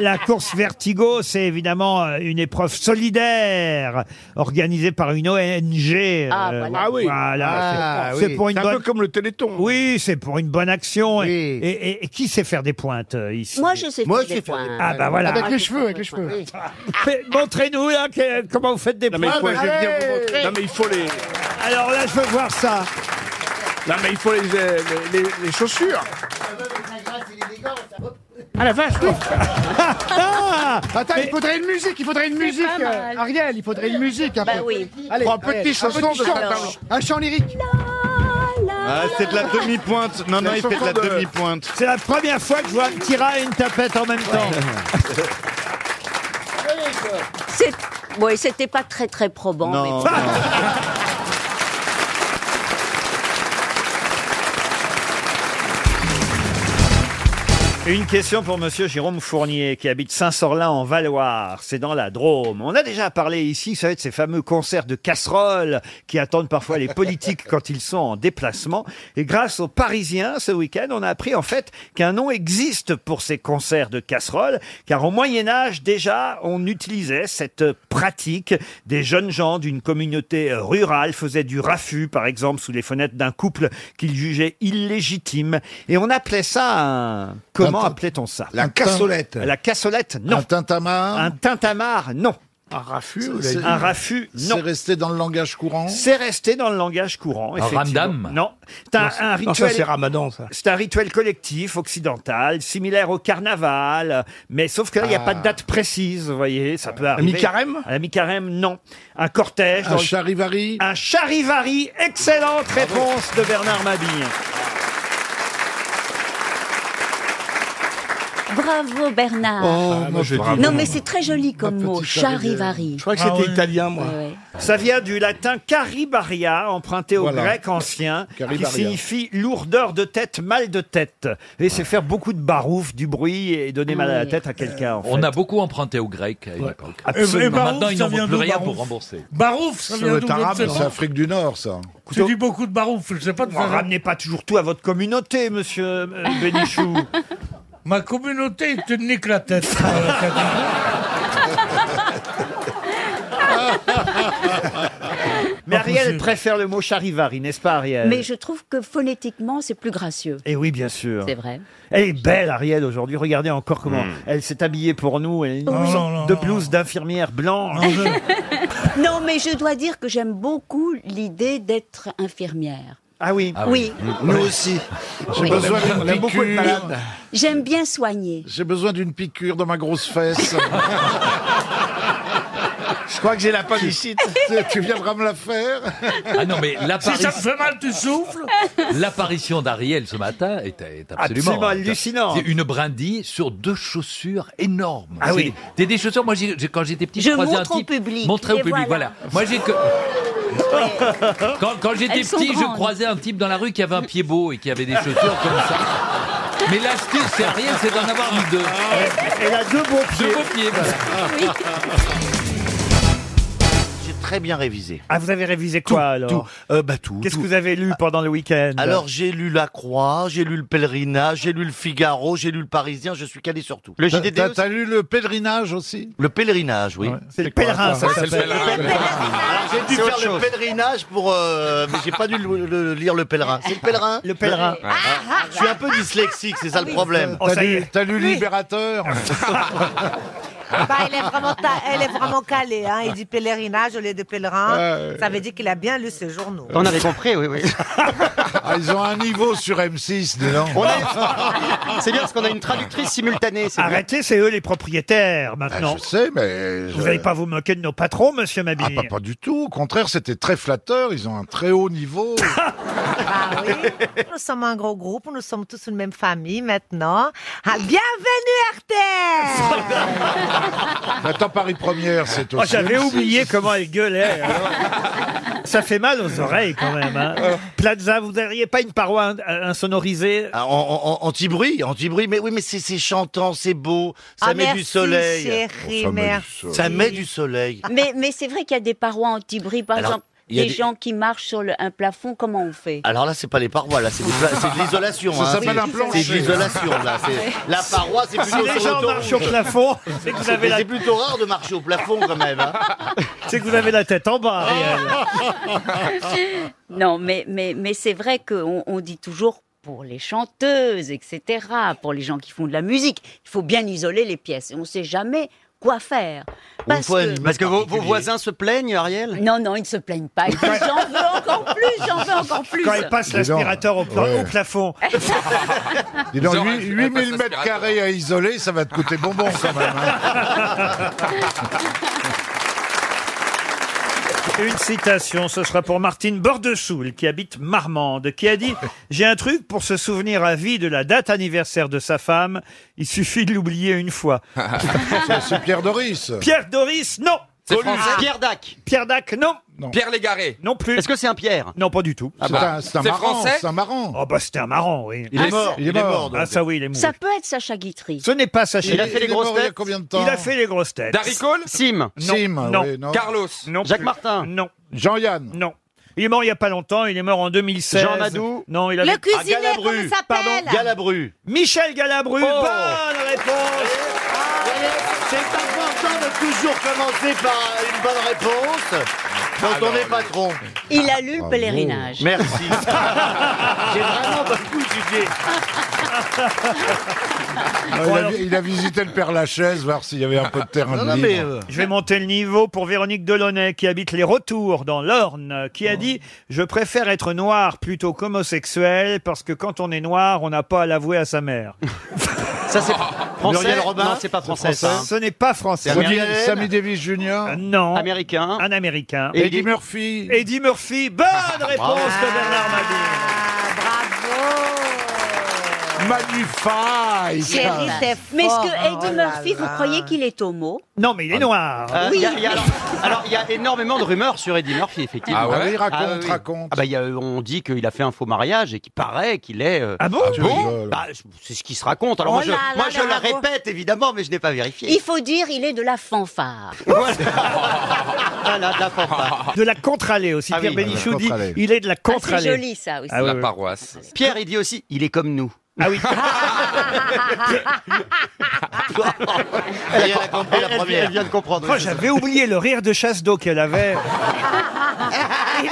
S2: La course Vertigo, c'est évidemment euh, une épreuve solidaire organisée par une ONG. euh,
S35: Ah, voilà. Ah oui.
S2: voilà,
S35: Ah,
S2: c'est
S35: oui.
S2: c'est pour une
S35: C'est un
S2: bonne...
S35: peu comme le Téléthon.
S2: Oui, c'est pour une bonne action. Et, et- et- et qui sait faire des pointes euh, ici
S7: Moi, je sais
S2: Moi,
S7: faire des points.
S2: Ah bah voilà.
S38: Avec les cheveux, avec les cheveux.
S2: Fais- Montrez-nous là, que- comment vous faites des
S35: Non, mais, il
S2: pointes.
S35: faut, je vais venir vous montrer. Non, mais il faut les.
S2: Alors là, je veux voir ça.
S35: Non, mais il faut les, euh, les, les- les chaussures.
S38: Ah la vache, oui. Attends,
S35: Mais-
S38: il faudrait une musique, il faudrait une
S7: C'est
S38: musique,
S7: pas mal.
S38: euh, Ariel, il faudrait une musique un
S7: Bah
S38: peu.
S7: oui.
S38: Allez,
S7: Prends
S3: un petit
S38: Ariel,
S3: chanson
S38: petit
S3: de
S38: chant,
S3: Tintin.
S38: un chant lyrique.
S3: Ah, c'est de la demi-pointe. Non,
S2: C'est
S3: non,
S2: la
S3: il fait de la
S2: chanson de-
S3: demi-pointe.
S2: C'est la première fois que je vois un petit rat et une tapette en même temps.
S7: C'est... Oui, c'était pas très très probant.
S3: Non,
S7: mais-
S2: Une question pour Monsieur Jérôme Fournier qui habite Saint-Sorlin en Valoir, c'est dans la Drôme. On a déjà parlé ici, vous savez, de ces fameux concerts de casseroles qui attendent parfois les politiques quand ils sont en déplacement. Et grâce aux Parisiens, ce week-end, on a appris en fait qu'un nom existe pour ces concerts de casseroles, car au Moyen Âge déjà, on utilisait cette pratique. Des jeunes gens d'une communauté euh, rurale faisaient du raffut, par exemple, sous les fenêtres d'un couple qu'ils jugeaient illégitime. Et on appelait ça un... Comment appelait-on ça
S5: La cassolette.
S2: La cassolette, non. Un tintamarre Ah, Un tintamarre, non.
S5: Un raffut,
S2: ou la- Un raffut, non.
S5: C'est resté dans le langage courant.
S2: C'est resté dans le langage courant.
S5: Un
S2: effectivement.
S5: ramdam
S2: Non. C'est un,
S5: Non,
S2: un
S5: non,
S2: rituel.
S5: ça, c'est ramadan, ça.
S2: C'est un rituel collectif occidental, similaire au carnaval, mais sauf que là, il n'y a
S5: Ah.
S2: pas de date précise, vous voyez, ça peut arriver.
S5: mi-carême
S2: À la mi-carême, non. Un cortège.
S5: Un
S2: charivari Un charivari, excellente réponse de Bernard Mabille.
S7: Bravo Bernard.
S2: Oh, Ah, moi, moi, je je dis dis
S7: non
S2: bravo.
S7: mais c'est très joli comme mot, charivari. Ouais, ouais.
S2: Ah Ça vient du latin caribaria, emprunté au
S40: Voilà.
S2: grec ancien, qui
S40: Caribaria.
S2: signifie lourdeur de tête, mal de tête. Et c'est faire beaucoup de barouf, du bruit et donner
S7: Ah
S2: mal à la tête à quelqu'un. en
S8: Euh, On
S2: fait.
S8: a beaucoup emprunté aux Grecs à une époque.
S2: Absolument.
S8: Absolument. Maintenant,
S2: Barouf,
S8: ils
S2: ça
S8: n'en
S2: vient
S8: veulent plus
S2: d'où,
S8: rien
S2: Barouf
S8: pour rembourser.
S41: Barouf, ça vient d'où je ne sais
S40: c'est
S41: pas.
S40: Afrique du Nord, ça.
S41: Tu dis beaucoup de barouf, je sais pas de
S2: Vous ramenez pas toujours tout à votre communauté, monsieur euh, Bénichou.
S41: Ma communauté, tu te niques la tête.
S7: Ah.
S2: Mais Ariel préfère le mot charivari, n'est-ce pas Ariel
S7: Mais je trouve que phonétiquement c'est plus gracieux.
S2: Et oui, bien sûr.
S7: C'est vrai.
S2: Elle est belle, Ariel, aujourd'hui. Regardez encore comment
S5: Hmm.
S2: elle s'est habillée pour nous. Elle a une
S7: Oui.
S2: sorte
S7: Oh, Non, non,
S2: de blouse d'infirmière blanche.
S7: Non mais je dois dire que j'aime beaucoup l'idée d'être infirmière.
S2: Ah oui.
S7: Ah oui. Oui.
S1: Nous aussi. J'ai
S7: Oui.
S1: besoin
S7: On
S1: d'une
S7: a beaucoup de
S1: piqûre.
S7: malades. J'aime bien soigner.
S1: J'ai besoin d'une piqûre dans ma grosse fesse. Je crois que j'ai la palicite. tu viendras me la faire
S8: Ah non, mais l'apparition-
S41: Si ça me fait mal, tu souffles.
S8: L'apparition d'Ariel ce matin est, est absolument,
S2: Absolument hallucinante.
S8: C'est une brindille sur deux chaussures énormes.
S2: Ah
S8: C'est
S2: oui.
S8: des- Des, des chaussures. Moi, j'ai- j'ai- quand j'étais petit,
S7: Je
S8: croisais un
S7: montre au
S8: type-
S7: public,
S8: Montrer au
S7: et
S8: public, voilà.
S7: voilà.
S8: Moi, j'ai que- Quand, quand j'étais
S7: Elles sont
S8: petit, je
S7: grandes.
S8: croisais un type dans la rue qui avait un pied beau et qui avait des chaussures comme ça. Mais l'astuce, c'est Ariel, c'est d'en avoir mis deux.
S2: Elle a deux beaux
S8: Deux beaux pieds, voilà.
S5: J'ai très bien révisé.
S2: Ah, vous avez révisé quoi alors
S5: tout. Euh, bah, tout.
S2: Qu'est-ce
S5: tout.
S2: que vous avez lu pendant le week-end
S5: Alors j'ai lu La Croix, j'ai lu Le Pèlerinage, j'ai lu Le Figaro, j'ai lu Le Parisien, je suis calé sur tout. Le
S1: T'as-
S5: JDD
S1: t'as-
S5: aussi
S1: T'as lu le pèlerinage aussi
S5: Le Pèlerinage, oui.
S1: C'est le quoi, pèlerin, ça, ça
S5: c'est le
S1: s'appelle.
S5: pèlerin.
S1: Le
S5: Alors, J'ai dû
S1: C'est
S5: faire
S1: autre
S5: le
S1: chose.
S5: pèlerinage pour... euh, mais j'ai pas dû le- le- lire Le Pèlerin. C'est le Pèlerin
S2: Le Pèlerin. Ah Oh,
S5: Ah, ah, Je suis un peu dyslexique, c'est ça le problème.
S1: T'as lu, t'as lu Libérateur
S15: Bah, il est vraiment, ta- elle est vraiment calée. Hein. Il dit pèlerinage au lieu de pèlerin. Ça veut dire qu'il a bien lu ce journaux.
S1: On avait compris, oui, oui. Ah, ils ont un niveau sur M6, dis donc.
S2: C'est bien parce qu'on a une traductrice simultanée. Arrêtez, c'est eux les propriétaires maintenant.
S1: Ah, je sais, mais...
S2: Vous n'allez pas vous moquer de nos patrons, monsieur Mabille.
S1: Ah, pas, pas du tout. Au contraire, c'était très flatteur. Ils ont un très haut niveau.
S15: Ah oui. Nous sommes un gros groupe, nous sommes tous une même famille maintenant. Ah, bienvenue RTL
S1: Attends, Paris Première, c'est
S2: Oh,
S1: aussi.
S2: J'avais oublié comment elle gueulait. alors. Ça fait mal aux oreilles quand même. hein.
S5: Euh.
S2: Plaza, vous n'auriez pas une paroi in- euh, insonorisée
S5: Ah, en- en- en- Anti-bruit, anti-bruit, mais oui, mais c'est c'est chantant, c'est beau, ça
S15: Ah,
S5: met
S15: merci,
S5: du soleil. Oh,
S15: chérie,
S5: ça, met
S15: merci.
S5: du soleil. ça met du soleil.
S7: Mais, mais c'est vrai qu'il y a des parois anti-bruit, par
S5: Alors,
S7: exemple,
S5: il y a
S7: des,
S5: des-
S7: gens qui marchent sur le- un plafond, comment on fait
S5: Alors là, c'est pas les parois, là, c'est du pla- c'est de l'isolation.
S7: Ça
S5: hein.
S7: s'appelle
S5: C'est-
S7: un plancher.
S5: C'est de l'isolation, là. c'est- La paroi, c'est
S2: Si
S5: plutôt
S2: les
S5: sur
S2: gens
S5: le ton.
S2: marchent au plafond, c'est que vous avez
S5: Mais
S2: la-
S5: c'est plutôt rare de marcher au plafond, quand même. hein.
S2: C'est que vous avez la tête en bas, Ariel.
S7: Non, mais, mais, mais c'est vrai qu'on on dit toujours pour les chanteuses, etc., pour les gens qui font de la musique, il faut bien isoler les pièces. Et on ne sait jamais quoi faire. Parce que...
S5: Parce que vos, vos voisins
S7: se plaignent, Ariel Non, non, ils ne se plaignent pas. Ils disent, J'en veux encore plus, j'en veux encore plus.
S2: Quand elle passe
S1: Dis donc.
S2: l'aspirateur au, plan-
S1: Ouais.
S2: au plafond.
S1: Dis donc,
S2: Ils auraient-
S1: huit- 8000 mètres carrés à isoler, ça va te coûter bonbon quand même. hein.
S2: Une citation, ce sera pour Martine Bordesoul, qui habite Marmande, qui a dit « J'ai un truc pour se souvenir à vie de la date anniversaire de sa femme. Il suffit de l'oublier une fois.
S1: C'est- » C'est Pierre Doris.
S2: Pierre Doris, non
S1: C'est
S2: Coluche.
S1: français
S2: Pierre Dac Pierre Dac, non,
S1: Pierre
S2: Légaré Non plus. Est-ce que c'est un Pierre Non, pas du tout.
S1: C'est bah. un- c'est un C'est marrant, français c'est un marrant.
S2: Oh bah c'était un marrant, oui.
S1: Il est Ah, mort, c'est- il est mort, donc.
S2: Ah ça oui, il est mort.
S7: Ça peut être Sacha Guitry.
S2: Ce n'est pas Sacha.
S1: Il a fait les Il est grosses mort il y a têtes combien de temps
S2: Il a fait les grosses têtes.
S1: Darry Cole
S2: Sim. Non.
S1: Sim,
S2: non.
S1: oui, non.
S2: Carlos. Non. Jacques Martin. Non.
S1: Jean-Yann.
S2: Non. Il est mort il n'y a pas longtemps, il est mort en 2016.
S5: Jean Madou.
S2: Non, il a
S5: Le cuisinier, Ah, Galabru. comment il s'appelle
S2: Pardon
S5: Galabru.
S2: Michel Galabru.
S5: Oh.
S2: Bonne réponse.
S5: C'est important de toujours commencer par une bonne réponse quand on est patron.
S7: Il a
S1: Ah
S7: lu le pèlerinage.
S5: Merci. J'ai vraiment beaucoup étudié.
S1: Ah, il, a, il a visité le Père Lachaise, voir s'il y avait un peu de terrain
S5: Non,
S1: de
S5: non,
S1: libre.
S5: mais, euh,
S2: Je vais monter le niveau pour Véronique Delaunay, qui habite les Retours dans l'Orne,
S5: Oh.
S2: qui a dit « Je préfère être noir plutôt qu'homosexuel, parce que quand on est noir, on n'a pas à l'avouer à sa mère. » Ça, c'est
S5: français hein. Muriel Robin Non, c'est pas
S1: français, ça. hein.
S2: Ce n'est pas français.
S1: Sammy, Sammy Davis Jr.
S2: Non. Américain. Un Américain.
S1: Eddie Eddie- Murphy.
S2: Eddie
S1: Ah,
S2: Murphy. Bonne réponse
S1: Bravo.
S2: de Bernard Mabille.
S1: Ah,
S5: Magnifique
S7: Chérie, hein. c'est Mais est-ce que
S5: fort.
S7: Eddie
S5: Oh là
S7: Murphy, vous
S5: là.
S7: croyez qu'il est homo
S2: Non, mais il est noir.
S13: Euh,
S7: Oui.
S13: il y a- il y a- alors- alors, il y a énormément de rumeurs sur Eddie Murphy, effectivement.
S5: Ah ouais Ah oui, raconte,
S13: Ah oui, oui.
S5: raconte.
S13: Ah bah, il y a- on dit qu'il a fait un faux mariage et qu'il paraît qu'il est. euh,
S2: ah bon,
S13: Bah, C'est ce qui se raconte. Alors,
S7: Oh
S13: moi, je,
S7: là
S13: moi,
S7: là
S13: je
S7: là
S13: la
S7: là.
S13: répète, évidemment, mais je n'ai pas vérifié.
S7: Il faut dire, il est de la fanfare.
S13: Voilà, de la fanfare.
S2: De la contre-allée aussi.
S13: Ah
S2: Pierre
S13: oui,
S2: Bénichou
S13: la
S2: dit
S13: contre-allée.
S2: il est de la contre-allée.
S7: Ah, c'est joli, ça aussi. Ah, La
S13: paroisse. Pierre, il dit aussi il est comme nous.
S2: Ah oui.
S13: elle, a compris la première. Elle vient de comprendre. Ah,
S2: Oh, J'avais oublié le rire de chasse d'eau qu'elle avait.
S11: Il est,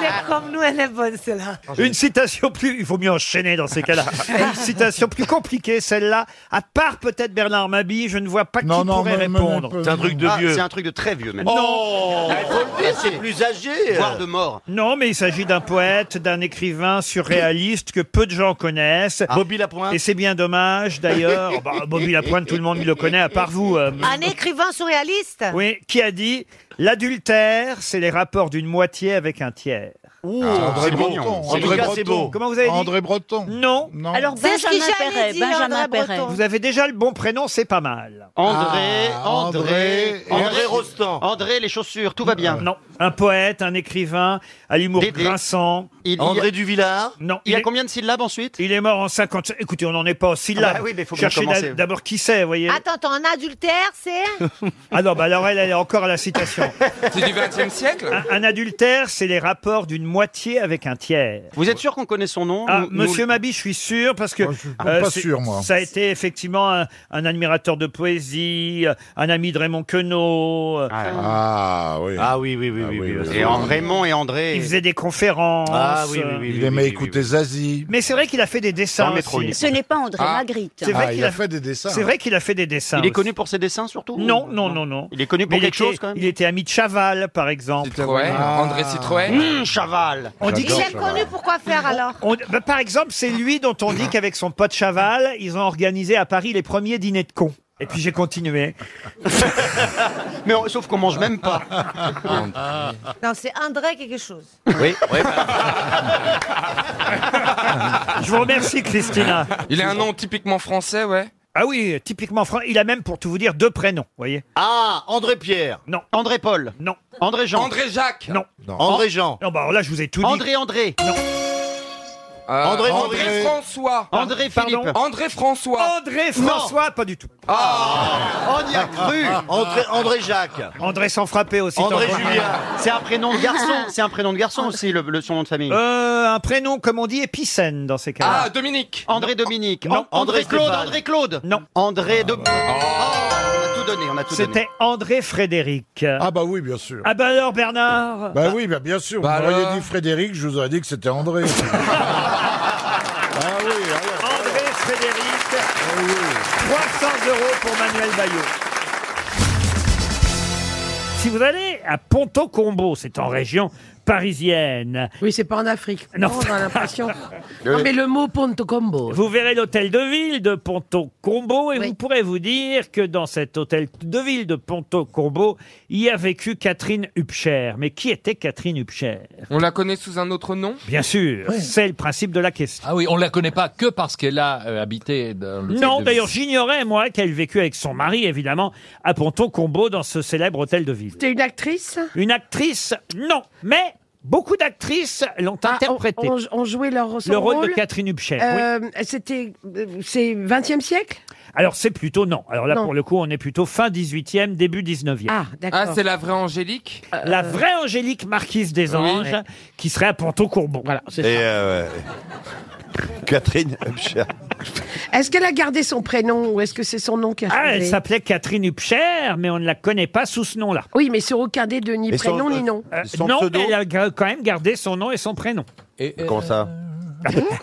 S11: il est comme nous, elle est bonne celle-là.
S2: Une citation plus, il faut mieux enchaîner dans ces cas-là. Une citation plus compliquée, celle-là. À part peut-être Bernard Mabille, je ne vois pas qui pourrait répondre.
S13: Ah, C'est un truc de très vieux, même.
S2: Non.
S13: Ah, il faut le dire, c'est plus âgé. Voire de mort.
S2: Non, mais il s'agit d'un poète, d'un écrivain surréaliste que peu de gens connaissent.
S13: Ah.
S2: Bobby Lapointe. Et c'est bien dommage, d'ailleurs. Bah, Bobby Lapointe, tout le monde le connaît, à part vous. euh,
S11: Un écrivain surréaliste
S2: Oui, qui a dit L'adultère, c'est les rapports d'une moitié avec un tiers.
S13: Ah,
S5: André Breton. André Breton.
S2: Comment vous avez dit
S5: André Breton.
S2: Non. non.
S7: Alors,
S11: C'est ce
S7: Benjamin
S11: que j'allais
S7: Perret,
S11: dire,
S7: Benjamin
S11: André
S7: Perret.
S2: Vous avez déjà le bon prénom, c'est pas mal.
S13: André,
S5: Ah,
S13: André,
S2: André-
S13: Rostand. André, les chaussures, tout va bien.
S2: Non. Un poète, un écrivain, à l'humour
S13: Dédé.
S2: grinçant.
S13: Il- André il-
S2: Duvillard Non.
S13: Il y a
S2: combien
S13: de syllabes ensuite
S2: Il est mort en 50. Écoutez, on n'en est pas aux syllabes.
S13: Ah bah oui, mais faut bien
S2: Cherchez
S13: commencer.
S2: d'a- d'abord qui c'est, vous
S15: Ah.
S2: voyez.
S11: Attends, attends, un adultère, c'est
S2: Ah non, bah alors elle, elle est encore à la citation.
S4: C'est du 20e siècle
S2: Un, un adultère, c'est les rapports d'une moitié avec un tiers.
S13: Vous êtes sûr qu'on connaît son nom
S2: Ah,
S13: Nous- nous-
S2: Monsieur Mabi, je suis sûr parce que
S5: Ah,
S2: euh,
S5: pas
S2: c'est-
S5: sûr, moi.
S2: ça a été effectivement un, un admirateur de poésie, euh, un ami de Raymond Queneau. euh,
S5: Ah oui.
S13: Ah oui, oui, oui. oui, oui, Et en Raymond et André.
S2: Il faisait des conférences.
S13: Ah oui, oui, oui.
S5: Il aimait écouter Zazie.
S2: Mais c'est vrai qu'il a fait des dessins.
S13: Dans le métro,
S2: aussi.
S13: il est
S7: Ce n'est pas André Magritte.
S2: C'est vrai
S5: Ah,
S2: qu'il
S5: il a
S2: a-
S5: fait des dessins.
S2: C'est vrai qu'il a fait des dessins.
S13: Il est
S2: aussi.
S13: connu pour ses dessins surtout
S2: Non, non, non, non.
S13: Il est connu pour
S2: Mais il
S13: quelque
S2: était-
S13: chose quand même
S2: Il était ami de Chaval, par exemple.
S4: Citroën,
S2: Ah.
S4: André Citroën.
S13: Hum, Chaval.
S2: On dit
S11: Il est connu pour quoi faire alors
S2: On- bah, par exemple, c'est lui dont on dit qu'avec son pote Chaval, ils ont organisé à Paris les premiers dîners de cons. Et puis j'ai continué.
S13: Mais on- sauf qu'on mange même pas.
S11: Non, c'est André quelque chose.
S13: oui, oui.
S2: Je vous remercie, Christina.
S4: Il a un nom typiquement français, ouais.
S2: Ah oui, typiquement français. Il a même, pour tout vous dire, deux prénoms, vous voyez.
S13: Ah, André Pierre.
S2: Non.
S13: André Paul.
S2: Non.
S13: André Jean.
S4: André Jacques.
S2: Non.
S13: André Jean.
S2: Non, bah alors là, je vous ai tout dit.
S13: André André.
S4: Euh,
S13: André Maurice.
S4: François.
S13: André
S2: Pardon
S13: Philippe.
S4: André François. Ah.
S2: André François, pas du tout.
S1: Oh,
S13: On y a cru. André, André Jacques.
S2: Ah. André sans frapper aussi.
S13: André
S2: tant pis.
S13: Julien. C'est un prénom de garçon. C'est un prénom de garçon aussi, le, le- son nom de famille.
S2: Euh, un prénom, comme on dit, épicène dans ces cas-là.
S4: Ah, Dominique.
S13: André Dominique.
S2: Non.
S13: An- André,
S2: André
S13: Claude.
S2: Stéphane.
S13: André Claude.
S2: Non.
S13: André de. Oh, on a tout donné. On a tout donné.
S2: C'était André Frédéric.
S5: Ah bah oui, bien sûr.
S2: Ah bah alors, Bernard
S5: Bah oui, bah bien sûr.
S4: Bah
S5: vous m'auriez
S4: alors
S5: dit Frédéric, je vous aurais dit que c'était André. ah oui, alors.
S2: André Frédéric. 300 euros pour Manuel Bayot. Si vous allez à Ponto Combo, c'est en région parisienne,
S9: Oui, c'est pas en Afrique. Oh,
S2: Non.
S9: Non, on a l'impression. Non, mais le mot Ponto Combo.
S2: vous verrez l'hôtel de ville de Ponto Combo et vous pourrez vous dire que dans cet hôtel de ville de Ponto Combo, y a vécu Catherine Hupcher. Mais qui était Catherine Hupcher
S4: On la connaît sous un autre nom
S2: Bien sûr, c'est le principe de la question.
S8: Ah oui, on la connaît pas que parce qu'elle a euh, habité dans le.
S2: Non, d'ailleurs, j'ignorais, moi, qu'elle vécut avec son mari, évidemment, à Ponton-Combo, dans ce célèbre hôtel de ville.
S9: T'es une actrice
S2: Une actrice, non, mais beaucoup d'actrices l'ont interprété.
S9: Ah, On, on jouait leur son
S2: le rôle, de Catherine Hubcher. oui.
S9: Euh, C'était. euh, C'est 20e siècle
S2: Alors, c'est plutôt non. Alors là,
S9: Non.
S2: pour le coup, on est plutôt fin 18e, début 19e.
S9: Ah,
S4: Ah,
S9: d'accord.
S4: c'est la vraie Angélique
S2: Euh, La vraie Angélique Marquise des Anges,
S9: Ouais.
S2: qui serait à Ponton-Courbon.
S9: voilà, c'est
S3: Et
S9: ça.
S3: euh, Catherine Hubscher.
S9: Est-ce qu'elle a gardé son prénom ou est-ce que c'est son nom qui a
S2: Ah, elle
S9: changé
S2: s'appelait Catherine Hubcher, mais on ne la connaît pas sous ce nom-là.
S9: Oui, mais sur aucun des deux, ni
S3: Et son-
S9: prénom ni nom.
S2: Euh,
S3: Son
S2: non,
S3: pseudo euh,
S2: mais elle a ga- quand même gardé son nom et son prénom.
S3: Comment ça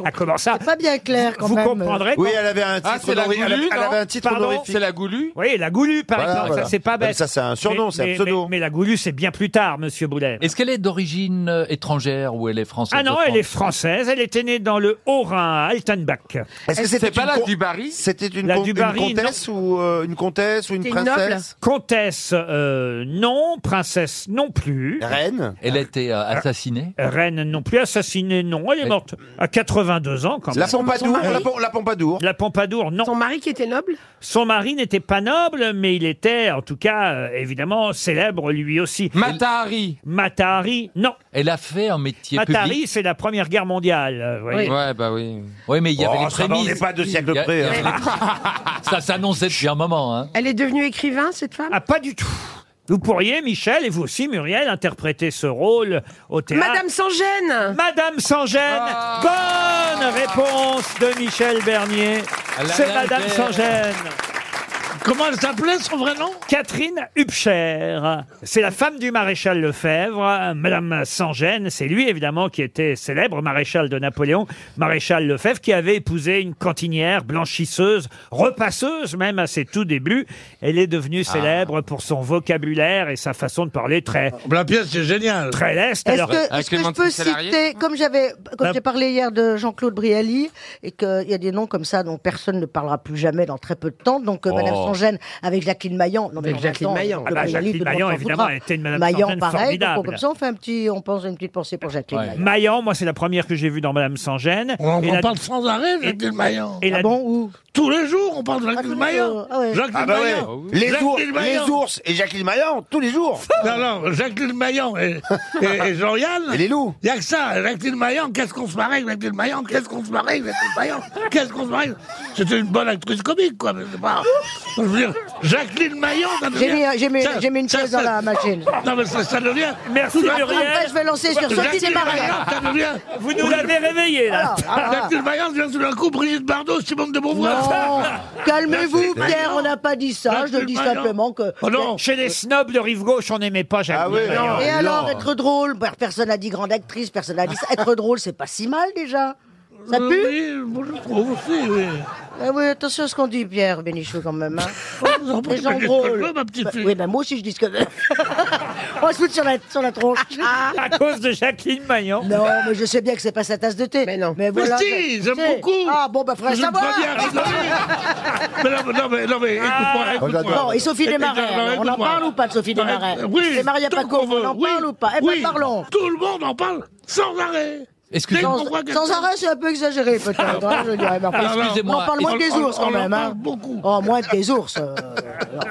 S2: Ah, comment ça
S15: Pas bien clair quand
S2: Vous
S15: même.
S9: euh,
S2: comprendrez
S3: Oui, elle avait un
S4: Ah,
S3: titre
S4: c'est la
S3: honori- elle
S4: Goulue,
S3: avait- elle
S4: non
S3: avait un titre
S2: Pardon
S4: C'est
S3: honorifique.
S4: la Goulue
S2: Oui, la Goulue, par
S3: Voilà,
S2: exemple,
S3: voilà.
S2: ça c'est pas
S3: Même
S2: bête.
S3: ça, c'est un surnom,
S2: Mais-
S3: c'est un
S2: mais-
S3: pseudo.
S2: Mais, mais la Goulue, c'est bien plus tard, monsieur Boulet.
S8: Est-ce qu'elle est d'origine euh, étrangère ou elle est française
S2: Ah non,
S8: de
S2: elle est
S8: France
S2: française, elle était née dans le Haut-Rhin, à Altenbach.
S5: Est-ce que
S4: C'est
S5: c'était
S4: pas
S5: une
S4: la
S5: con-
S4: Dubarry
S5: C'était une,
S2: La
S5: con- une
S2: Dubarry, non.
S5: comtesse ou euh, une comtesse ou une
S9: C'était une
S5: princesse
S2: Comtesse, euh, non, princesse non plus.
S5: Reine
S8: Elle a été euh, assassinée
S2: Reine non plus, assassinée non, elle est morte à à 82 ans quand
S42: La
S2: même.
S42: Pompadour, la Pom- la
S2: Pompadour. La Pompadour, non. Son mari qui était noble Son mari n'était pas noble, mais il était, en tout cas, euh, évidemment, célèbre lui aussi. Matahari Matahari, non.
S8: Elle a fait un métier
S2: Matahari,
S8: public.
S2: c'est la Première Guerre mondiale. euh, vous voyez.
S8: Ouais, bah oui. Oui, mais il y
S2: Oh,
S8: avait les
S2: ça va, on
S8: prémices.
S2: n'est pas deux siècles
S8: Il y a-
S2: près,
S8: il y avait
S2: hein.
S8: les- ça s'annonçait depuis un moment. Hein.
S15: Elle est devenue écrivain, cette femme
S2: Ah, pas du tout. Vous pourriez, Michel, et vous aussi, Muriel, interpréter ce rôle au théâtre.
S15: Madame sans gêne
S2: Madame sans gêne
S8: Ah.
S2: Bonne réponse de Michel Bernier.
S8: Elle a
S2: C'est
S8: l'air
S2: Madame
S8: belle.
S2: sans gêne. Comment elle s'appelait son vrai nom Catherine Hubscher. C'est la femme du maréchal Lefebvre, Madame sans gêne. C'est lui évidemment qui était célèbre maréchal de Napoléon, maréchal Lefebvre qui avait épousé une cantinière blanchisseuse, repasseuse même à ses tout débuts. Elle est devenue célèbre pour son vocabulaire et sa façon de parler très. Ah, La pièce c'est génial. Très leste.
S17: Est-ce
S2: alors-
S17: que, est-ce que je peux citer, comme j'avais, comme
S2: La-
S17: j'ai parlé hier de Jean-Claude Brialy, et qu'il y a des noms comme ça dont personne ne parlera plus jamais dans très peu de temps, donc euh,
S2: Oh.
S17: Madame Sangène avec Jacqueline Maillan. Non, mais
S2: Avec
S17: en même
S2: Jacqueline
S17: temps,
S2: Maillan.
S17: Jean-Claude
S2: Ah bah,
S17: Brialy,
S2: Jacqueline
S17: tout le monde
S2: Maillan,
S17: s'en
S2: évidemment,
S17: foutra.
S2: était une Madame
S17: Maillan,
S2: Sangène
S17: pareil, donc,
S2: formidable.
S17: comme ça on fait un petit, on pense une petite pensée pour Jacqueline Maillan.
S2: Maillan, moi c'est la première que j'ai vue dans Madame sans gêne.
S1: On
S2: Et
S1: en
S2: la-
S1: parle sans arrêt, Jacqueline Maillan.
S2: Et la-
S1: Tous les jours, on parle de
S17: tous
S1: Jacqueline
S17: les
S1: Maillan.
S17: jours, ah ouais.
S1: Jacqueline
S17: Ah bah ouais.
S1: Maillan.
S42: Oh Les,
S1: Jacqueline
S42: ours,
S1: Maillan.
S42: les ours et Jacqueline Maillan, tous les jours.
S1: Non, non, Jacqueline Maillan et, et, et Jean-Yann.
S42: Et les loups.
S1: Il n'y a que ça. Jacqueline Maillan, qu'est-ce qu'on se marrait avec Jacqueline Maillan Qu'est-ce qu'on se marrait avec Jacqueline Maillan Qu'est-ce qu'on se marrait C'était une bonne actrice comique, quoi. Mais c'est pas... Je veux dire, Jacqueline Maillan, ça devient...
S17: J'ai mis, j'ai mis-
S1: ça-
S17: j'ai mis une
S1: ça-
S17: pièce dans
S1: ça-
S17: la machine.
S1: Non, mais ça, ça devient...
S17: Merci,
S1: Tout-
S17: Muriel. Après, je vais lancer sur Sophie
S1: Jacqueline
S17: Desmarais.
S1: Maillan, ça devient...
S2: Vous nous l'avez réveillé, là.
S17: Ah, ah.
S1: Jacqueline Maillan devient tout d'un coup Brigitte Bardot, Simone de Beauvoir.
S17: Non, calmez-vous,
S1: Jacqueline
S17: Pierre,
S1: Maillan.
S17: on n'a pas dit ça. Je
S1: Jacqueline
S17: dis
S1: Maillan.
S17: simplement que.
S1: Oh
S2: Chez les snobs de rive gauche, on n'aimait pas
S17: Ah
S2: Jacqueline Maillan.
S17: Et alors, être drôle, bah, personne n'a dit grande actrice, personne n'a dit ça. Être drôle, c'est pas si mal déjà. Ça pue
S1: Euh, Oui, moi, je trouve aussi, oui.
S17: Ah oui, attention à ce qu'on dit, Pierre Bénichou, quand même. Hein.
S1: prie,
S17: Les gens
S1: je dis ce que
S17: drôles.
S1: je veux, ma petite
S17: Bah,
S1: fille.
S17: oui, ben moi aussi, je dis ce que. On se fout sur la, sur la tronche.
S2: À cause de Jacqueline Maillan.
S17: Non, mais je sais bien que c'est pas sa tasse de thé. Mais non. Mais,
S1: Mais
S17: voilà,
S1: si,
S17: je-
S1: j'aime
S17: c'est-
S1: beaucoup.
S17: Ah bon, bah, faudrait
S1: Je me
S17: savoir.
S1: vois bien Mais non, mais- non, mais, non, mais écoute-moi,
S13: Oh,
S1: écoute-moi.
S17: Ah. Bon, et Sophie
S1: Eh,
S17: Desmarais,
S1: eh, non,
S17: alors, on en
S1: écoute-moi.
S17: parle ou pas de Sophie
S1: Non,
S17: Desmarais
S1: eh, Oui,
S17: Desmarais, y a
S1: tant
S17: pas de
S1: qu'on
S17: cours, on
S1: veut,
S17: en
S1: oui,
S17: parle ou pas Eh ben,
S1: oui.
S17: parlons.
S1: Tout le monde en parle sans arrêt.
S17: sans, sans arrêt, c'est un peu exagéré, peut-être. hein, je dirais, mais enfin,
S1: Alors,
S17: On en parle moins
S1: on-
S17: que des
S1: on-
S17: ours,
S1: on
S17: quand
S1: en
S17: même. hein.
S1: parle beaucoup.
S17: Oh, moins que des ours. euh.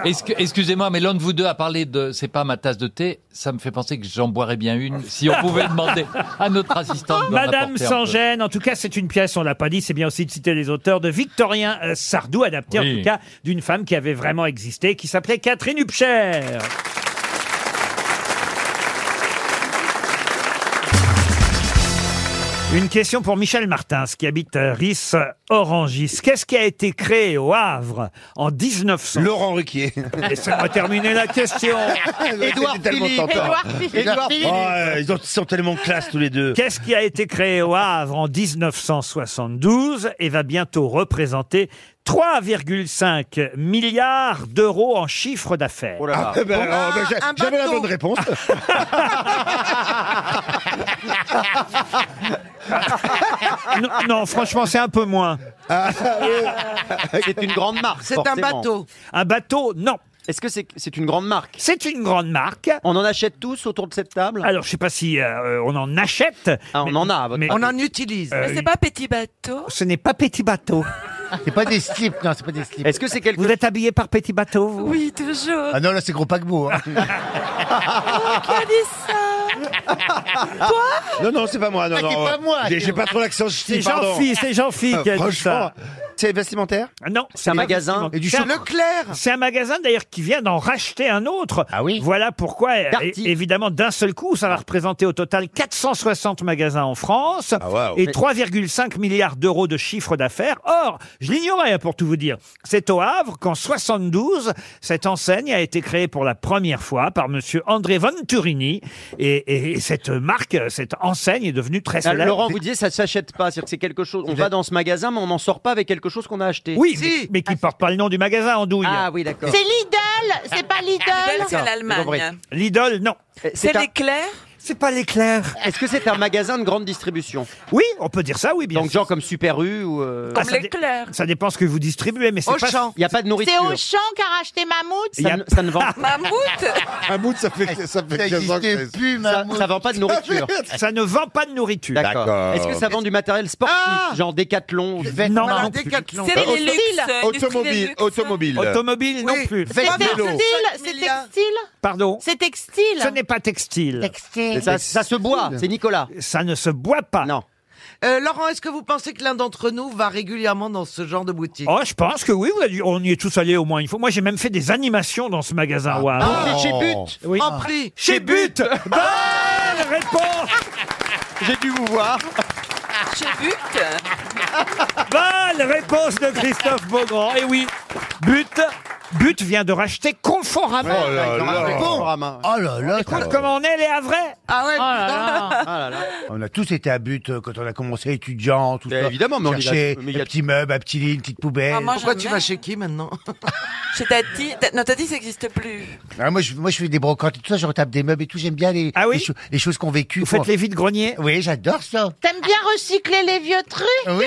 S8: Escu- Ah. Excusez-moi, mais l'un de vous deux a parlé de c'est pas ma tasse de thé. Ça me fait penser que j'en boirais bien une si on pouvait demander à notre assistante. de me
S2: Madame
S8: rapporter un
S2: sans
S8: peu.
S2: gêne, en tout cas, c'est une pièce, on l'a pas dit, c'est bien aussi de citer les auteurs de Victorien euh, Sardou, adapté en
S8: Oui.
S2: tout cas d'une femme qui avait vraiment existé, qui s'appelait Catherine Hubscher. Une question pour Michel Martins, qui habite à Ris euh, Orangis. Qu'est-ce qui a été créé au Havre en 1900 Laurent Ruquier. Laissez-moi terminer la question.
S6: Édouard Philippe. Édouard Philippe. Édouard Philippe.
S2: Oh,
S6: euh, ils ont- ils sont tellement classe tous les deux.
S2: Qu'est-ce qui a été créé au Havre en 1972 et va bientôt représenter 3,5 milliards d'euros en chiffre d'affaires
S6: Ah, eh ben, alors, ben, j'a- J'avais la bonne réponse.
S2: non, non, franchement, c'est un peu moins.
S6: C'est une grande marque,
S2: C'est
S6: Ah, C'est un forcément. bateau.
S2: Un bateau, non.
S6: Est-ce que c'est c'est une grande marque
S2: C'est une grande marque.
S6: On en achète tous autour de cette table Ah,
S2: Alors, je sais pas si euh, on en achète. on en a. Mais,
S43: On en utilise.
S2: Euh, Mais c'est
S43: pas petit bateau.
S2: Ce n'est pas petit bateau.
S5: C'est pas des slips, non, c'est pas des slips.
S6: Est-ce que c'est quelque
S2: Vous êtes habillé par petit bateau vous
S43: Oui, toujours.
S5: Ah non, là, c'est gros paquebot. hein.
S6: Non, non, c'est pas moi. Non,
S5: Ah,
S6: non,
S5: c'est pas moi, Ah,
S6: J'ai
S5: c'est
S6: j'ai
S5: moi.
S6: pas trop l'accent Euh,
S2: C'est Jean-Phi, c'est Jean-Phi qui a dit
S6: Franchement,
S2: ça.
S6: c'est vestimentaire
S2: Non,
S6: C'est un
S2: pas
S6: magasin.
S2: effectivement.
S6: Et du
S2: C'est un-
S6: chocolat.
S2: C'est un magasin d'ailleurs qui vient d'en racheter un autre. Ah oui. Voilà pourquoi é-
S6: Darty. Ah.
S2: évidemment d'un seul coup ça va représenter au total 460 magasins en France et
S6: Ah Mais-
S2: 3,5 milliards d'euros de chiffre d'affaires. Or, je l'ignorais hein, pour tout vous dire. C'est au Havre qu'en 72 cette enseigne a été créée pour la première fois par monsieur André Venturini et, et- et cette marque, cette enseigne est devenue très
S13: Ah,
S2: célèbre.
S13: Laurent, vous disiez ça s'achète pas, c'est-à-dire que c'est quelque chose. On va dans ce magasin, mais on n'en sort pas avec quelque chose qu'on a acheté.
S2: Oui, mais, mais qui porte pas le nom du magasin en douille.
S13: Ah oui, d'accord. Ah,
S44: C'est Lidl, c'est pas Lidl.
S13: Lidl, c'est l'Allemagne.
S2: L'idole, non.
S44: C'est l'éclair
S2: C'est pas l'éclair.
S13: Est-ce que c'est un magasin de grande distribution
S2: Oui, on peut dire ça, oui, bien
S13: Donc, genre comme Super U ou. euh,
S2: Ah, ça dé- Ça dépend ce que vous distribuez, mais c'est pas.
S13: Il n'y a pas de nourriture.
S6: C'est Auchan qui a racheté Mammouth
S2: Il y a- Ça ne- ça ne vend-
S6: Mammouth
S2: Mammouth, ça fait, ça
S13: fait 15 ans que
S2: n'existe
S13: ça-
S2: plus,
S13: ça-
S2: Mammouth.
S13: ça vend pas de nourriture.
S2: Ça ne vend pas de nourriture. Ah
S13: D'accord. Est-ce que ça vend du matériel sportif, genre Décathlon
S2: Non, non plus. hein.
S13: Automobile,
S2: automobile. Automobile non plus.
S6: C'est textile C'est textile
S2: Pardon.
S6: C'est textile
S2: Ce n'est pas textile.
S6: Textile.
S13: Ça- ça se boit, c'est
S2: Nicolas. Ça ne se boit pas. Non.
S3: Euh, Laurent, est-ce que vous pensez que l'un d'entre nous va régulièrement dans ce genre de boutique
S2: Oh, je pense que oui, vous avez- on y est tous allés au moins une fois. Moi, j'ai même fait des animations dans ce magasin. Wow.
S13: Oh.
S3: Ah, c'est chez But.
S2: Oui.
S3: En prix.
S2: Chez But
S1: Ah,
S2: Bonne réponse J'ai dû vous voir.
S45: J'ai
S2: Bonne réponse de Christophe Beaugrand. Et oui, But. But vient de racheter Conforama.
S45: Oh là là.
S2: Conforama. Oh là là.
S5: Ah.
S2: Écoute comment on est, les Havrais.
S3: Ah ouais,
S5: On a tous été à but euh, quand on a commencé étudiant, tout ça.
S13: évidemment, mais on y va-
S5: chercher
S13: mais il y a-
S5: un petit meuble, un petit lit, une petite poubelle.
S3: Ah, moi, Pourquoi tu vas chez qui maintenant
S6: Chez Tati, Ta- non, Tati, ça n'existe plus.
S5: Ah, moi, je, moi, je fais des brocantes et tout ça, je retape des meubles et tout. J'aime bien les,
S46: Ah
S5: les, cho- les choses qu'on vécu. Vous
S2: faites les vides greniers
S5: Oui, j'adore ça.
S6: T'aimes bien recycler les vieux trucs
S5: Oui,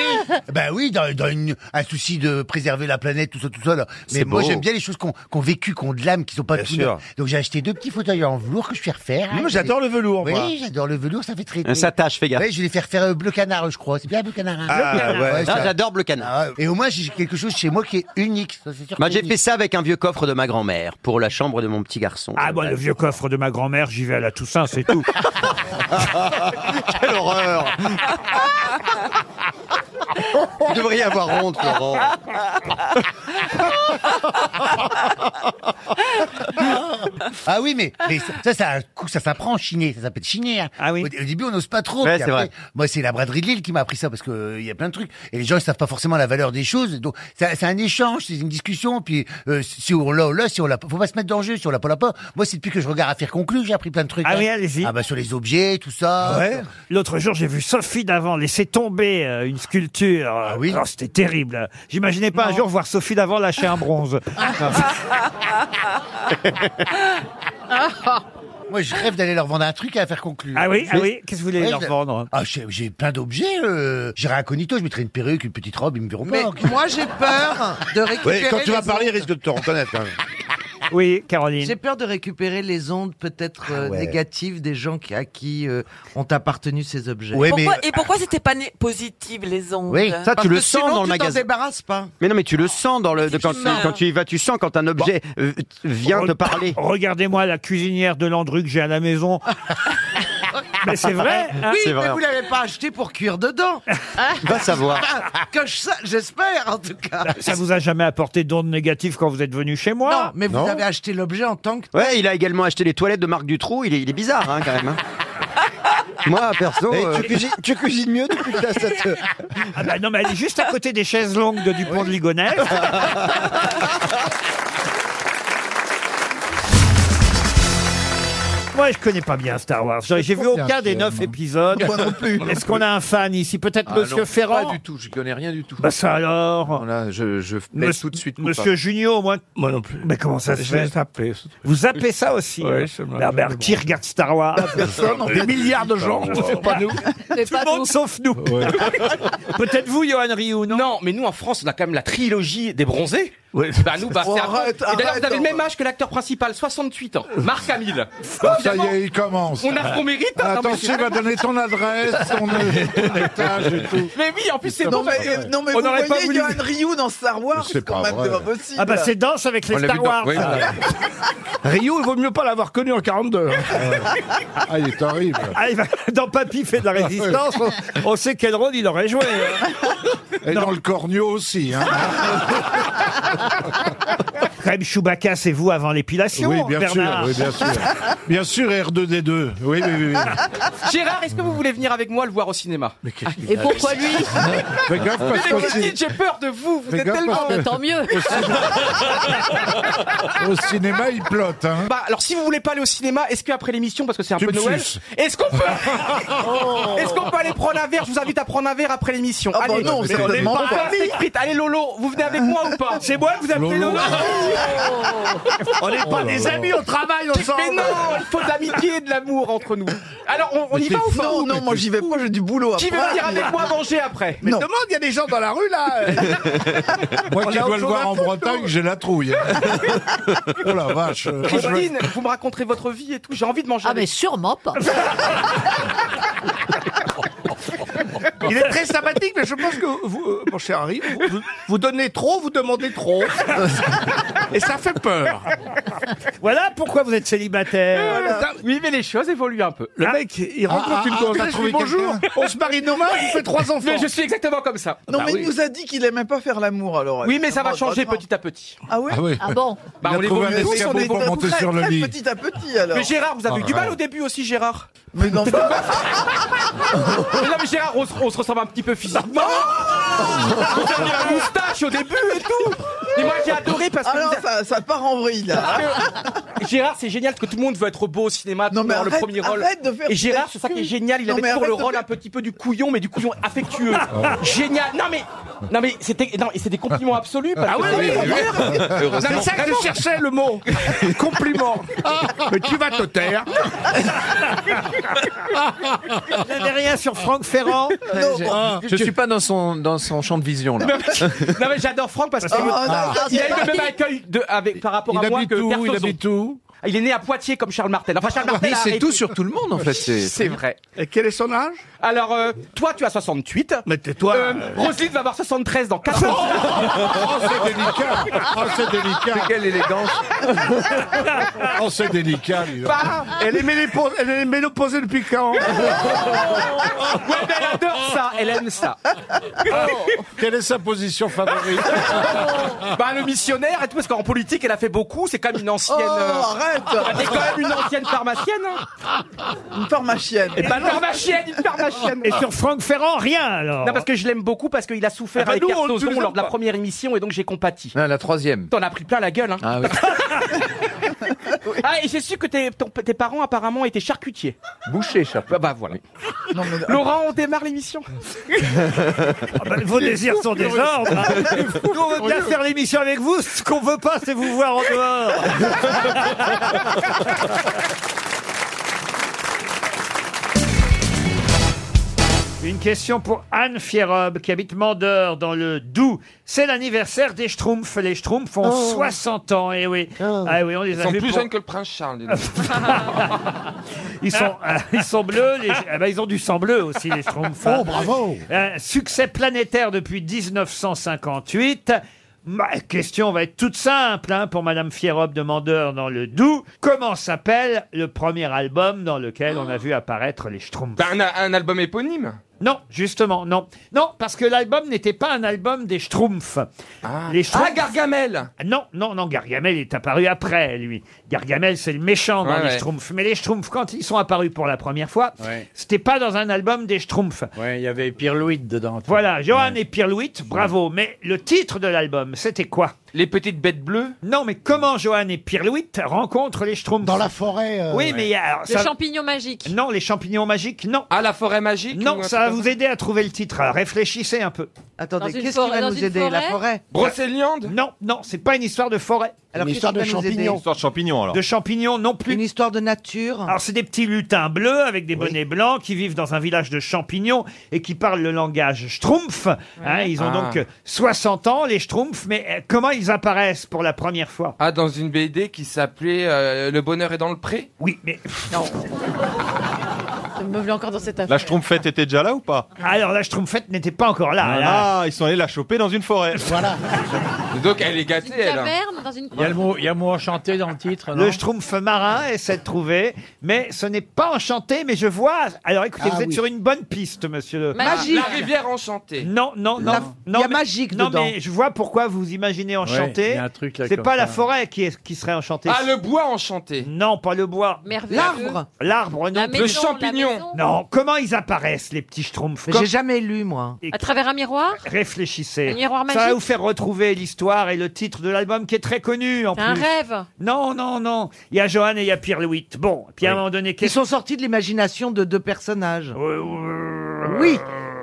S5: ben oui, dans, dans une- un souci de préserver la planète, tout ça, tout ça. là. Mais
S46: C'est
S5: moi,
S46: beau.
S5: j'aime bien les choses qu'on qu'on vécu, qu'on de l'âme, qui sont pas
S46: Bien
S5: tout
S46: sûr.
S5: neufs. Donc j'ai acheté deux petits fauteuils en velours que je vais refaire.
S46: Moi, j'adore le velours,
S5: Oui,
S46: moi.
S5: j'adore le velours, ça fait très.
S13: Euh, Ça tâche, fais gaffe.
S5: Ouais, je vais les faire faire euh, bleu canard, je crois. C'est bien bleu canard. hein.
S13: Ah,
S5: Bleu canard.
S13: ouais.
S5: ça-
S13: Ah, j'adore bleu canard.
S5: Ah, Et au moins, j'ai quelque chose chez moi qui est unique. Ça, c'est sûr
S13: Moi,
S5: que
S13: j'ai
S5: c'est
S13: fait ça avec un vieux coffre de ma grand-mère pour la chambre de mon petit garçon.
S2: Ah, bon, le vieux coffre de ma grand-mère, j'y vais à la Toussaint, c'est tout.
S13: Quelle horreur Vous devriez avoir honte, Laurent.
S5: Ah oui, mais, mais ça, ça, ça, a un coup, ça s'apprend chiner, ça s'appelle chiner. hein.
S2: Ah
S5: Au, au début, on n'ose pas trop.
S13: Ouais,
S5: puis
S13: c'est
S5: après,
S13: vrai.
S5: Moi, c'est la braderie de Lille qui m'a appris ça parce que euh, il y a plein de trucs et les gens ils savent pas forcément la valeur des choses. Donc, ça- c'est un échange, c'est une discussion. Puis, euh, si on l'a, on l'a. Si on l'a, pas- faut pas se mettre dans le jeu. Si on l'a pas, on l'a pas. Moi, c'est depuis que je regarde Affaires conclues, j'ai appris plein de trucs.
S2: Ah oui,
S5: allez-y. Ah bah sur les objets, tout ça.
S2: Ouais. L'autre jour, j'ai vu Sophie d'avant laisser tomber euh, une sculpture. Ah oui. c'était terrible. J'imaginais pas un jour voir Sophie d'avant lâcher un bronze.
S5: Moi, je rêve d'aller leur vendre un truc à Affaires conclues.
S2: hein. Ah oui, ah
S5: Mais-
S2: oui, qu'est-ce que vous voulez
S5: Ouais,
S2: leur
S5: je-
S2: vendre hein
S5: Ah, j'ai j'ai plein d'objets. Euh, J'irai incognito, je mettrai une perruque, une petite robe, ils me verront
S3: Mais
S5: pas.
S3: moi, j'ai peur de récupérer.
S5: Ouais, quand tu vas
S3: les
S5: parler,
S3: ondes.
S5: il risque
S46: de te reconnaître quand même.
S2: Oui, Caroline.
S3: J'ai peur de récupérer les ondes peut-être euh,
S5: Ah ouais.
S3: négatives des gens qui, à qui euh, ont appartenu ces objets.
S6: Pourquoi- Et pourquoi c'était pas né- positive, les ondes
S13: ça tu le sens dans le
S3: tu t'en
S13: magasin.
S3: débarrasses pas.
S13: Mais non, mais tu le sens dans le de- quand,
S3: meurs.
S13: quand tu y vas, tu sens quand un objet euh, vient te parler.
S2: Regardez-moi la cuisinière de Landru que j'ai à la maison. Mais c'est vrai, hein.
S3: Oui,
S2: C'est
S3: mais
S2: vrai.
S3: vous l'avez pas acheté pour cuire dedans.
S13: Va savoir.
S3: Que je sa- j'espère en tout cas.
S2: Ça vous a jamais apporté d'ondes négatives quand vous êtes venu chez moi
S3: Non, mais vous avez acheté l'objet en tant que.
S13: Ouais, il a également acheté les toilettes de Marc Dutroux. Il est, il est bizarre, hein, quand même. hein. Moi, perso. euh,
S2: Et tu
S13: Eh, cuisines, mieux depuis que t'as cette.
S2: euh, Ah bah non, mais elle est juste à côté des chaises longues de Dupont de Ligonnès. Moi, je connais pas bien Star Wars. J'ai j'ai vu aucun des neuf épisodes.
S46: Moi non plus.
S2: Est-ce qu'on a un fan ici Peut-être
S47: Ah,
S2: Monsieur
S47: non,
S2: Ferrand
S47: Pas du tout, je connais rien du tout.
S2: Bah ça alors
S47: Voilà, je, je fais
S2: Monsieur-
S47: tout de suite.
S2: Monsieur Junio, moi.
S47: Moi non plus.
S2: Mais comment ça se fait
S47: zappé.
S2: Vous appelez ça aussi
S47: Ouais,
S2: hein
S47: c'est vrai,
S2: Ah, ben,
S47: je
S2: Qui regarde Star Wars
S47: personne,
S1: des milliards de gens, c'est pas nous.
S2: Tout le
S4: Euh,
S2: monde sauf nous. Peut-être vous, Johan Rioux, non
S4: Non, mais nous, en France, on a quand même la trilogie des bronzés. Bah nous, bah,
S1: Oh,
S4: c'est un peu-
S1: arrête,
S4: Et d'ailleurs,
S1: arrête,
S4: vous avez le même
S1: on-
S4: âge que l'acteur principal, 68 ans, Marc Hamill.
S1: Ah,
S2: Oh,
S4: Bah,
S1: ça y
S4: évidemment,
S1: est, il commence.
S4: On a son mérite. hein, non, mais
S1: Attention, il va donner ton adresse, ton, ton étage et tout.
S4: Mais oui, en plus, c'est
S1: Non,
S4: bon.
S1: mais, euh, non, mais vous voyez, Johan
S4: Ryu dans Star Wars,
S1: C'est quand pas même, vrai. c'est pas possible.
S2: Ah bah c'est danse avec les
S1: On l'a
S2: Star
S1: vu dans-
S2: Wars.
S1: oui, voilà. Rio, il vaut mieux pas l'avoir connu en 42. ah, il est horrible.
S2: hein.
S1: Ah,
S2: Ah, il va- dans Papy fait de la résistance, on, on sait quel rôle il aurait joué. hein.
S1: Et dans le corneau aussi. Hein.
S2: Quand même, Chewbacca, c'est vous avant l'épilation,
S1: oui, bien
S2: Bernard.
S1: sûr, oui, bien sûr. Bien sûr, R2D2. Oui, oui, oui.
S4: Gérard, est-ce que vous voulez venir avec moi le voir au cinéma
S1: qu'il Et a pourquoi
S4: lui
S1: Fais gaffe parce
S4: Mais
S1: qu'on
S4: Christine,
S1: s'y-
S4: j'ai peur de vous. Vous
S1: Fais
S4: êtes
S1: gaffe
S4: tellement.
S1: parce que- Tant
S4: mieux.
S1: oui. Au cinéma, il plotte. Hein.
S4: Bah, alors si vous voulez pas aller au cinéma, est-ce qu'après l'émission, parce que c'est un
S1: Tu
S4: peu
S1: me
S4: Noël,
S1: suces.
S4: est-ce qu'on peut, est-ce qu'on peut aller prendre un verre Je vous invite à prendre un verre après l'émission.
S1: Ah bah
S4: allez,
S1: non, mais
S4: on
S1: on
S4: est
S1: est
S4: pas
S1: pas.
S4: famille. Allez Lolo, Oh vous venez avec moi ou pas
S2: C'est moi que vous appelez Lolo, On n'est pas des amis, on travaille ensemble.
S4: Mais non, il faut de l'amitié et de l'amour entre nous. Alors, on, on y va ou pas
S1: Non, non, moi j'y vais pas, j'ai du boulot
S4: Qui veut
S1: après.
S4: venir avec moi manger après
S1: Non.
S4: demande, il y a des gens dans la rue là.
S6: Moi
S4: On
S6: qui
S4: a
S6: dois le
S4: toujours
S6: voir
S4: la
S6: en
S4: photo.
S6: Bretagne, j'ai la trouille. hein. oh la vache. euh, moi, je-
S4: Christine, vous me raconterez votre vie et tout. J'ai envie de manger. Ah, mais
S48: sûrement pas.
S1: Il est très sympathique, mais je pense que vous, euh, mon cher Harry, vous- vous, vous donnez trop, vous demandez trop. Et ça fait peur.
S2: Voilà pourquoi vous êtes célibataire. Ah.
S4: Oui, mais Euh, les choses évoluent un peu.
S1: Le mec, il rencontre une gonzesse, il dit, bonjour, on se marie demain, on fait trois enfants.
S4: Mais je suis exactement comme ça.
S1: Non, mais il nous
S4: a dit qu'il aimait pas faire l'amour alors. euh, Oui, mais ça va changer petit à petit.
S1: Ah oui Ah oui. Ah bon
S4: Bah,
S1: Il a
S4: on
S1: trouvé
S4: évolue
S1: un
S4: tous, on
S1: escabeau
S4: évolue
S1: pour
S4: tous
S1: monter
S4: très,
S1: sur le
S4: très
S1: lit.
S4: petit à petit,
S1: alors.
S4: Mais Gérard, vous avez eu
S1: Ah,
S4: du mal
S1: ouais.
S4: au début aussi, Gérard. Mais non. mais Gérard, on se, on se ressemble un petit peu physiquement. vous aviez la moustache au début et tout. Et moi j'ai adoré parce que
S1: Ah non,
S4: ça, part en vrille là. Gérard, c'est génial que tout le monde veut être beau au cinéma, non,
S1: mais
S4: le
S1: arrête-
S4: premier rôle.
S1: arrête de faire
S4: Et Gérard, c'est ça qui est génial, il
S1: Non,
S4: avait
S1: mais
S4: toujours le
S1: arrête de
S4: rôle un petit peu du couillon, mais du couillon affectueux. Génial. Non mais, non mais c'était, non, et c'est des compliments absolus. parce
S1: Ah
S4: que
S1: oui,
S4: c'est-
S1: oui, oui.
S4: Heureusement.
S1: C'est ça que je cherchais le mot. Compliment.
S4: Ah.
S1: Mais tu vas te taire.
S2: Vous n'avez rien sur Franck Ferrand
S1: Non, bon.
S2: Ah.
S1: Je suis
S4: pas dans son, dans son champ de vision
S1: là.
S4: Non mais, non, mais j'adore Franck parce qu'il
S1: Oh, non, non,
S4: il a
S1: c'est
S4: eu le
S1: pas-
S4: même accueil de, avec, par rapport
S1: Il
S4: à moi
S1: habite
S4: que
S1: où, il
S4: Kersauzon.
S1: habite
S4: Il est né à Poitiers comme Charles Martel. Enfin Charles Martel.
S1: Mais
S4: a
S1: c'est
S4: arrêté-
S1: tout sur tout le monde, en fait, c'est-
S4: C'est vrai.
S1: Et quel est son âge
S4: Alors euh, toi tu as 68. Mais tais-toi. Roselyne va avoir 73 dans 4 ans.
S6: c'est délicat. Oh, c'est délicat. Mais quelle élégance. Oh, c'est délicat, lui.
S1: Bah, Elle est ménopausée, elle est ménopausée depuis quand
S4: Ouais, mais elle adore ça, elle aime ça.
S6: Quelle est sa position favorite
S4: Bah le missionnaire et tout parce qu'en politique elle a fait beaucoup, c'est quand même une ancienne.
S1: Oh,
S4: arrête Elle est quand même une ancienne pharmacienne. Une pharmacienne. Et pas une pharmacienne, une pharmacienne.
S2: Et sur Franck Ferrand, rien alors.
S4: Non, parce que je l'aime beaucoup parce qu'il a souffert
S1: Eh
S2: Ah
S1: ben,
S2: bah
S4: avec
S2: nous, on-
S4: Cartozon
S2: tu les aimes
S4: lors de la
S2: pas.
S4: première émission et donc j'ai compati.
S1: Ah, La troisième.
S4: T'en as pris plein la gueule, hein.
S1: Ah
S4: Ah, et j'ai su que tes, ton- tes parents apparemment étaient charcutiers.
S1: Boucher,
S4: Bah, bah voilà. Laurent, on démarre l'émission
S2: Ah bah, Vos désirs sont des ordres. bah, Nous, on veut bien faire l'émission avec vous. Ce qu'on veut pas, c'est vous voir en dehors. Une question pour Anne Fierob, qui habite Mandeur, dans le Doubs. C'est l'anniversaire des Schtroumpfs. Les Schtroumpfs ont
S49: Oh.
S2: 60 ans, eh oui. Ah oui, on les
S49: Ils
S2: a
S49: sont
S2: vus
S49: plus
S2: pour- Ah
S49: jeunes que le prince Charles. dis donc.
S2: Ils sont, euh, ils sont bleus, les- ah bah, ils ont du sang bleu aussi, les Schtroumpfs.
S49: Oh, bravo.
S2: Euh, Succès planétaire depuis 1958. Ma question va être toute simple hein, pour Madame Fierop demandeur dans le Doubs. Comment s'appelle le premier album dans lequel on a vu apparaître les Schtroumpfs
S49: un, un album éponyme
S2: Non, justement, non. Non, parce que l'album n'était pas un album des Schtroumpfs. Les Schtroumpfs-
S4: Ah, Gargamel
S2: Non, non, non, Gargamel est apparu après, lui. Gargamel, c'est le méchant dans
S1: Ouais,
S2: les
S1: ouais.
S2: Schtroumpfs. Mais les Schtroumpfs, quand ils sont apparus pour la première fois, c'était pas dans un album des Schtroumpfs.
S1: Ouais, il y avait Pirlouit dedans.
S2: Voilà, Johan et Pirlouit, bravo. Mais le titre de l'album, c'était quoi Les petites bêtes bleues Non, mais comment Johan et Pirlouit rencontrent les Schtroumpfs Dans la forêt.
S3: euh,
S2: oui, mais il y a- alors,
S14: Le
S2: ça-
S14: champignon magique.
S2: Non, les champignons magiques, non. Ah, la forêt magique
S49: ou
S2: Non,
S49: un
S2: ça
S49: truc
S2: va
S49: comme
S2: vous aider à trouver le titre. Alors, Réfléchissez un peu.
S3: Attendez, Dans une qu'est-ce qui forêt- va dans nous une aider, la forêt forêt
S2: Brocéliande Non, non, c'est pas une histoire de forêt.
S3: Alors, Une qu'est-ce histoire qui de va nous aider champignons. Une
S6: histoire de champignons, alors.
S2: De champignons, non plus. Une histoire de nature. Alors, c'est des petits lutins bleus avec des bonnets blancs qui vivent dans un village de champignons et qui parlent le langage schtroumpf. Hein, ils ont
S49: Ah.
S2: donc euh, 60 ans, les schtroumpfs, mais euh, comment ils apparaissent pour la première fois
S49: Ah, dans une BD qui s'appelait euh, Le bonheur est dans le pré
S2: Oui, mais.
S14: Non. Je me meuble encore dans cette affaire.
S6: La Schtroumpfette était déjà là ou pas
S2: Alors, la Schtroumpfette n'était pas encore là.
S6: Ah,
S2: elle a-
S6: ils sont allés la choper dans une forêt. Voilà.
S49: Donc elle est gâtée, elle. hein.
S14: Caverne dans une
S2: Il y a le
S1: mot, il y a mot enchanté dans le titre.
S2: Le schtroumpf marin essaie de trouver, mais ce n'est pas enchanté, mais je vois... Alors écoutez,
S49: Ah
S2: vous êtes
S49: oui.
S2: sur une bonne piste, monsieur le... Ah,
S49: La rivière enchantée.
S2: Non, non, non.
S49: La-
S2: non,
S49: il y a
S2: mais-
S49: magique
S2: Non,
S49: dedans.
S2: mais je vois pourquoi vous imaginez enchanté.
S1: il y a un truc là
S2: C'est
S1: comme
S2: pas
S1: ça.
S2: la forêt qui, est- qui serait enchantée.
S49: Ah, le bois enchanté.
S2: Non, pas le bois.
S14: Merveilleux. L'arbre.
S2: L'arbre, non.
S14: La maison, Le champignon. la maison.
S2: Non, comment ils apparaissent, les petits schtroumpfs
S14: J'ai
S2: jamais lu, moi.
S14: À travers un miroir
S2: Réfléchissez.
S14: Un miroir
S2: Ça va
S14: magique
S2: vous faire retrouver l'histoire et le titre de l'album qui est très connu en
S14: C'est
S2: plus.
S14: un rêve.
S2: Non, non, non. Il y a Johan et il y a Pierre Louis. Bon, puis à un moment donné,
S3: Ils sont sortis de l'imagination de deux personnages.
S2: Oui.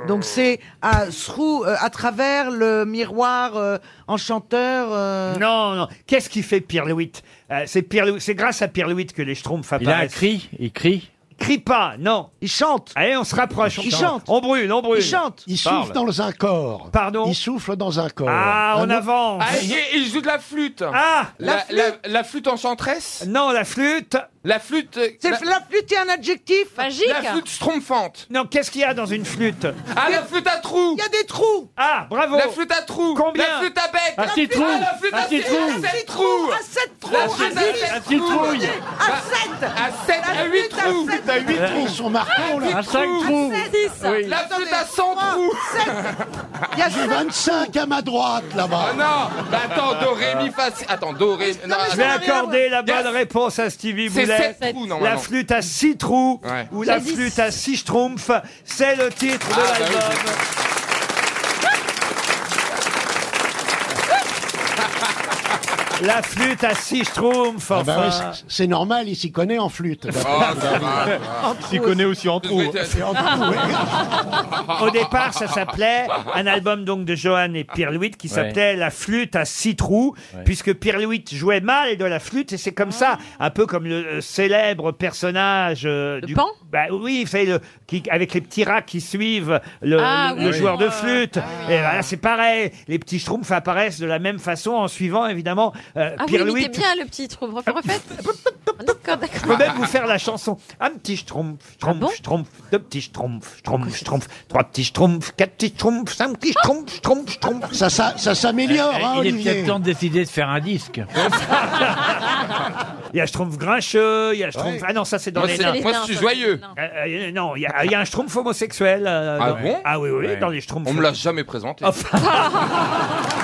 S3: Donc c'est à, through, euh, à travers le miroir euh, enchanteur. euh,
S2: Non, non. Qu'est-ce qui fait Pierre Louis Euh, C'est Pierre Louis- C'est grâce à Pierre Louis que les Schtroumpfs
S50: Il a un
S2: apparaissent.
S50: cri, il crie.
S2: Crie pas, non. Il chante. Allez, on se rapproche.
S50: Il
S2: on-
S50: chante.
S2: On brûle, on brûle.
S50: Il chante.
S1: Il souffle dans un corps.
S2: Pardon
S1: Il souffle dans un corps.
S2: Ah, on
S1: Un autre-
S2: avance.
S4: Ah, et, et il joue de la flûte.
S2: Ah,
S4: la,
S2: la
S4: la- la flûte. enchanteresse
S2: Non, la flûte.
S4: La flûte. euh,
S3: C'est
S4: la-
S3: la flûte est un adjectif
S4: Magique. La flûte schtroumpfante.
S2: Non, qu'est-ce qu'il y a dans une flûte
S4: Ah, la flûte à trous.
S3: Il y a des trous.
S2: Ah, bravo.
S4: La flûte à trous.
S2: Combien
S4: La flûte à bec.
S2: Un
S4: La
S2: petit
S4: flûte-
S2: trou.
S4: Ah, la flûte
S2: Un
S4: à
S2: petit
S4: six-
S2: trou.
S4: à sept trous.
S3: À sept trous.
S4: La
S3: À
S4: flûte
S3: dix.
S4: à
S3: À
S4: sept
S3: dix
S4: trous.
S3: trouilles.
S4: Bah,
S3: À sept.
S4: À sept, à huit trous.
S1: à huit trous. Ils sont marquants, là.
S4: À cinq trous. La flûte à 100 trous.
S1: Il y a 25 à ma droite, là-bas.
S4: Ah non bah Attends, do, ré, mi, fa, si. Attends, do, ré... Non,
S2: Je vais
S4: attends.
S2: accorder la
S4: Il y a-
S2: bonne réponse à Stevie
S4: C'est
S2: Boulet.
S4: sept trous, normalement.
S2: La flûte à six trous
S4: Ouais.
S2: ou la
S4: J'ai dit
S2: flûte à six schtroumpfs, c'est le titre
S4: Ah,
S2: de
S4: bah oui,
S2: l'album. La flûte à six schtroumpfs,
S1: Ah bah
S2: enfin.
S1: ouais, c'est- c'est normal, il s'y connaît en flûte.
S4: Ah, ça va, ça va.
S2: En trou aussi. Ah,
S1: aussi en
S4: trou.
S1: Et en trou, oui.
S2: Au départ, ça s'appelait un album donc de Johan et Pierre Louis qui s'appelait La flûte à six trous, puisque Pierre Louis jouait mal et de la flûte, et c'est comme ça, un peu comme le euh, célèbre personnage euh, du
S14: Pan
S2: Bah oui, vous savez, le, qui, avec les petits rats qui suivent le,
S14: Ah
S2: le- le
S14: oui. Ah.
S2: joueur de flûte. Et voilà, c'est pareil. Les petits schtroumpfs apparaissent de la même façon en suivant évidemment euh,
S14: Ah, vous
S2: Pierre Louis.
S14: imitez bien le petit trou. Refaites, refaites.
S2: Je peux même vous faire la chanson. Un petit schtroumpf, schtroumpf, schtroumpf, deux petits schtroumpfs, schtroumpf, schtroumpf, trois petits schtroumpfs, quatre petits schtroumpfs, cinq petits schtroumpfs, schtroumpf, schtroumpf.
S1: Ça, ça, ça s'améliore, hein,
S50: il est
S1: Olivier.
S50: peut-être temps de décider de faire un disque.
S2: Il y a schtroumpf grincheux, il y a schtroumpf... Ah non, ça c'est dans
S4: Moi,
S2: les
S4: c'est-
S2: nains.
S4: moi, je suis joyeux.
S2: Euh, euh, non, il y, a- il y a un schtroumpf homosexuel. euh,
S4: Ah
S2: dans-
S4: bon
S2: Ah oui, oui,
S4: Ouais.
S2: dans les schtroumpfs.
S4: On me l'a jamais présenté.
S2: Enfin,